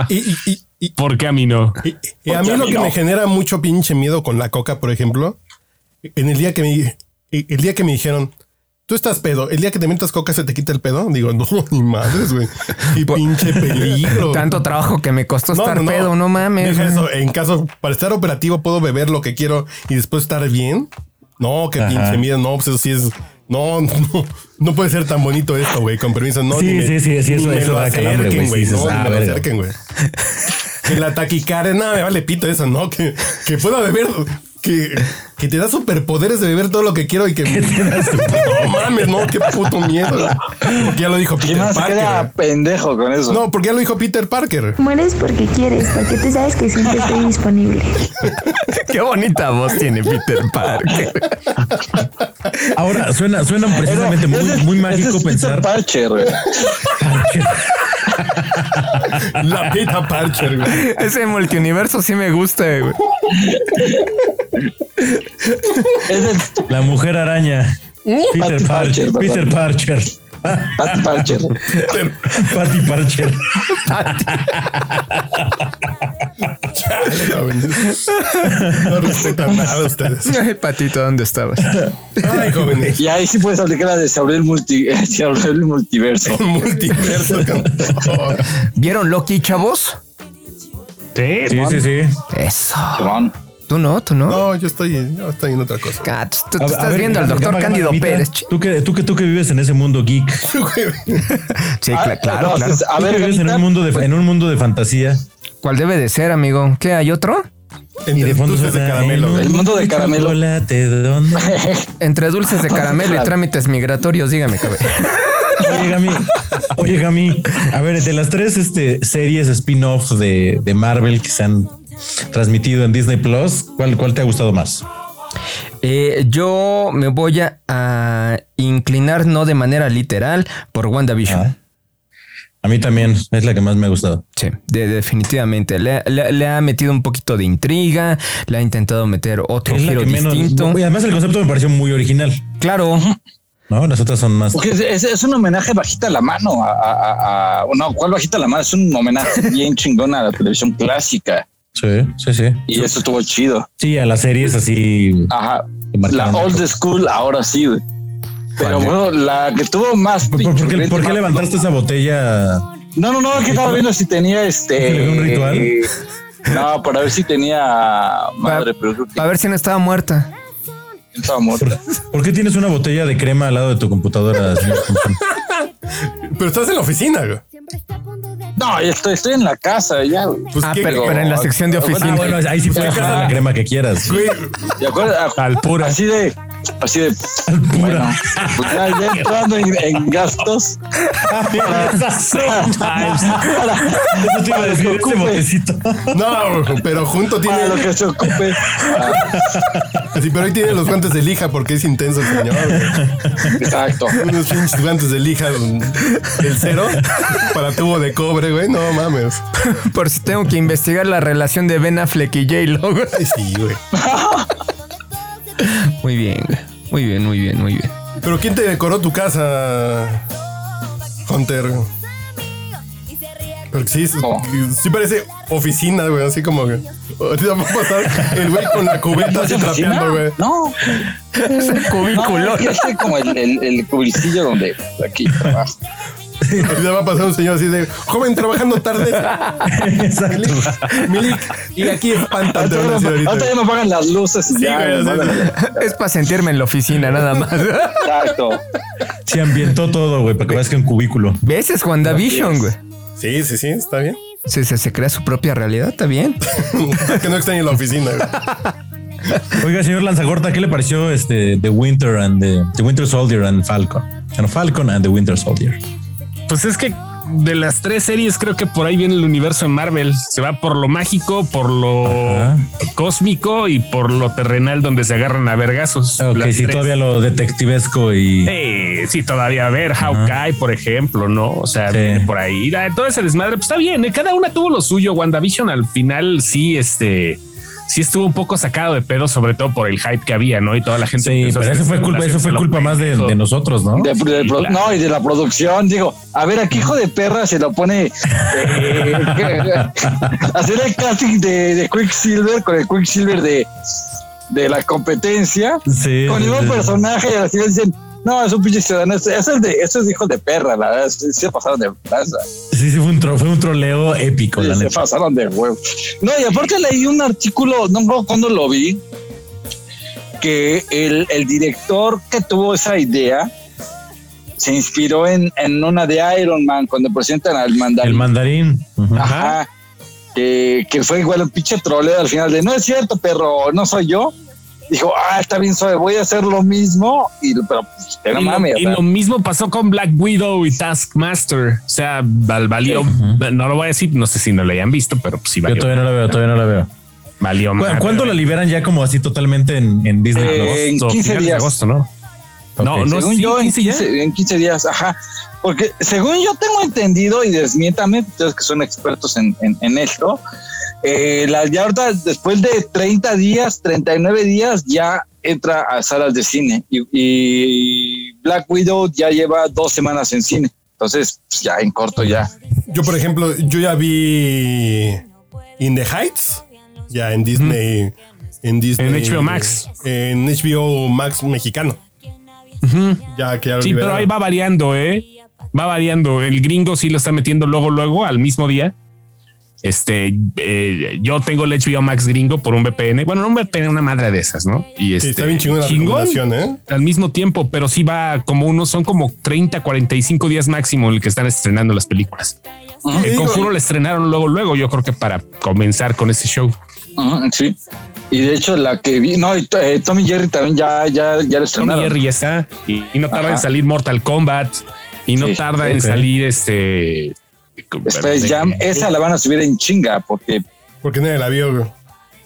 [SPEAKER 1] Y- y- y- y-
[SPEAKER 5] ¿Por qué a mí no?
[SPEAKER 1] Y, y a mí
[SPEAKER 6] Porque a
[SPEAKER 1] lo
[SPEAKER 6] mí
[SPEAKER 1] que
[SPEAKER 6] no.
[SPEAKER 1] me genera mucho pinche miedo con la coca, por ejemplo, en el día que me el día que me dijeron, tú estás pedo, el día que te metas coca se te quita el pedo, digo, no, ni madres, güey. Y pinche peligro.
[SPEAKER 3] Tanto trabajo que me costó estar pedo, no mames.
[SPEAKER 1] Deja
[SPEAKER 3] güey.
[SPEAKER 1] eso, en caso, para estar operativo puedo beber lo que quiero y después estar bien. No, que pinche miedo, no, pues eso sí es. No, no, no puede ser tan bonito esto, güey. Con permiso, no.
[SPEAKER 4] Sí,
[SPEAKER 1] ni me-
[SPEAKER 4] sí, sí, sí,
[SPEAKER 1] ni
[SPEAKER 4] eso-
[SPEAKER 1] me
[SPEAKER 4] eso
[SPEAKER 1] lo
[SPEAKER 4] da calambre,
[SPEAKER 1] acerquen, güey.
[SPEAKER 4] güey, sí,
[SPEAKER 1] No,
[SPEAKER 4] dices,
[SPEAKER 1] ni
[SPEAKER 4] ah,
[SPEAKER 1] me lo
[SPEAKER 4] verga.
[SPEAKER 1] acerquen, güey. Que la taquicardia, nada, me vale pito eso, ¿no? Que, que pueda beber, que, que te da superpoderes de beber todo lo que quiero y que no mames, no, qué puto miedo. Porque ya lo dijo
[SPEAKER 6] ¿Quién
[SPEAKER 1] Peter
[SPEAKER 6] más se queda
[SPEAKER 1] Parker.
[SPEAKER 6] pendejo con eso?
[SPEAKER 1] No, porque ya lo dijo Peter Parker.
[SPEAKER 2] Mueres porque quieres, porque tú sabes que siempre estoy disponible.
[SPEAKER 3] Qué bonita voz tiene Peter Parker.
[SPEAKER 4] Ahora suena, suena
[SPEAKER 6] Pero
[SPEAKER 4] precisamente
[SPEAKER 6] ese
[SPEAKER 4] muy,
[SPEAKER 6] es-
[SPEAKER 4] muy
[SPEAKER 6] ese
[SPEAKER 4] mágico
[SPEAKER 6] es
[SPEAKER 4] pensar.
[SPEAKER 6] Peter Parcher, güey.
[SPEAKER 1] La Peter Parker, güey.
[SPEAKER 3] Ese multiuniverso sí me gusta, güey.
[SPEAKER 6] Ese es
[SPEAKER 4] La mujer araña. Peter Parcher.
[SPEAKER 6] Patty Parcher, ¿verdad?
[SPEAKER 4] Peter Parcher.
[SPEAKER 6] Pat Parcher.
[SPEAKER 4] Patty Parcher.
[SPEAKER 1] Jóvenes. No respetan nada a ustedes.
[SPEAKER 3] Ay, patito, ¿dónde estabas?
[SPEAKER 1] Ay, jóvenes.
[SPEAKER 6] Y ahí sí puedes aplicar la de se abrió el, multi, se abrió el multiverso.
[SPEAKER 1] Multiverso. cabrón.
[SPEAKER 3] ¿Vieron Loki, chavos?
[SPEAKER 4] Sí, sí, sí.
[SPEAKER 3] Eso.
[SPEAKER 6] Cabrón.
[SPEAKER 3] Tú no, tú no.
[SPEAKER 1] No, yo estoy, yo estoy en otra cosa.
[SPEAKER 3] Ah, tú- tú,
[SPEAKER 4] A-
[SPEAKER 3] tú
[SPEAKER 4] a
[SPEAKER 3] estás
[SPEAKER 4] ver,
[SPEAKER 3] viendo al
[SPEAKER 4] Gama,
[SPEAKER 3] doctor
[SPEAKER 4] Gama,
[SPEAKER 3] Cándido
[SPEAKER 4] Gamita,
[SPEAKER 3] Pérez. ch-
[SPEAKER 4] Tú que, tú que tú que vives en ese mundo geek.
[SPEAKER 3] Sí, cla- claro, claro.
[SPEAKER 6] No, Ah, entonces, A
[SPEAKER 4] Tú que
[SPEAKER 6] ver,
[SPEAKER 4] vives en
[SPEAKER 6] Gamita,
[SPEAKER 4] un mundo de en un mundo de fantasía.
[SPEAKER 3] ¿Cuál debe de ser, amigo? ¿Qué hay otro?
[SPEAKER 1] Entre
[SPEAKER 4] Y de fondo
[SPEAKER 1] dulces de
[SPEAKER 4] suena,
[SPEAKER 1] caramelo,
[SPEAKER 4] "En
[SPEAKER 1] güey.
[SPEAKER 4] un
[SPEAKER 6] El mundo de caramelo".
[SPEAKER 4] chocolate, ¿de dónde?
[SPEAKER 3] Entre dulces de caramelo y trámites migratorios, dígame, cabrón.
[SPEAKER 4] Oye, Gami. Oye, Gami. A ver, de las tres este, series spin-off de, de Marvel que se han transmitido en Disney Plus, ¿cuál, ¿cuál te ha gustado más?
[SPEAKER 3] Eh, yo me voy a, a inclinar, no de manera literal, por WandaVision.
[SPEAKER 4] Ah. A mí también es la que más me ha gustado.
[SPEAKER 3] Sí, de- definitivamente. Le, le- le ha metido un poquito de intriga, le ha intentado meter otro
[SPEAKER 4] Es la
[SPEAKER 3] giro
[SPEAKER 4] que menos.
[SPEAKER 3] distinto.
[SPEAKER 4] Y además el concepto me pareció muy original.
[SPEAKER 3] Claro,
[SPEAKER 4] No, las otras son más.
[SPEAKER 6] porque es, es- es un homenaje bajita la mano a, a- a- a- No, ¿cuál bajita la mano? Es un homenaje bien chingón a la televisión clásica.
[SPEAKER 4] Sí, sí, sí.
[SPEAKER 6] Y eso estuvo chido.
[SPEAKER 4] Sí, a las series así.
[SPEAKER 6] Ajá.
[SPEAKER 4] Que marcaron
[SPEAKER 6] La
[SPEAKER 4] la
[SPEAKER 6] old school, ahora sí, güey. Pero bueno, la que tuvo más.
[SPEAKER 4] eh? ¿Por, por- por qué, por qué
[SPEAKER 6] pinche-
[SPEAKER 4] levantaste esa botella?
[SPEAKER 6] No, no, no, que estaba viendo si tenía este.
[SPEAKER 4] ¿Un ritual?
[SPEAKER 6] No, para ver si tenía. Madre, pero creo
[SPEAKER 3] a
[SPEAKER 6] que
[SPEAKER 3] ver si no estaba muerta.
[SPEAKER 6] estaba muerta.
[SPEAKER 4] ¿Por qué tienes una botella de crema al lado de tu computadora? señor Thompson?
[SPEAKER 1] Pero estás en la oficina, güey.
[SPEAKER 6] No, ya estoy, estoy en la casa ya. güey.
[SPEAKER 1] Pues
[SPEAKER 3] Ah,
[SPEAKER 1] qué,
[SPEAKER 3] pero,
[SPEAKER 6] digo?
[SPEAKER 3] pero en la sección de
[SPEAKER 6] Ah, bueno,
[SPEAKER 3] oficina.
[SPEAKER 4] ah, bueno, ahí sí puedes usar la crema que quieras.
[SPEAKER 1] güey.
[SPEAKER 6] ¿De acuerdo? ah, A-
[SPEAKER 5] Al pura.
[SPEAKER 6] Así de. Así de.
[SPEAKER 4] Al pura.
[SPEAKER 6] Bueno, pues ya, ya entrando en, en gastos.
[SPEAKER 4] Eso te iba a decir, este
[SPEAKER 6] Ocupe.
[SPEAKER 4] botecito.
[SPEAKER 1] No, güey, pero junto
[SPEAKER 6] Para lo
[SPEAKER 1] tiene.
[SPEAKER 6] que se ocupe. Ah,
[SPEAKER 1] Sí, pero ahí tiene los guantes de lija porque es intenso el señor. güey.
[SPEAKER 6] exacto.
[SPEAKER 1] Unos pinches guantes de lija del cero para tubo de cobre, güey. No mames.
[SPEAKER 3] Por si tengo que investigar la relación de Ben Affleck y J-Lo. güey.
[SPEAKER 1] Ay, sí, güey.
[SPEAKER 3] Muy bien, güey. muy bien, muy bien, muy bien.
[SPEAKER 1] Pero ¿quién te decoró tu casa, Hunter? Porque sí, es-
[SPEAKER 6] ¿Cómo?
[SPEAKER 1] sí parece oficina, güey. Así como que. Ahorita va a pasar el güey con la cubeta así trapeando, güey.
[SPEAKER 6] No, no,
[SPEAKER 3] Cubículo.
[SPEAKER 6] es que es como el, el, el cubilcillo donde aquí abajo.
[SPEAKER 1] Ahorita va a pasar un señor así de joven trabajando tarde. Milik, Milik, y aquí espantan. te van a
[SPEAKER 6] Ahorita
[SPEAKER 1] decir
[SPEAKER 6] ya me-
[SPEAKER 1] ahorita.
[SPEAKER 6] ahorita ya me apagan las luces. y
[SPEAKER 1] Sí,
[SPEAKER 6] ya,
[SPEAKER 1] güey,
[SPEAKER 6] me
[SPEAKER 1] así
[SPEAKER 6] mandan-
[SPEAKER 1] de-
[SPEAKER 3] Es para sentirme en la oficina, nada más.
[SPEAKER 6] Exacto.
[SPEAKER 4] Se ambientó todo, güey, para que veas que un cubículo.
[SPEAKER 3] ¿Ves? Es WandaVision, güey.
[SPEAKER 1] Sí, sí, sí, está bien.
[SPEAKER 3] Se, se, se crea su propia realidad, está bien.
[SPEAKER 4] Ah,
[SPEAKER 1] que no extrañe la oficina. güey.
[SPEAKER 4] Oiga, señor Lanzagorta, ¿qué le pareció este The Winter and the, The Winter Soldier and Falcon? And Falcon and the Winter Soldier.
[SPEAKER 5] Pues es que de las tres series creo que por ahí viene el universo de Marvel. Se va por lo mágico, por lo
[SPEAKER 4] Ajá.
[SPEAKER 5] cósmico y por lo terrenal donde se agarran a vergazos.
[SPEAKER 4] Ah, Ok,
[SPEAKER 5] Las
[SPEAKER 4] sí,
[SPEAKER 5] tres.
[SPEAKER 4] todavía lo detectivesco y.
[SPEAKER 5] Eh, sí, todavía a ver Hawkeye, por ejemplo, no? O sea,
[SPEAKER 4] Sí.
[SPEAKER 5] viene por ahí Ah, todo ese desmadre, pues está bien. eh, Cada una tuvo lo suyo. WandaVision al final sí, este, sí estuvo un poco sacado de pedo, sobre todo por el hype que había, no? Y toda la gente.
[SPEAKER 4] Sí,
[SPEAKER 5] empezó a
[SPEAKER 4] pero
[SPEAKER 5] hacer
[SPEAKER 4] eso fue culpa, eso
[SPEAKER 5] especulaciones
[SPEAKER 4] fue
[SPEAKER 5] de lo
[SPEAKER 4] culpa más de,
[SPEAKER 5] pendejo.
[SPEAKER 4] de nosotros, ¿no?
[SPEAKER 6] De- de
[SPEAKER 5] Sí,
[SPEAKER 6] pro-
[SPEAKER 5] claro.
[SPEAKER 6] No, y de la producción, digo, a ver, aquí hijo de perra se lo pone eh, hacer el casting de, de Quicksilver con el Quicksilver de, de la competencia,
[SPEAKER 4] Sí.
[SPEAKER 6] con el mismo personaje, y al final dicen, no, es un pinche ciudadano, eso es de, eso es de hijo de perra, la verdad, sí, se pasaron de plaza,
[SPEAKER 4] Sí, sí, fue un, tro- fue un troleo épico, la
[SPEAKER 6] se
[SPEAKER 4] neta.
[SPEAKER 6] pasaron de huevo. No, y aparte leí un artículo, no me acuerdo cuándo lo vi, que el, el director que tuvo esa idea se inspiró en, en una de Iron Man cuando presentan al
[SPEAKER 4] El
[SPEAKER 6] mandarín.
[SPEAKER 4] mandarín. Ujú.
[SPEAKER 6] Ajá. Que, que fue igual un pinche troleo al final de no es cierto, perro, no soy yo. dijo, ah, está bien suave, voy a hacer lo mismo, y, pero pues, que no
[SPEAKER 5] y, lo,
[SPEAKER 6] mames. o
[SPEAKER 5] y
[SPEAKER 6] sea.
[SPEAKER 5] lo mismo pasó con Black Widow y Taskmaster. O sea, val- valió, no lo voy a decir, no sé si no lo hayan visto, pero pues sí
[SPEAKER 4] Yo
[SPEAKER 5] valió.
[SPEAKER 4] todavía no la veo, todavía no la veo.
[SPEAKER 5] valió
[SPEAKER 4] ¿Cu-
[SPEAKER 5] madre,
[SPEAKER 4] ¿Cuándo
[SPEAKER 5] güey.
[SPEAKER 4] la liberan ya como así totalmente en, en Disney?
[SPEAKER 6] Eh,
[SPEAKER 4] Plus?
[SPEAKER 6] en
[SPEAKER 5] Agosto,
[SPEAKER 6] 15
[SPEAKER 5] finales de
[SPEAKER 6] días.
[SPEAKER 5] agosto, ¿no? No, no,
[SPEAKER 6] según
[SPEAKER 5] sí,
[SPEAKER 6] yo, en
[SPEAKER 5] 15 ya.
[SPEAKER 6] 15, en 15 días, ajá. Porque según yo tengo entendido, y desmiéntame, ustedes que son expertos en, en- en esto, eh, la, ya ahorita, después de 30 días, 39 días, ya entra a salas de cine. Y, y Black Widow ya lleva dos semanas en cine. Entonces, pues, ya en corto, ya.
[SPEAKER 1] Yo, por ejemplo, yo ya vi In the Heights, ya en Disney. En Disney.
[SPEAKER 5] En HBO Max.
[SPEAKER 1] En HBO Max mexicano. Ya que ya lo
[SPEAKER 5] Sí, pero
[SPEAKER 1] liberaron.
[SPEAKER 5] ahí va variando, ¿eh? Va variando. El gringo sí lo está metiendo luego, luego, al mismo día. Este, eh, yo tengo el HBO Max gringo por un VPN. Bueno, no un VPN, una madre de esas, ¿no? Y
[SPEAKER 1] Sí,
[SPEAKER 5] este,
[SPEAKER 1] está bien chingón la recomendación, ¿eh?
[SPEAKER 5] al mismo tiempo, pero sí va como unos, son como 30, 45 días máximo el que están estrenando las películas.
[SPEAKER 1] Sí,
[SPEAKER 5] El
[SPEAKER 1] Ah, digo,
[SPEAKER 5] conjuro la estrenaron luego, luego, yo creo que para comenzar con ese show.
[SPEAKER 6] Ujú, sí. Y de hecho, la que vi, no, y to- eh, Tommy Jerry también ya, ya, ya lo
[SPEAKER 5] Tom y
[SPEAKER 6] estrenaron.
[SPEAKER 5] Jerry ya está y, y no tarda
[SPEAKER 6] Ajá.
[SPEAKER 5] en salir Mortal Kombat y no
[SPEAKER 6] Sí,
[SPEAKER 5] tarda en
[SPEAKER 4] ok.
[SPEAKER 5] salir este
[SPEAKER 6] Space
[SPEAKER 5] eh,
[SPEAKER 6] Jam, esa la van a subir en chinga, porque,
[SPEAKER 1] Porque nadie la vio. güey.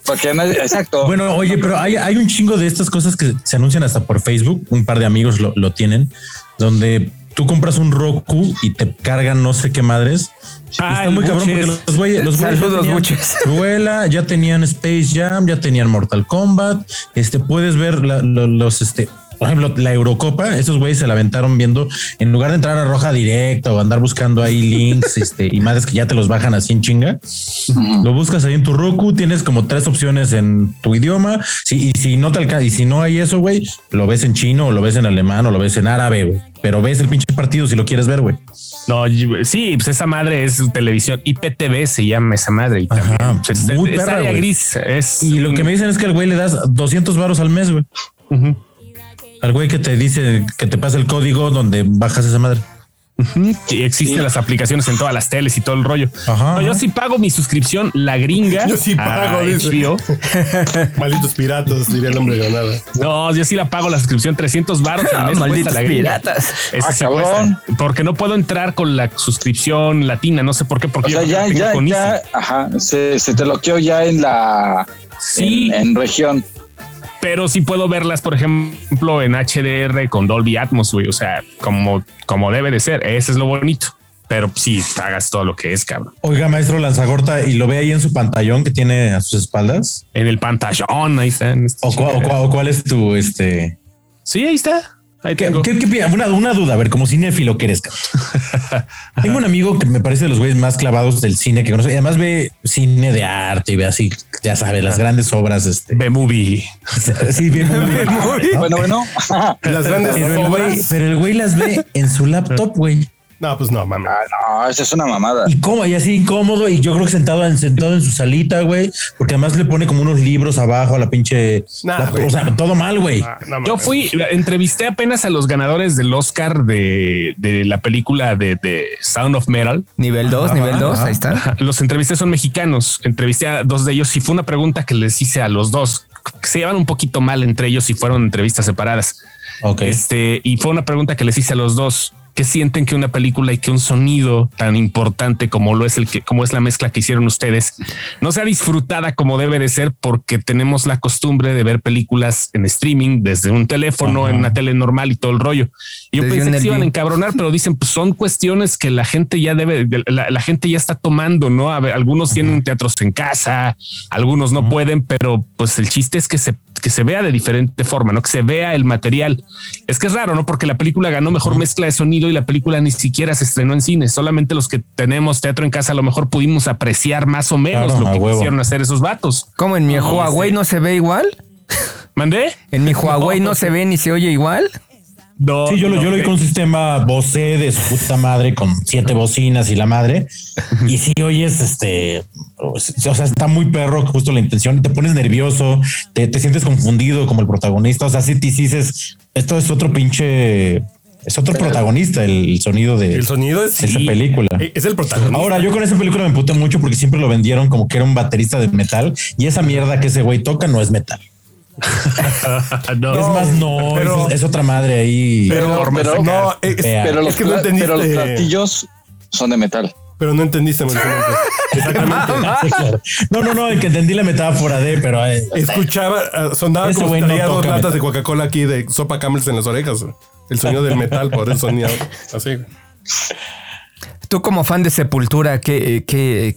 [SPEAKER 6] porque nadie- exacto.
[SPEAKER 4] Bueno, oye, pero hay, hay un chingo de estas cosas que se anuncian hasta por Facebook. Un par de amigos lo, lo tienen, donde tú compras un Roku y te cargan no sé qué madres.
[SPEAKER 5] Ah,
[SPEAKER 4] Y está
[SPEAKER 5] el
[SPEAKER 4] muy cabrón
[SPEAKER 5] Buches.
[SPEAKER 4] porque los güeyes. Los güeyes ya
[SPEAKER 3] Saludos,
[SPEAKER 4] tenían
[SPEAKER 3] Buches.
[SPEAKER 4] Cruella, ya tenían Space Jam, ya tenían Mortal Kombat. Este puedes ver la- lo- los, este, por ejemplo, la Eurocopa. Esos güeyes se la aventaron viendo en lugar de entrar a Roja Directa o andar buscando ahí links este, y madres que ya te los bajan así en chinga. Lo buscas ahí en tu Roku, tienes como tres opciones en tu idioma. Sí, y si no te alca- y si no hay eso, güey, lo ves en chino, o lo ves en alemán, o lo ves en árabe, güey. Pero ves el pinche partido si lo quieres ver, güey.
[SPEAKER 5] No, y- sí, pues esa madre es televisión IPTV se llama esa madre y
[SPEAKER 4] Ajá,
[SPEAKER 5] también, pues, es,
[SPEAKER 4] muy
[SPEAKER 5] es
[SPEAKER 4] perra,
[SPEAKER 5] área
[SPEAKER 4] güey.
[SPEAKER 5] gris, es
[SPEAKER 4] Y lo que me dicen es que al güey le das 200 varos al mes, güey. Al güey que te dice que te pasa el código donde bajas esa madre.
[SPEAKER 5] que existen las aplicaciones en todas las teles y todo el rollo.
[SPEAKER 4] Ajá,
[SPEAKER 5] No, yo
[SPEAKER 4] ajá.
[SPEAKER 5] sí pago mi suscripción la gringa.
[SPEAKER 1] Yo sí
[SPEAKER 5] a
[SPEAKER 1] pago, dice.
[SPEAKER 5] HBO.
[SPEAKER 1] Malditos piratas, diría el hombre de nada.
[SPEAKER 5] No, yo sí la pago la suscripción 300 baros al mes,
[SPEAKER 3] malditos
[SPEAKER 5] cuesta la gringa.
[SPEAKER 3] piratas.
[SPEAKER 5] Esa
[SPEAKER 6] Ah,
[SPEAKER 5] sí
[SPEAKER 6] cabrón.
[SPEAKER 5] cuesta, porque no puedo entrar con la suscripción latina, no sé por qué, porque
[SPEAKER 6] O
[SPEAKER 5] yo
[SPEAKER 6] sea,
[SPEAKER 5] creo
[SPEAKER 6] ya,
[SPEAKER 5] que tengo
[SPEAKER 6] ya,
[SPEAKER 5] con
[SPEAKER 6] ya,
[SPEAKER 5] Izzi.
[SPEAKER 6] ajá, se, se te bloqueó ya en la
[SPEAKER 5] Sí,
[SPEAKER 6] en, en región.
[SPEAKER 5] pero sí puedo verlas, por ejemplo, en HDR con Dolby Atmos, güey, o sea, como, como debe de ser, ese es lo bonito. Pero sí, pagas todo lo que es, cabrón.
[SPEAKER 4] Oiga, maestro Lanzagorta, y lo ve ahí en su pantallón que tiene a sus espaldas.
[SPEAKER 5] En el pantallón, ahí está. en esta
[SPEAKER 4] ¿O, cua- o
[SPEAKER 5] chingadera.
[SPEAKER 4] cua- o cuál es tu este?
[SPEAKER 5] Sí, ahí está. Ahí
[SPEAKER 4] ¿Qué-
[SPEAKER 5] tengo.
[SPEAKER 4] qué- qué pi- una, una duda, a ver, como cinéfilo que eres. cabrón. Tengo un amigo que me parece de los güeyes más clavados del cine que conoce. y Además ve cine de arte y ve así, ya sabes, las grandes obras. Este,
[SPEAKER 5] B-Movie.
[SPEAKER 4] sí, bien,
[SPEAKER 6] Bueno, bueno,
[SPEAKER 1] Las grandes
[SPEAKER 4] Pero el, güey,
[SPEAKER 1] obras.
[SPEAKER 4] pero el güey las ve en su laptop, güey.
[SPEAKER 1] No, pues no, mames.
[SPEAKER 6] Ah, no, esa es una mamada.
[SPEAKER 4] Y cómo, y así incómodo. Y yo creo que sentado en, sentado en su salita, güey. Porque además le pone como unos libros abajo a la pinche.
[SPEAKER 1] Nah,
[SPEAKER 4] la-
[SPEAKER 1] güey. Ah.
[SPEAKER 4] o sea, todo mal, güey.
[SPEAKER 1] No,
[SPEAKER 5] Yo
[SPEAKER 1] mames.
[SPEAKER 5] fui, entrevisté apenas a los ganadores del Oscar de, de la película de, de Sound of Metal.
[SPEAKER 3] Nivel 2, nivel 2, ahí está.
[SPEAKER 5] Ajá, Los entrevisté son mexicanos. Entrevisté a dos de ellos y fue una pregunta que les hice a los dos. Se llevan un poquito mal entre ellos y fueron entrevistas separadas.
[SPEAKER 4] Ok.
[SPEAKER 5] Este, y fue una pregunta que les hice a los dos. ¿Qué sienten que una película y que un sonido tan importante como lo es el que, como es la mezcla que hicieron ustedes, no sea disfrutada como debe de ser? Porque tenemos la costumbre de ver películas en streaming desde un teléfono, en una tele normal y todo el rollo. Y yo
[SPEAKER 3] Desde
[SPEAKER 5] pensé
[SPEAKER 3] un
[SPEAKER 5] que se iban a
[SPEAKER 3] LG.
[SPEAKER 5] encabronar, pero dicen, pues son cuestiones que la gente ya debe, de- la, la gente ya está tomando, ¿no? A ver, algunos tienen teatros en casa, algunos no pueden, pero pues el chiste es que se, que se vea de diferente forma, ¿no? Que se vea el material. Es que es raro, ¿no? Porque la película ganó mejor mezcla de sonido y la película ni siquiera se estrenó en cine. Solamente los que tenemos teatro en casa a lo mejor pudimos apreciar más o menos
[SPEAKER 4] Claro, a
[SPEAKER 5] lo que
[SPEAKER 4] huevo.
[SPEAKER 5] quisieron hacer esos vatos.
[SPEAKER 3] ¿Cómo en mi Huawei no se ve igual?
[SPEAKER 5] ¿Mandé?
[SPEAKER 3] ¿En mi Huawei no se ve ni se oye igual?
[SPEAKER 5] No,
[SPEAKER 4] Sí, yo lo,
[SPEAKER 5] no,
[SPEAKER 4] yo lo vi
[SPEAKER 5] que-
[SPEAKER 4] con un sistema Bose de su puta madre, con siete bocinas y la madre. Y si oyes, este, o sea, está muy perro justo la intención, te pones nervioso, te, te sientes confundido como el protagonista. O sea, si te dices, esto es otro pinche, es otro protagonista el, el sonido de
[SPEAKER 1] El sonido es.
[SPEAKER 4] esa película.
[SPEAKER 1] Eh, Es el protagonista.
[SPEAKER 4] Ahora, yo con esa película me emputé mucho porque siempre lo vendieron como que era un baterista de metal y esa mierda que ese güey toca no es metal.
[SPEAKER 5] Ah, No.
[SPEAKER 4] es más, no,
[SPEAKER 1] pero-
[SPEAKER 4] es, es otra madre ahí.
[SPEAKER 1] Pero,
[SPEAKER 6] pero-
[SPEAKER 1] pero- no, es,
[SPEAKER 4] Fea.
[SPEAKER 6] Pero los,
[SPEAKER 1] es que no
[SPEAKER 6] pla-
[SPEAKER 1] entendiste.
[SPEAKER 6] pero los platillos son de metal.
[SPEAKER 1] Pero no entendiste, Mauricio Montes.
[SPEAKER 4] Sí, claro. No, no, no, el que entendí la metáfora de, pero eh,
[SPEAKER 1] Escuchaba, ah, sonaba
[SPEAKER 4] Ese
[SPEAKER 1] como si
[SPEAKER 4] güey no
[SPEAKER 1] traía dos
[SPEAKER 4] toca
[SPEAKER 1] latas
[SPEAKER 4] metal.
[SPEAKER 1] de Coca-Cola aquí de sopa Camels en las orejas. güey. El sonido del metal, por eso sonía así.
[SPEAKER 3] Tú como fan de Sepultura, ¿qué, eh, qué,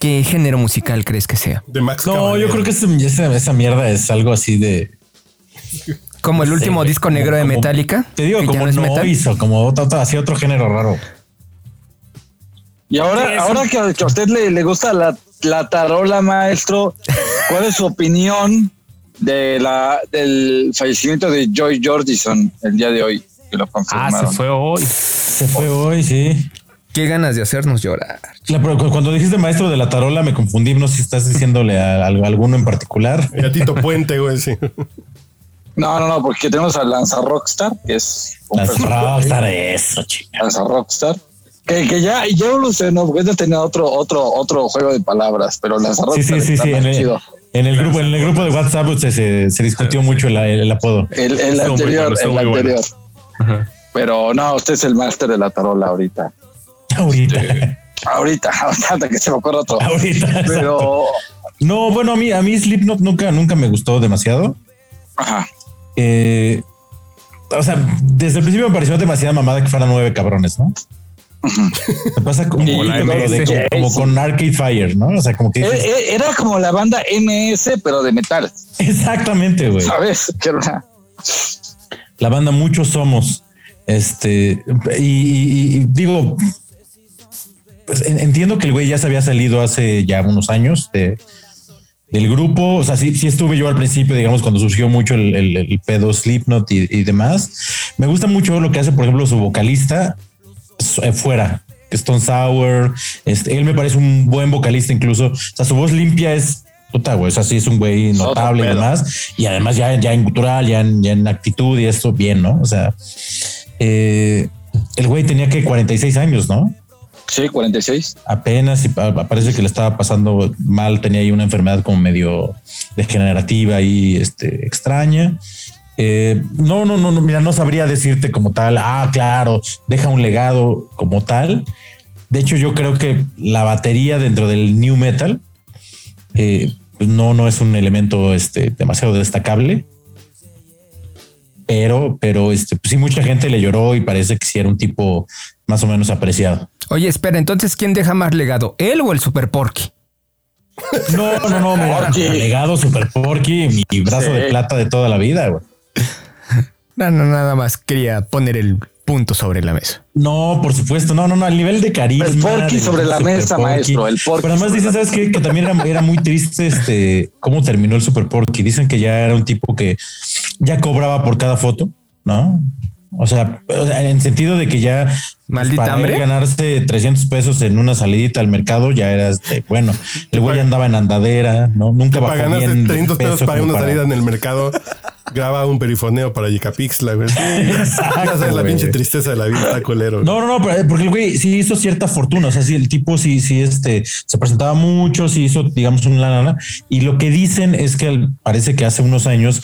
[SPEAKER 3] qué género musical crees que sea?
[SPEAKER 1] De Max
[SPEAKER 4] no,
[SPEAKER 1] Cavalera.
[SPEAKER 4] yo creo que ese- esa, esa mierda es algo así de
[SPEAKER 3] Como el
[SPEAKER 4] Sí,
[SPEAKER 3] último
[SPEAKER 4] güey,
[SPEAKER 3] disco
[SPEAKER 4] como-
[SPEAKER 3] negro de
[SPEAKER 4] como-
[SPEAKER 3] Metallica.
[SPEAKER 4] Te digo,
[SPEAKER 3] que ya
[SPEAKER 4] como
[SPEAKER 3] no es
[SPEAKER 4] no
[SPEAKER 3] metal.
[SPEAKER 4] hizo, como otro, otro- así otro género raro.
[SPEAKER 6] Y ahora, ahora que, que a usted le, le gusta la, la tarola, maestro, ¿cuál es su opinión de la, del fallecimiento de Joy Jordison el día de hoy? Que lo
[SPEAKER 5] Ah,
[SPEAKER 6] confirmaron.
[SPEAKER 5] se fue hoy.
[SPEAKER 4] Se fue
[SPEAKER 3] Oh.
[SPEAKER 4] hoy, sí.
[SPEAKER 3] Qué ganas de hacernos llorar.
[SPEAKER 4] La- pero cu- cuando dijiste maestro de la tarola me confundí, no sé si estás diciéndole a, a alguno en particular.
[SPEAKER 1] Y a Tito Puente, güey, sí.
[SPEAKER 6] No, no, no, porque tenemos a Lanza Rockstar, que es un
[SPEAKER 4] Las
[SPEAKER 6] personaje.
[SPEAKER 4] rockstar, eso, chica.
[SPEAKER 6] Lanza Rockstar. Que, que ya, ya evolucionó, porque ya tenía otro, otro, otro juego de palabras, pero Lanza
[SPEAKER 4] Sí,
[SPEAKER 6] Rockstar
[SPEAKER 4] sí, sí,
[SPEAKER 6] está
[SPEAKER 4] sí.
[SPEAKER 6] más
[SPEAKER 4] En el,
[SPEAKER 6] chido.
[SPEAKER 4] en el grupo, en el grupo de WhatsApp se, se, se discutió mucho el, el apodo.
[SPEAKER 6] El,
[SPEAKER 5] Estuvo
[SPEAKER 6] el
[SPEAKER 5] muy bueno,
[SPEAKER 6] anterior,
[SPEAKER 5] estuvo
[SPEAKER 6] el
[SPEAKER 5] muy bueno.
[SPEAKER 6] anterior.
[SPEAKER 5] Ajá.
[SPEAKER 6] Pero no, usted es el máster de la tarola ahorita. este,
[SPEAKER 4] Ahorita,
[SPEAKER 6] Ahorita, hasta que se me ocurra otro.
[SPEAKER 4] ahorita. exacto.
[SPEAKER 6] Pero,
[SPEAKER 4] No, bueno, a mí, a mí Slipknot nunca, nunca me gustó demasiado.
[SPEAKER 6] ajá.
[SPEAKER 4] Eh, o sea, desde el principio me pareció demasiada mamada que fueran nueve cabrones, ¿no? Me pasa como,
[SPEAKER 6] Como la
[SPEAKER 4] como de-
[SPEAKER 6] MS.
[SPEAKER 4] como- como con Arcade Fire, ¿no? O sea, como que
[SPEAKER 6] Eh,
[SPEAKER 4] dices,
[SPEAKER 6] eh, Era como la banda MS, pero de metal,
[SPEAKER 4] exactamente, güey.
[SPEAKER 6] ¿sabes? Que era una-
[SPEAKER 4] La banda Muchos Somos. Este, y, y- y digo, pues, en- entiendo que el güey ya se había salido hace ya unos años de- del grupo. O sea, sí, sí estuve yo al principio, digamos, cuando surgió mucho el, el, el pedo Slipknot y, y demás. Me gusta mucho lo que hace, por ejemplo, su vocalista su- eh, fuera. Stone Sour, este, él me parece un buen vocalista incluso. O sea, su voz limpia es puta, güey. O sea, sí es un güey
[SPEAKER 6] otro
[SPEAKER 4] notable y
[SPEAKER 6] pedo.
[SPEAKER 4] demás. Y además ya, ya en cultural, ya en, ya en actitud y esto bien, ¿no? O sea, eh, el güey tenía que 46 años, ¿no?
[SPEAKER 6] Sí, 46.
[SPEAKER 4] apenas y pa- pa- parece que le estaba pasando mal, tenía ahí una enfermedad como medio degenerativa y este, extraña. Eh, no, no, no, no, mira, no sabría decirte como tal, ah, claro, deja un legado como tal. De hecho, yo creo que la batería dentro del new metal eh, pues no, no es un elemento este, demasiado destacable. Pero, pero este, pues sí, mucha gente le lloró y parece que sí era un tipo más o menos apreciado.
[SPEAKER 3] Oye, espera, entonces, ¿quién deja más legado? ¿Él o el Super Porky?
[SPEAKER 4] No, no, no, me
[SPEAKER 6] Porky.
[SPEAKER 4] legado Super Porky, mi brazo
[SPEAKER 6] Sí.
[SPEAKER 4] de plata de toda la vida, güey.
[SPEAKER 3] No, no, nada más quería poner el punto sobre la mesa.
[SPEAKER 4] No, por supuesto, no, no, no, al nivel de carisma.
[SPEAKER 6] El Porky
[SPEAKER 4] de
[SPEAKER 6] sobre la
[SPEAKER 4] Super
[SPEAKER 6] mesa, maestro, el Porky
[SPEAKER 4] Pero además
[SPEAKER 6] sobre
[SPEAKER 4] dicen,
[SPEAKER 6] la
[SPEAKER 4] ¿sabes qué? Que también era, era muy triste este cómo terminó el Super Porky. Dicen que ya era un tipo que ya cobraba por cada foto, ¿no? O sea, o sea, en sentido de que ya pues,
[SPEAKER 3] Maldita
[SPEAKER 4] para él
[SPEAKER 3] hambre.
[SPEAKER 4] ganarse 300 pesos en una salidita al mercado ya era este, bueno, el güey andaba en andadera, ¿no? Nunca
[SPEAKER 1] Para
[SPEAKER 4] bajó
[SPEAKER 1] ganarse
[SPEAKER 4] bien de
[SPEAKER 1] 300 pesos
[SPEAKER 4] peso
[SPEAKER 1] para
[SPEAKER 4] como
[SPEAKER 1] una salida en el mercado, graba un perifoneo para Yicapixla, güey. ya sabes la
[SPEAKER 4] güey.
[SPEAKER 1] pinche tristeza de la vida, está culero. güey.
[SPEAKER 4] No, no, no, pero- eh, porque el güey sí hizo cierta fortuna. O sea, sí, el tipo sí, sí, este se presentaba mucho, sí hizo, digamos, un lana. lana. Y lo que dicen es que al- parece que hace unos años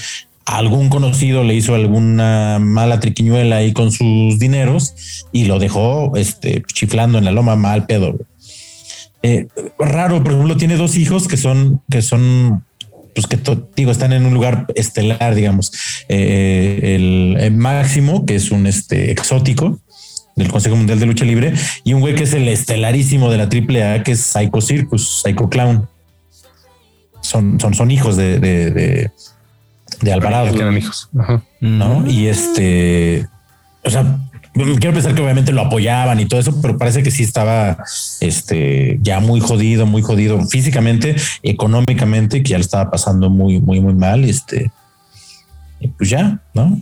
[SPEAKER 4] algún conocido le hizo alguna mala triquiñuela ahí con sus dineros y lo dejó este, chiflando en la loma mal pedo. güey. Eh, raro, por ejemplo, tiene dos hijos que son, que son, pues que to- digo, están en un lugar estelar, digamos. Eh, el, el Máximo, que es un este exótico del Consejo Mundial de Lucha Libre, y un güey que es el estelarísimo de la AAA, que es Psycho Circus, Psycho Clown. Son, son, son hijos de, de, de, de Alvarado.
[SPEAKER 5] Que eran hijos. Ajá.
[SPEAKER 4] ¿no? Y este, o sea, mm, quiero pensar que obviamente lo apoyaban y todo eso, pero parece que sí estaba este ya muy jodido, muy jodido físicamente, económicamente, que ya lo estaba pasando muy, muy, muy mal. Este, y pues ya, ¿no?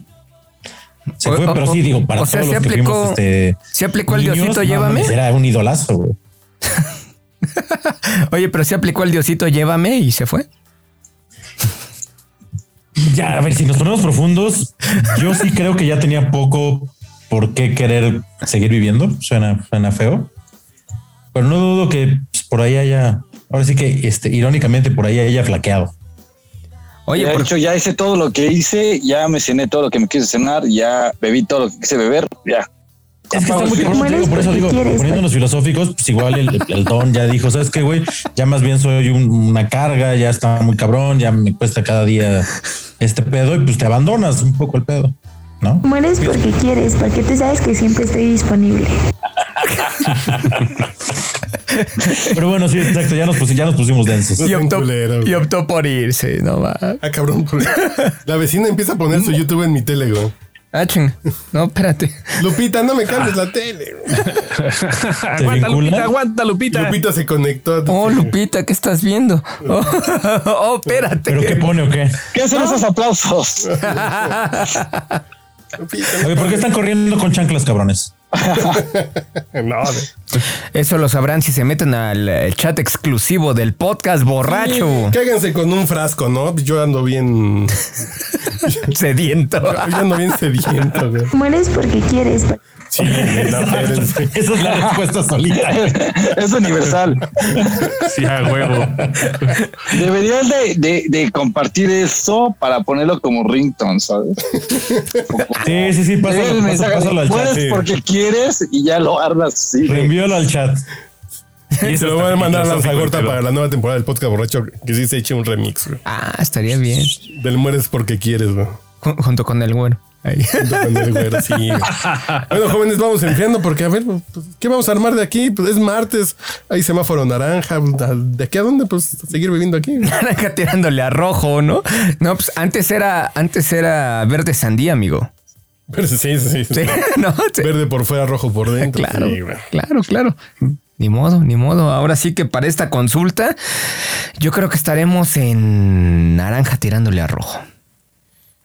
[SPEAKER 4] Se
[SPEAKER 3] O-
[SPEAKER 4] fue,
[SPEAKER 3] o-
[SPEAKER 4] pero sí,
[SPEAKER 3] o-
[SPEAKER 4] digo, para
[SPEAKER 3] o sea,
[SPEAKER 4] todos
[SPEAKER 3] se
[SPEAKER 4] los que
[SPEAKER 3] aplicó-
[SPEAKER 4] fuimos este.
[SPEAKER 3] ¿Se aplicó el
[SPEAKER 4] niños,
[SPEAKER 3] Diosito,
[SPEAKER 4] no,
[SPEAKER 3] llévame?
[SPEAKER 4] mames, Era un idolazo, güey.
[SPEAKER 3] Oye, pero se aplicó el Diosito, llévame y se fue.
[SPEAKER 4] Ya, a ver, si nos ponemos profundos, yo sí creo que ya tenía poco por qué querer seguir viviendo. Suena, suena feo. Pero no dudo que pues, por ahí haya, ahora sí que este, irónicamente por ahí haya flaqueado.
[SPEAKER 3] Oye,
[SPEAKER 6] de
[SPEAKER 3] por-
[SPEAKER 6] hecho, ya hice todo lo que hice, ya me cené todo lo que me quise cenar, ya bebí todo lo que quise beber, ya.
[SPEAKER 4] Es que está muy cabrón,
[SPEAKER 2] Mueres
[SPEAKER 4] digo, por eso
[SPEAKER 2] porque
[SPEAKER 4] digo,
[SPEAKER 2] quieres,
[SPEAKER 4] poniéndonos filosóficos, pues igual el, el don ya dijo, ¿sabes qué, güey? Ya más bien soy un- una carga, ya está muy cabrón, ya me cuesta cada día este pedo y pues te abandonas un poco el pedo, ¿no?
[SPEAKER 2] Mueres porque quieres, porque tú sabes que siempre estoy disponible.
[SPEAKER 4] Pero bueno, sí, exacto, ya nos, pusi- ya nos pusimos densos.
[SPEAKER 1] Sí.
[SPEAKER 3] y, optó,
[SPEAKER 1] culero, güey.
[SPEAKER 3] y optó por irse, no va.
[SPEAKER 1] Ah, cabrón. culero. La vecina empieza a poner su YouTube en mi tele, güey.
[SPEAKER 3] Ah, ching. No, espérate.
[SPEAKER 1] Lupita, no me cambies la tele. güey.
[SPEAKER 4] vincula?
[SPEAKER 5] aguanta, Lupita, aguanta, Lupita.
[SPEAKER 1] Lupita se conectó. a tu
[SPEAKER 3] Oh,
[SPEAKER 1] tele.
[SPEAKER 3] Lupita, ¿qué estás viendo? Oh, oh, espérate.
[SPEAKER 4] ¿Pero qué pone o qué?
[SPEAKER 6] ¿Qué son esos aplausos?
[SPEAKER 1] Lupita,
[SPEAKER 4] Oye, ¿por qué están corriendo con chanclas, cabrones?
[SPEAKER 1] No, güey.
[SPEAKER 3] Eso lo sabrán si se meten al eh, chat exclusivo del podcast borracho.
[SPEAKER 1] Cáganse con un frasco, ¿no? Yo ando bien.
[SPEAKER 3] Sediento.
[SPEAKER 1] Yo ando bien sediento, güey.
[SPEAKER 2] Mueres porque quieres, pa-
[SPEAKER 1] Sí, no, espérense.
[SPEAKER 4] Esa es la respuesta solita.
[SPEAKER 6] es universal.
[SPEAKER 5] Sí, a huevo.
[SPEAKER 6] Deberías de, de- de compartir eso para ponerlo como ringtone, ¿sabes?
[SPEAKER 4] Sí, sí, sí,
[SPEAKER 6] Llega el
[SPEAKER 4] pásalo, pásalo,
[SPEAKER 6] mensaje, "Pues,
[SPEAKER 4] pásalo al chat.
[SPEAKER 6] puedes
[SPEAKER 4] sí.
[SPEAKER 6] porque quieres y ya lo armas así.
[SPEAKER 4] Reenvíalo al chat.
[SPEAKER 1] Y se lo voy a mandar a la Gorta para la nueva temporada del podcast borracho que sí se eche un remix, güey.
[SPEAKER 3] Ah, estaría bien.
[SPEAKER 1] Del mueres porque quieres, güey.
[SPEAKER 3] Ju- junto con el güero. Ahí.
[SPEAKER 1] Junto con el güero, sí, güey. Bueno, jóvenes, vamos enfriando porque a ver, pues, ¿qué vamos a armar de aquí? Pues es martes, hay semáforo naranja. ¿De aquí a dónde? Pues a seguir viviendo aquí. güey.
[SPEAKER 3] Naranja tirándole a rojo, ¿no? No, pues antes era, antes era verde sandía, amigo.
[SPEAKER 1] Pero sí, sí, sí.
[SPEAKER 3] Sí, no, sí.
[SPEAKER 1] Verde por fuera, rojo por dentro.
[SPEAKER 3] Claro,
[SPEAKER 1] Sí, güey.
[SPEAKER 3] claro, claro. Ni modo, ni modo. Ahora sí que para esta consulta, yo creo que estaremos en naranja tirándole a rojo.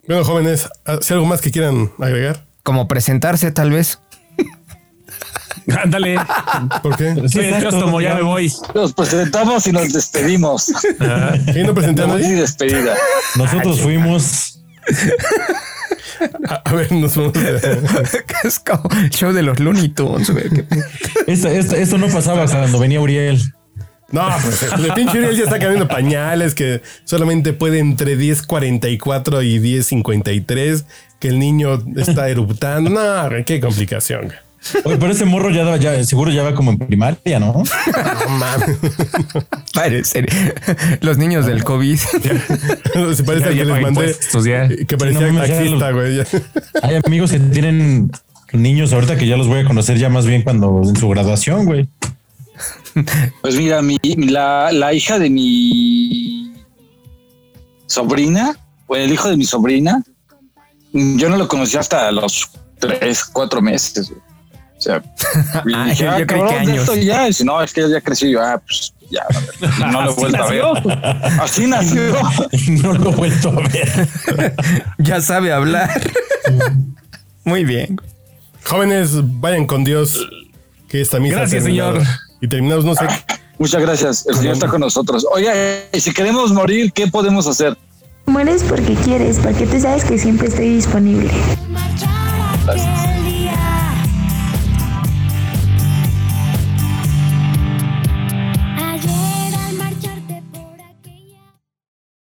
[SPEAKER 1] bueno, jóvenes, si algo más que quieran agregar,
[SPEAKER 3] Como presentarse, tal vez.
[SPEAKER 5] Ándale.
[SPEAKER 1] ¿por qué?
[SPEAKER 4] Sí,
[SPEAKER 5] Soy el
[SPEAKER 4] exacto,
[SPEAKER 5] Cóstomo, ya me voy.
[SPEAKER 6] Nos presentamos y nos despedimos.
[SPEAKER 1] ¿Sí no presenté a
[SPEAKER 6] Despedimos y
[SPEAKER 1] nadie?
[SPEAKER 6] despedida.
[SPEAKER 4] Nosotros fuimos.
[SPEAKER 1] A, a ver, nos vamos. a-
[SPEAKER 3] es como el show de los Looney Tunes, güey. Qué-
[SPEAKER 4] Esto, esto, esto no pasaba cuando venía Uriel.
[SPEAKER 1] No, pues el pinche Uriel ya está cambiando pañales, que solamente puede entre 10.44 y 10.53, que el niño está eruptando. No, güey, qué complicación. güey.
[SPEAKER 4] Oye, pero ese morro ya, daba- ya seguro ya va como en primaria, ¿no?
[SPEAKER 1] No mames.
[SPEAKER 3] Parece. Los niños del COVID.
[SPEAKER 1] Se parece
[SPEAKER 5] Ya, ya
[SPEAKER 1] al que les
[SPEAKER 5] pagué
[SPEAKER 1] mandé.
[SPEAKER 5] impuestos, Pues ya.
[SPEAKER 1] Que parecía
[SPEAKER 4] Sí, no mames, ya
[SPEAKER 1] taxista,
[SPEAKER 4] lo-
[SPEAKER 1] güey. ya.
[SPEAKER 4] Hay amigos que tienen niños ahorita que ya los voy a conocer ya más bien cuando en su graduación, güey.
[SPEAKER 6] Pues mira, mi, la, la hija de mi sobrina, o el hijo de mi sobrina, yo no lo conocí hasta los tres, cuatro meses. güey. O sea, y
[SPEAKER 3] Ah,
[SPEAKER 6] dije,
[SPEAKER 3] yo
[SPEAKER 6] ah,
[SPEAKER 3] creí que
[SPEAKER 6] cabrón, ya
[SPEAKER 3] años.
[SPEAKER 6] estoy ya. Y dice, no, es que ya creció. Y yo, ah, pues ya, a ver, y no lo he vuelto a ver. Así nació.
[SPEAKER 4] No lo he vuelto a ver.
[SPEAKER 3] ya sabe hablar. Muy bien.
[SPEAKER 1] Jóvenes, vayan con Dios, que esta misa ha
[SPEAKER 5] Gracias,
[SPEAKER 1] terminado.
[SPEAKER 5] señor.
[SPEAKER 1] Y terminamos, no sé.
[SPEAKER 6] Muchas gracias. El Señor está con nosotros. Oye, eh, si queremos morir, ¿qué podemos hacer?
[SPEAKER 2] Mueres porque quieres, porque tú sabes que siempre estoy disponible.
[SPEAKER 11] marchar aquel día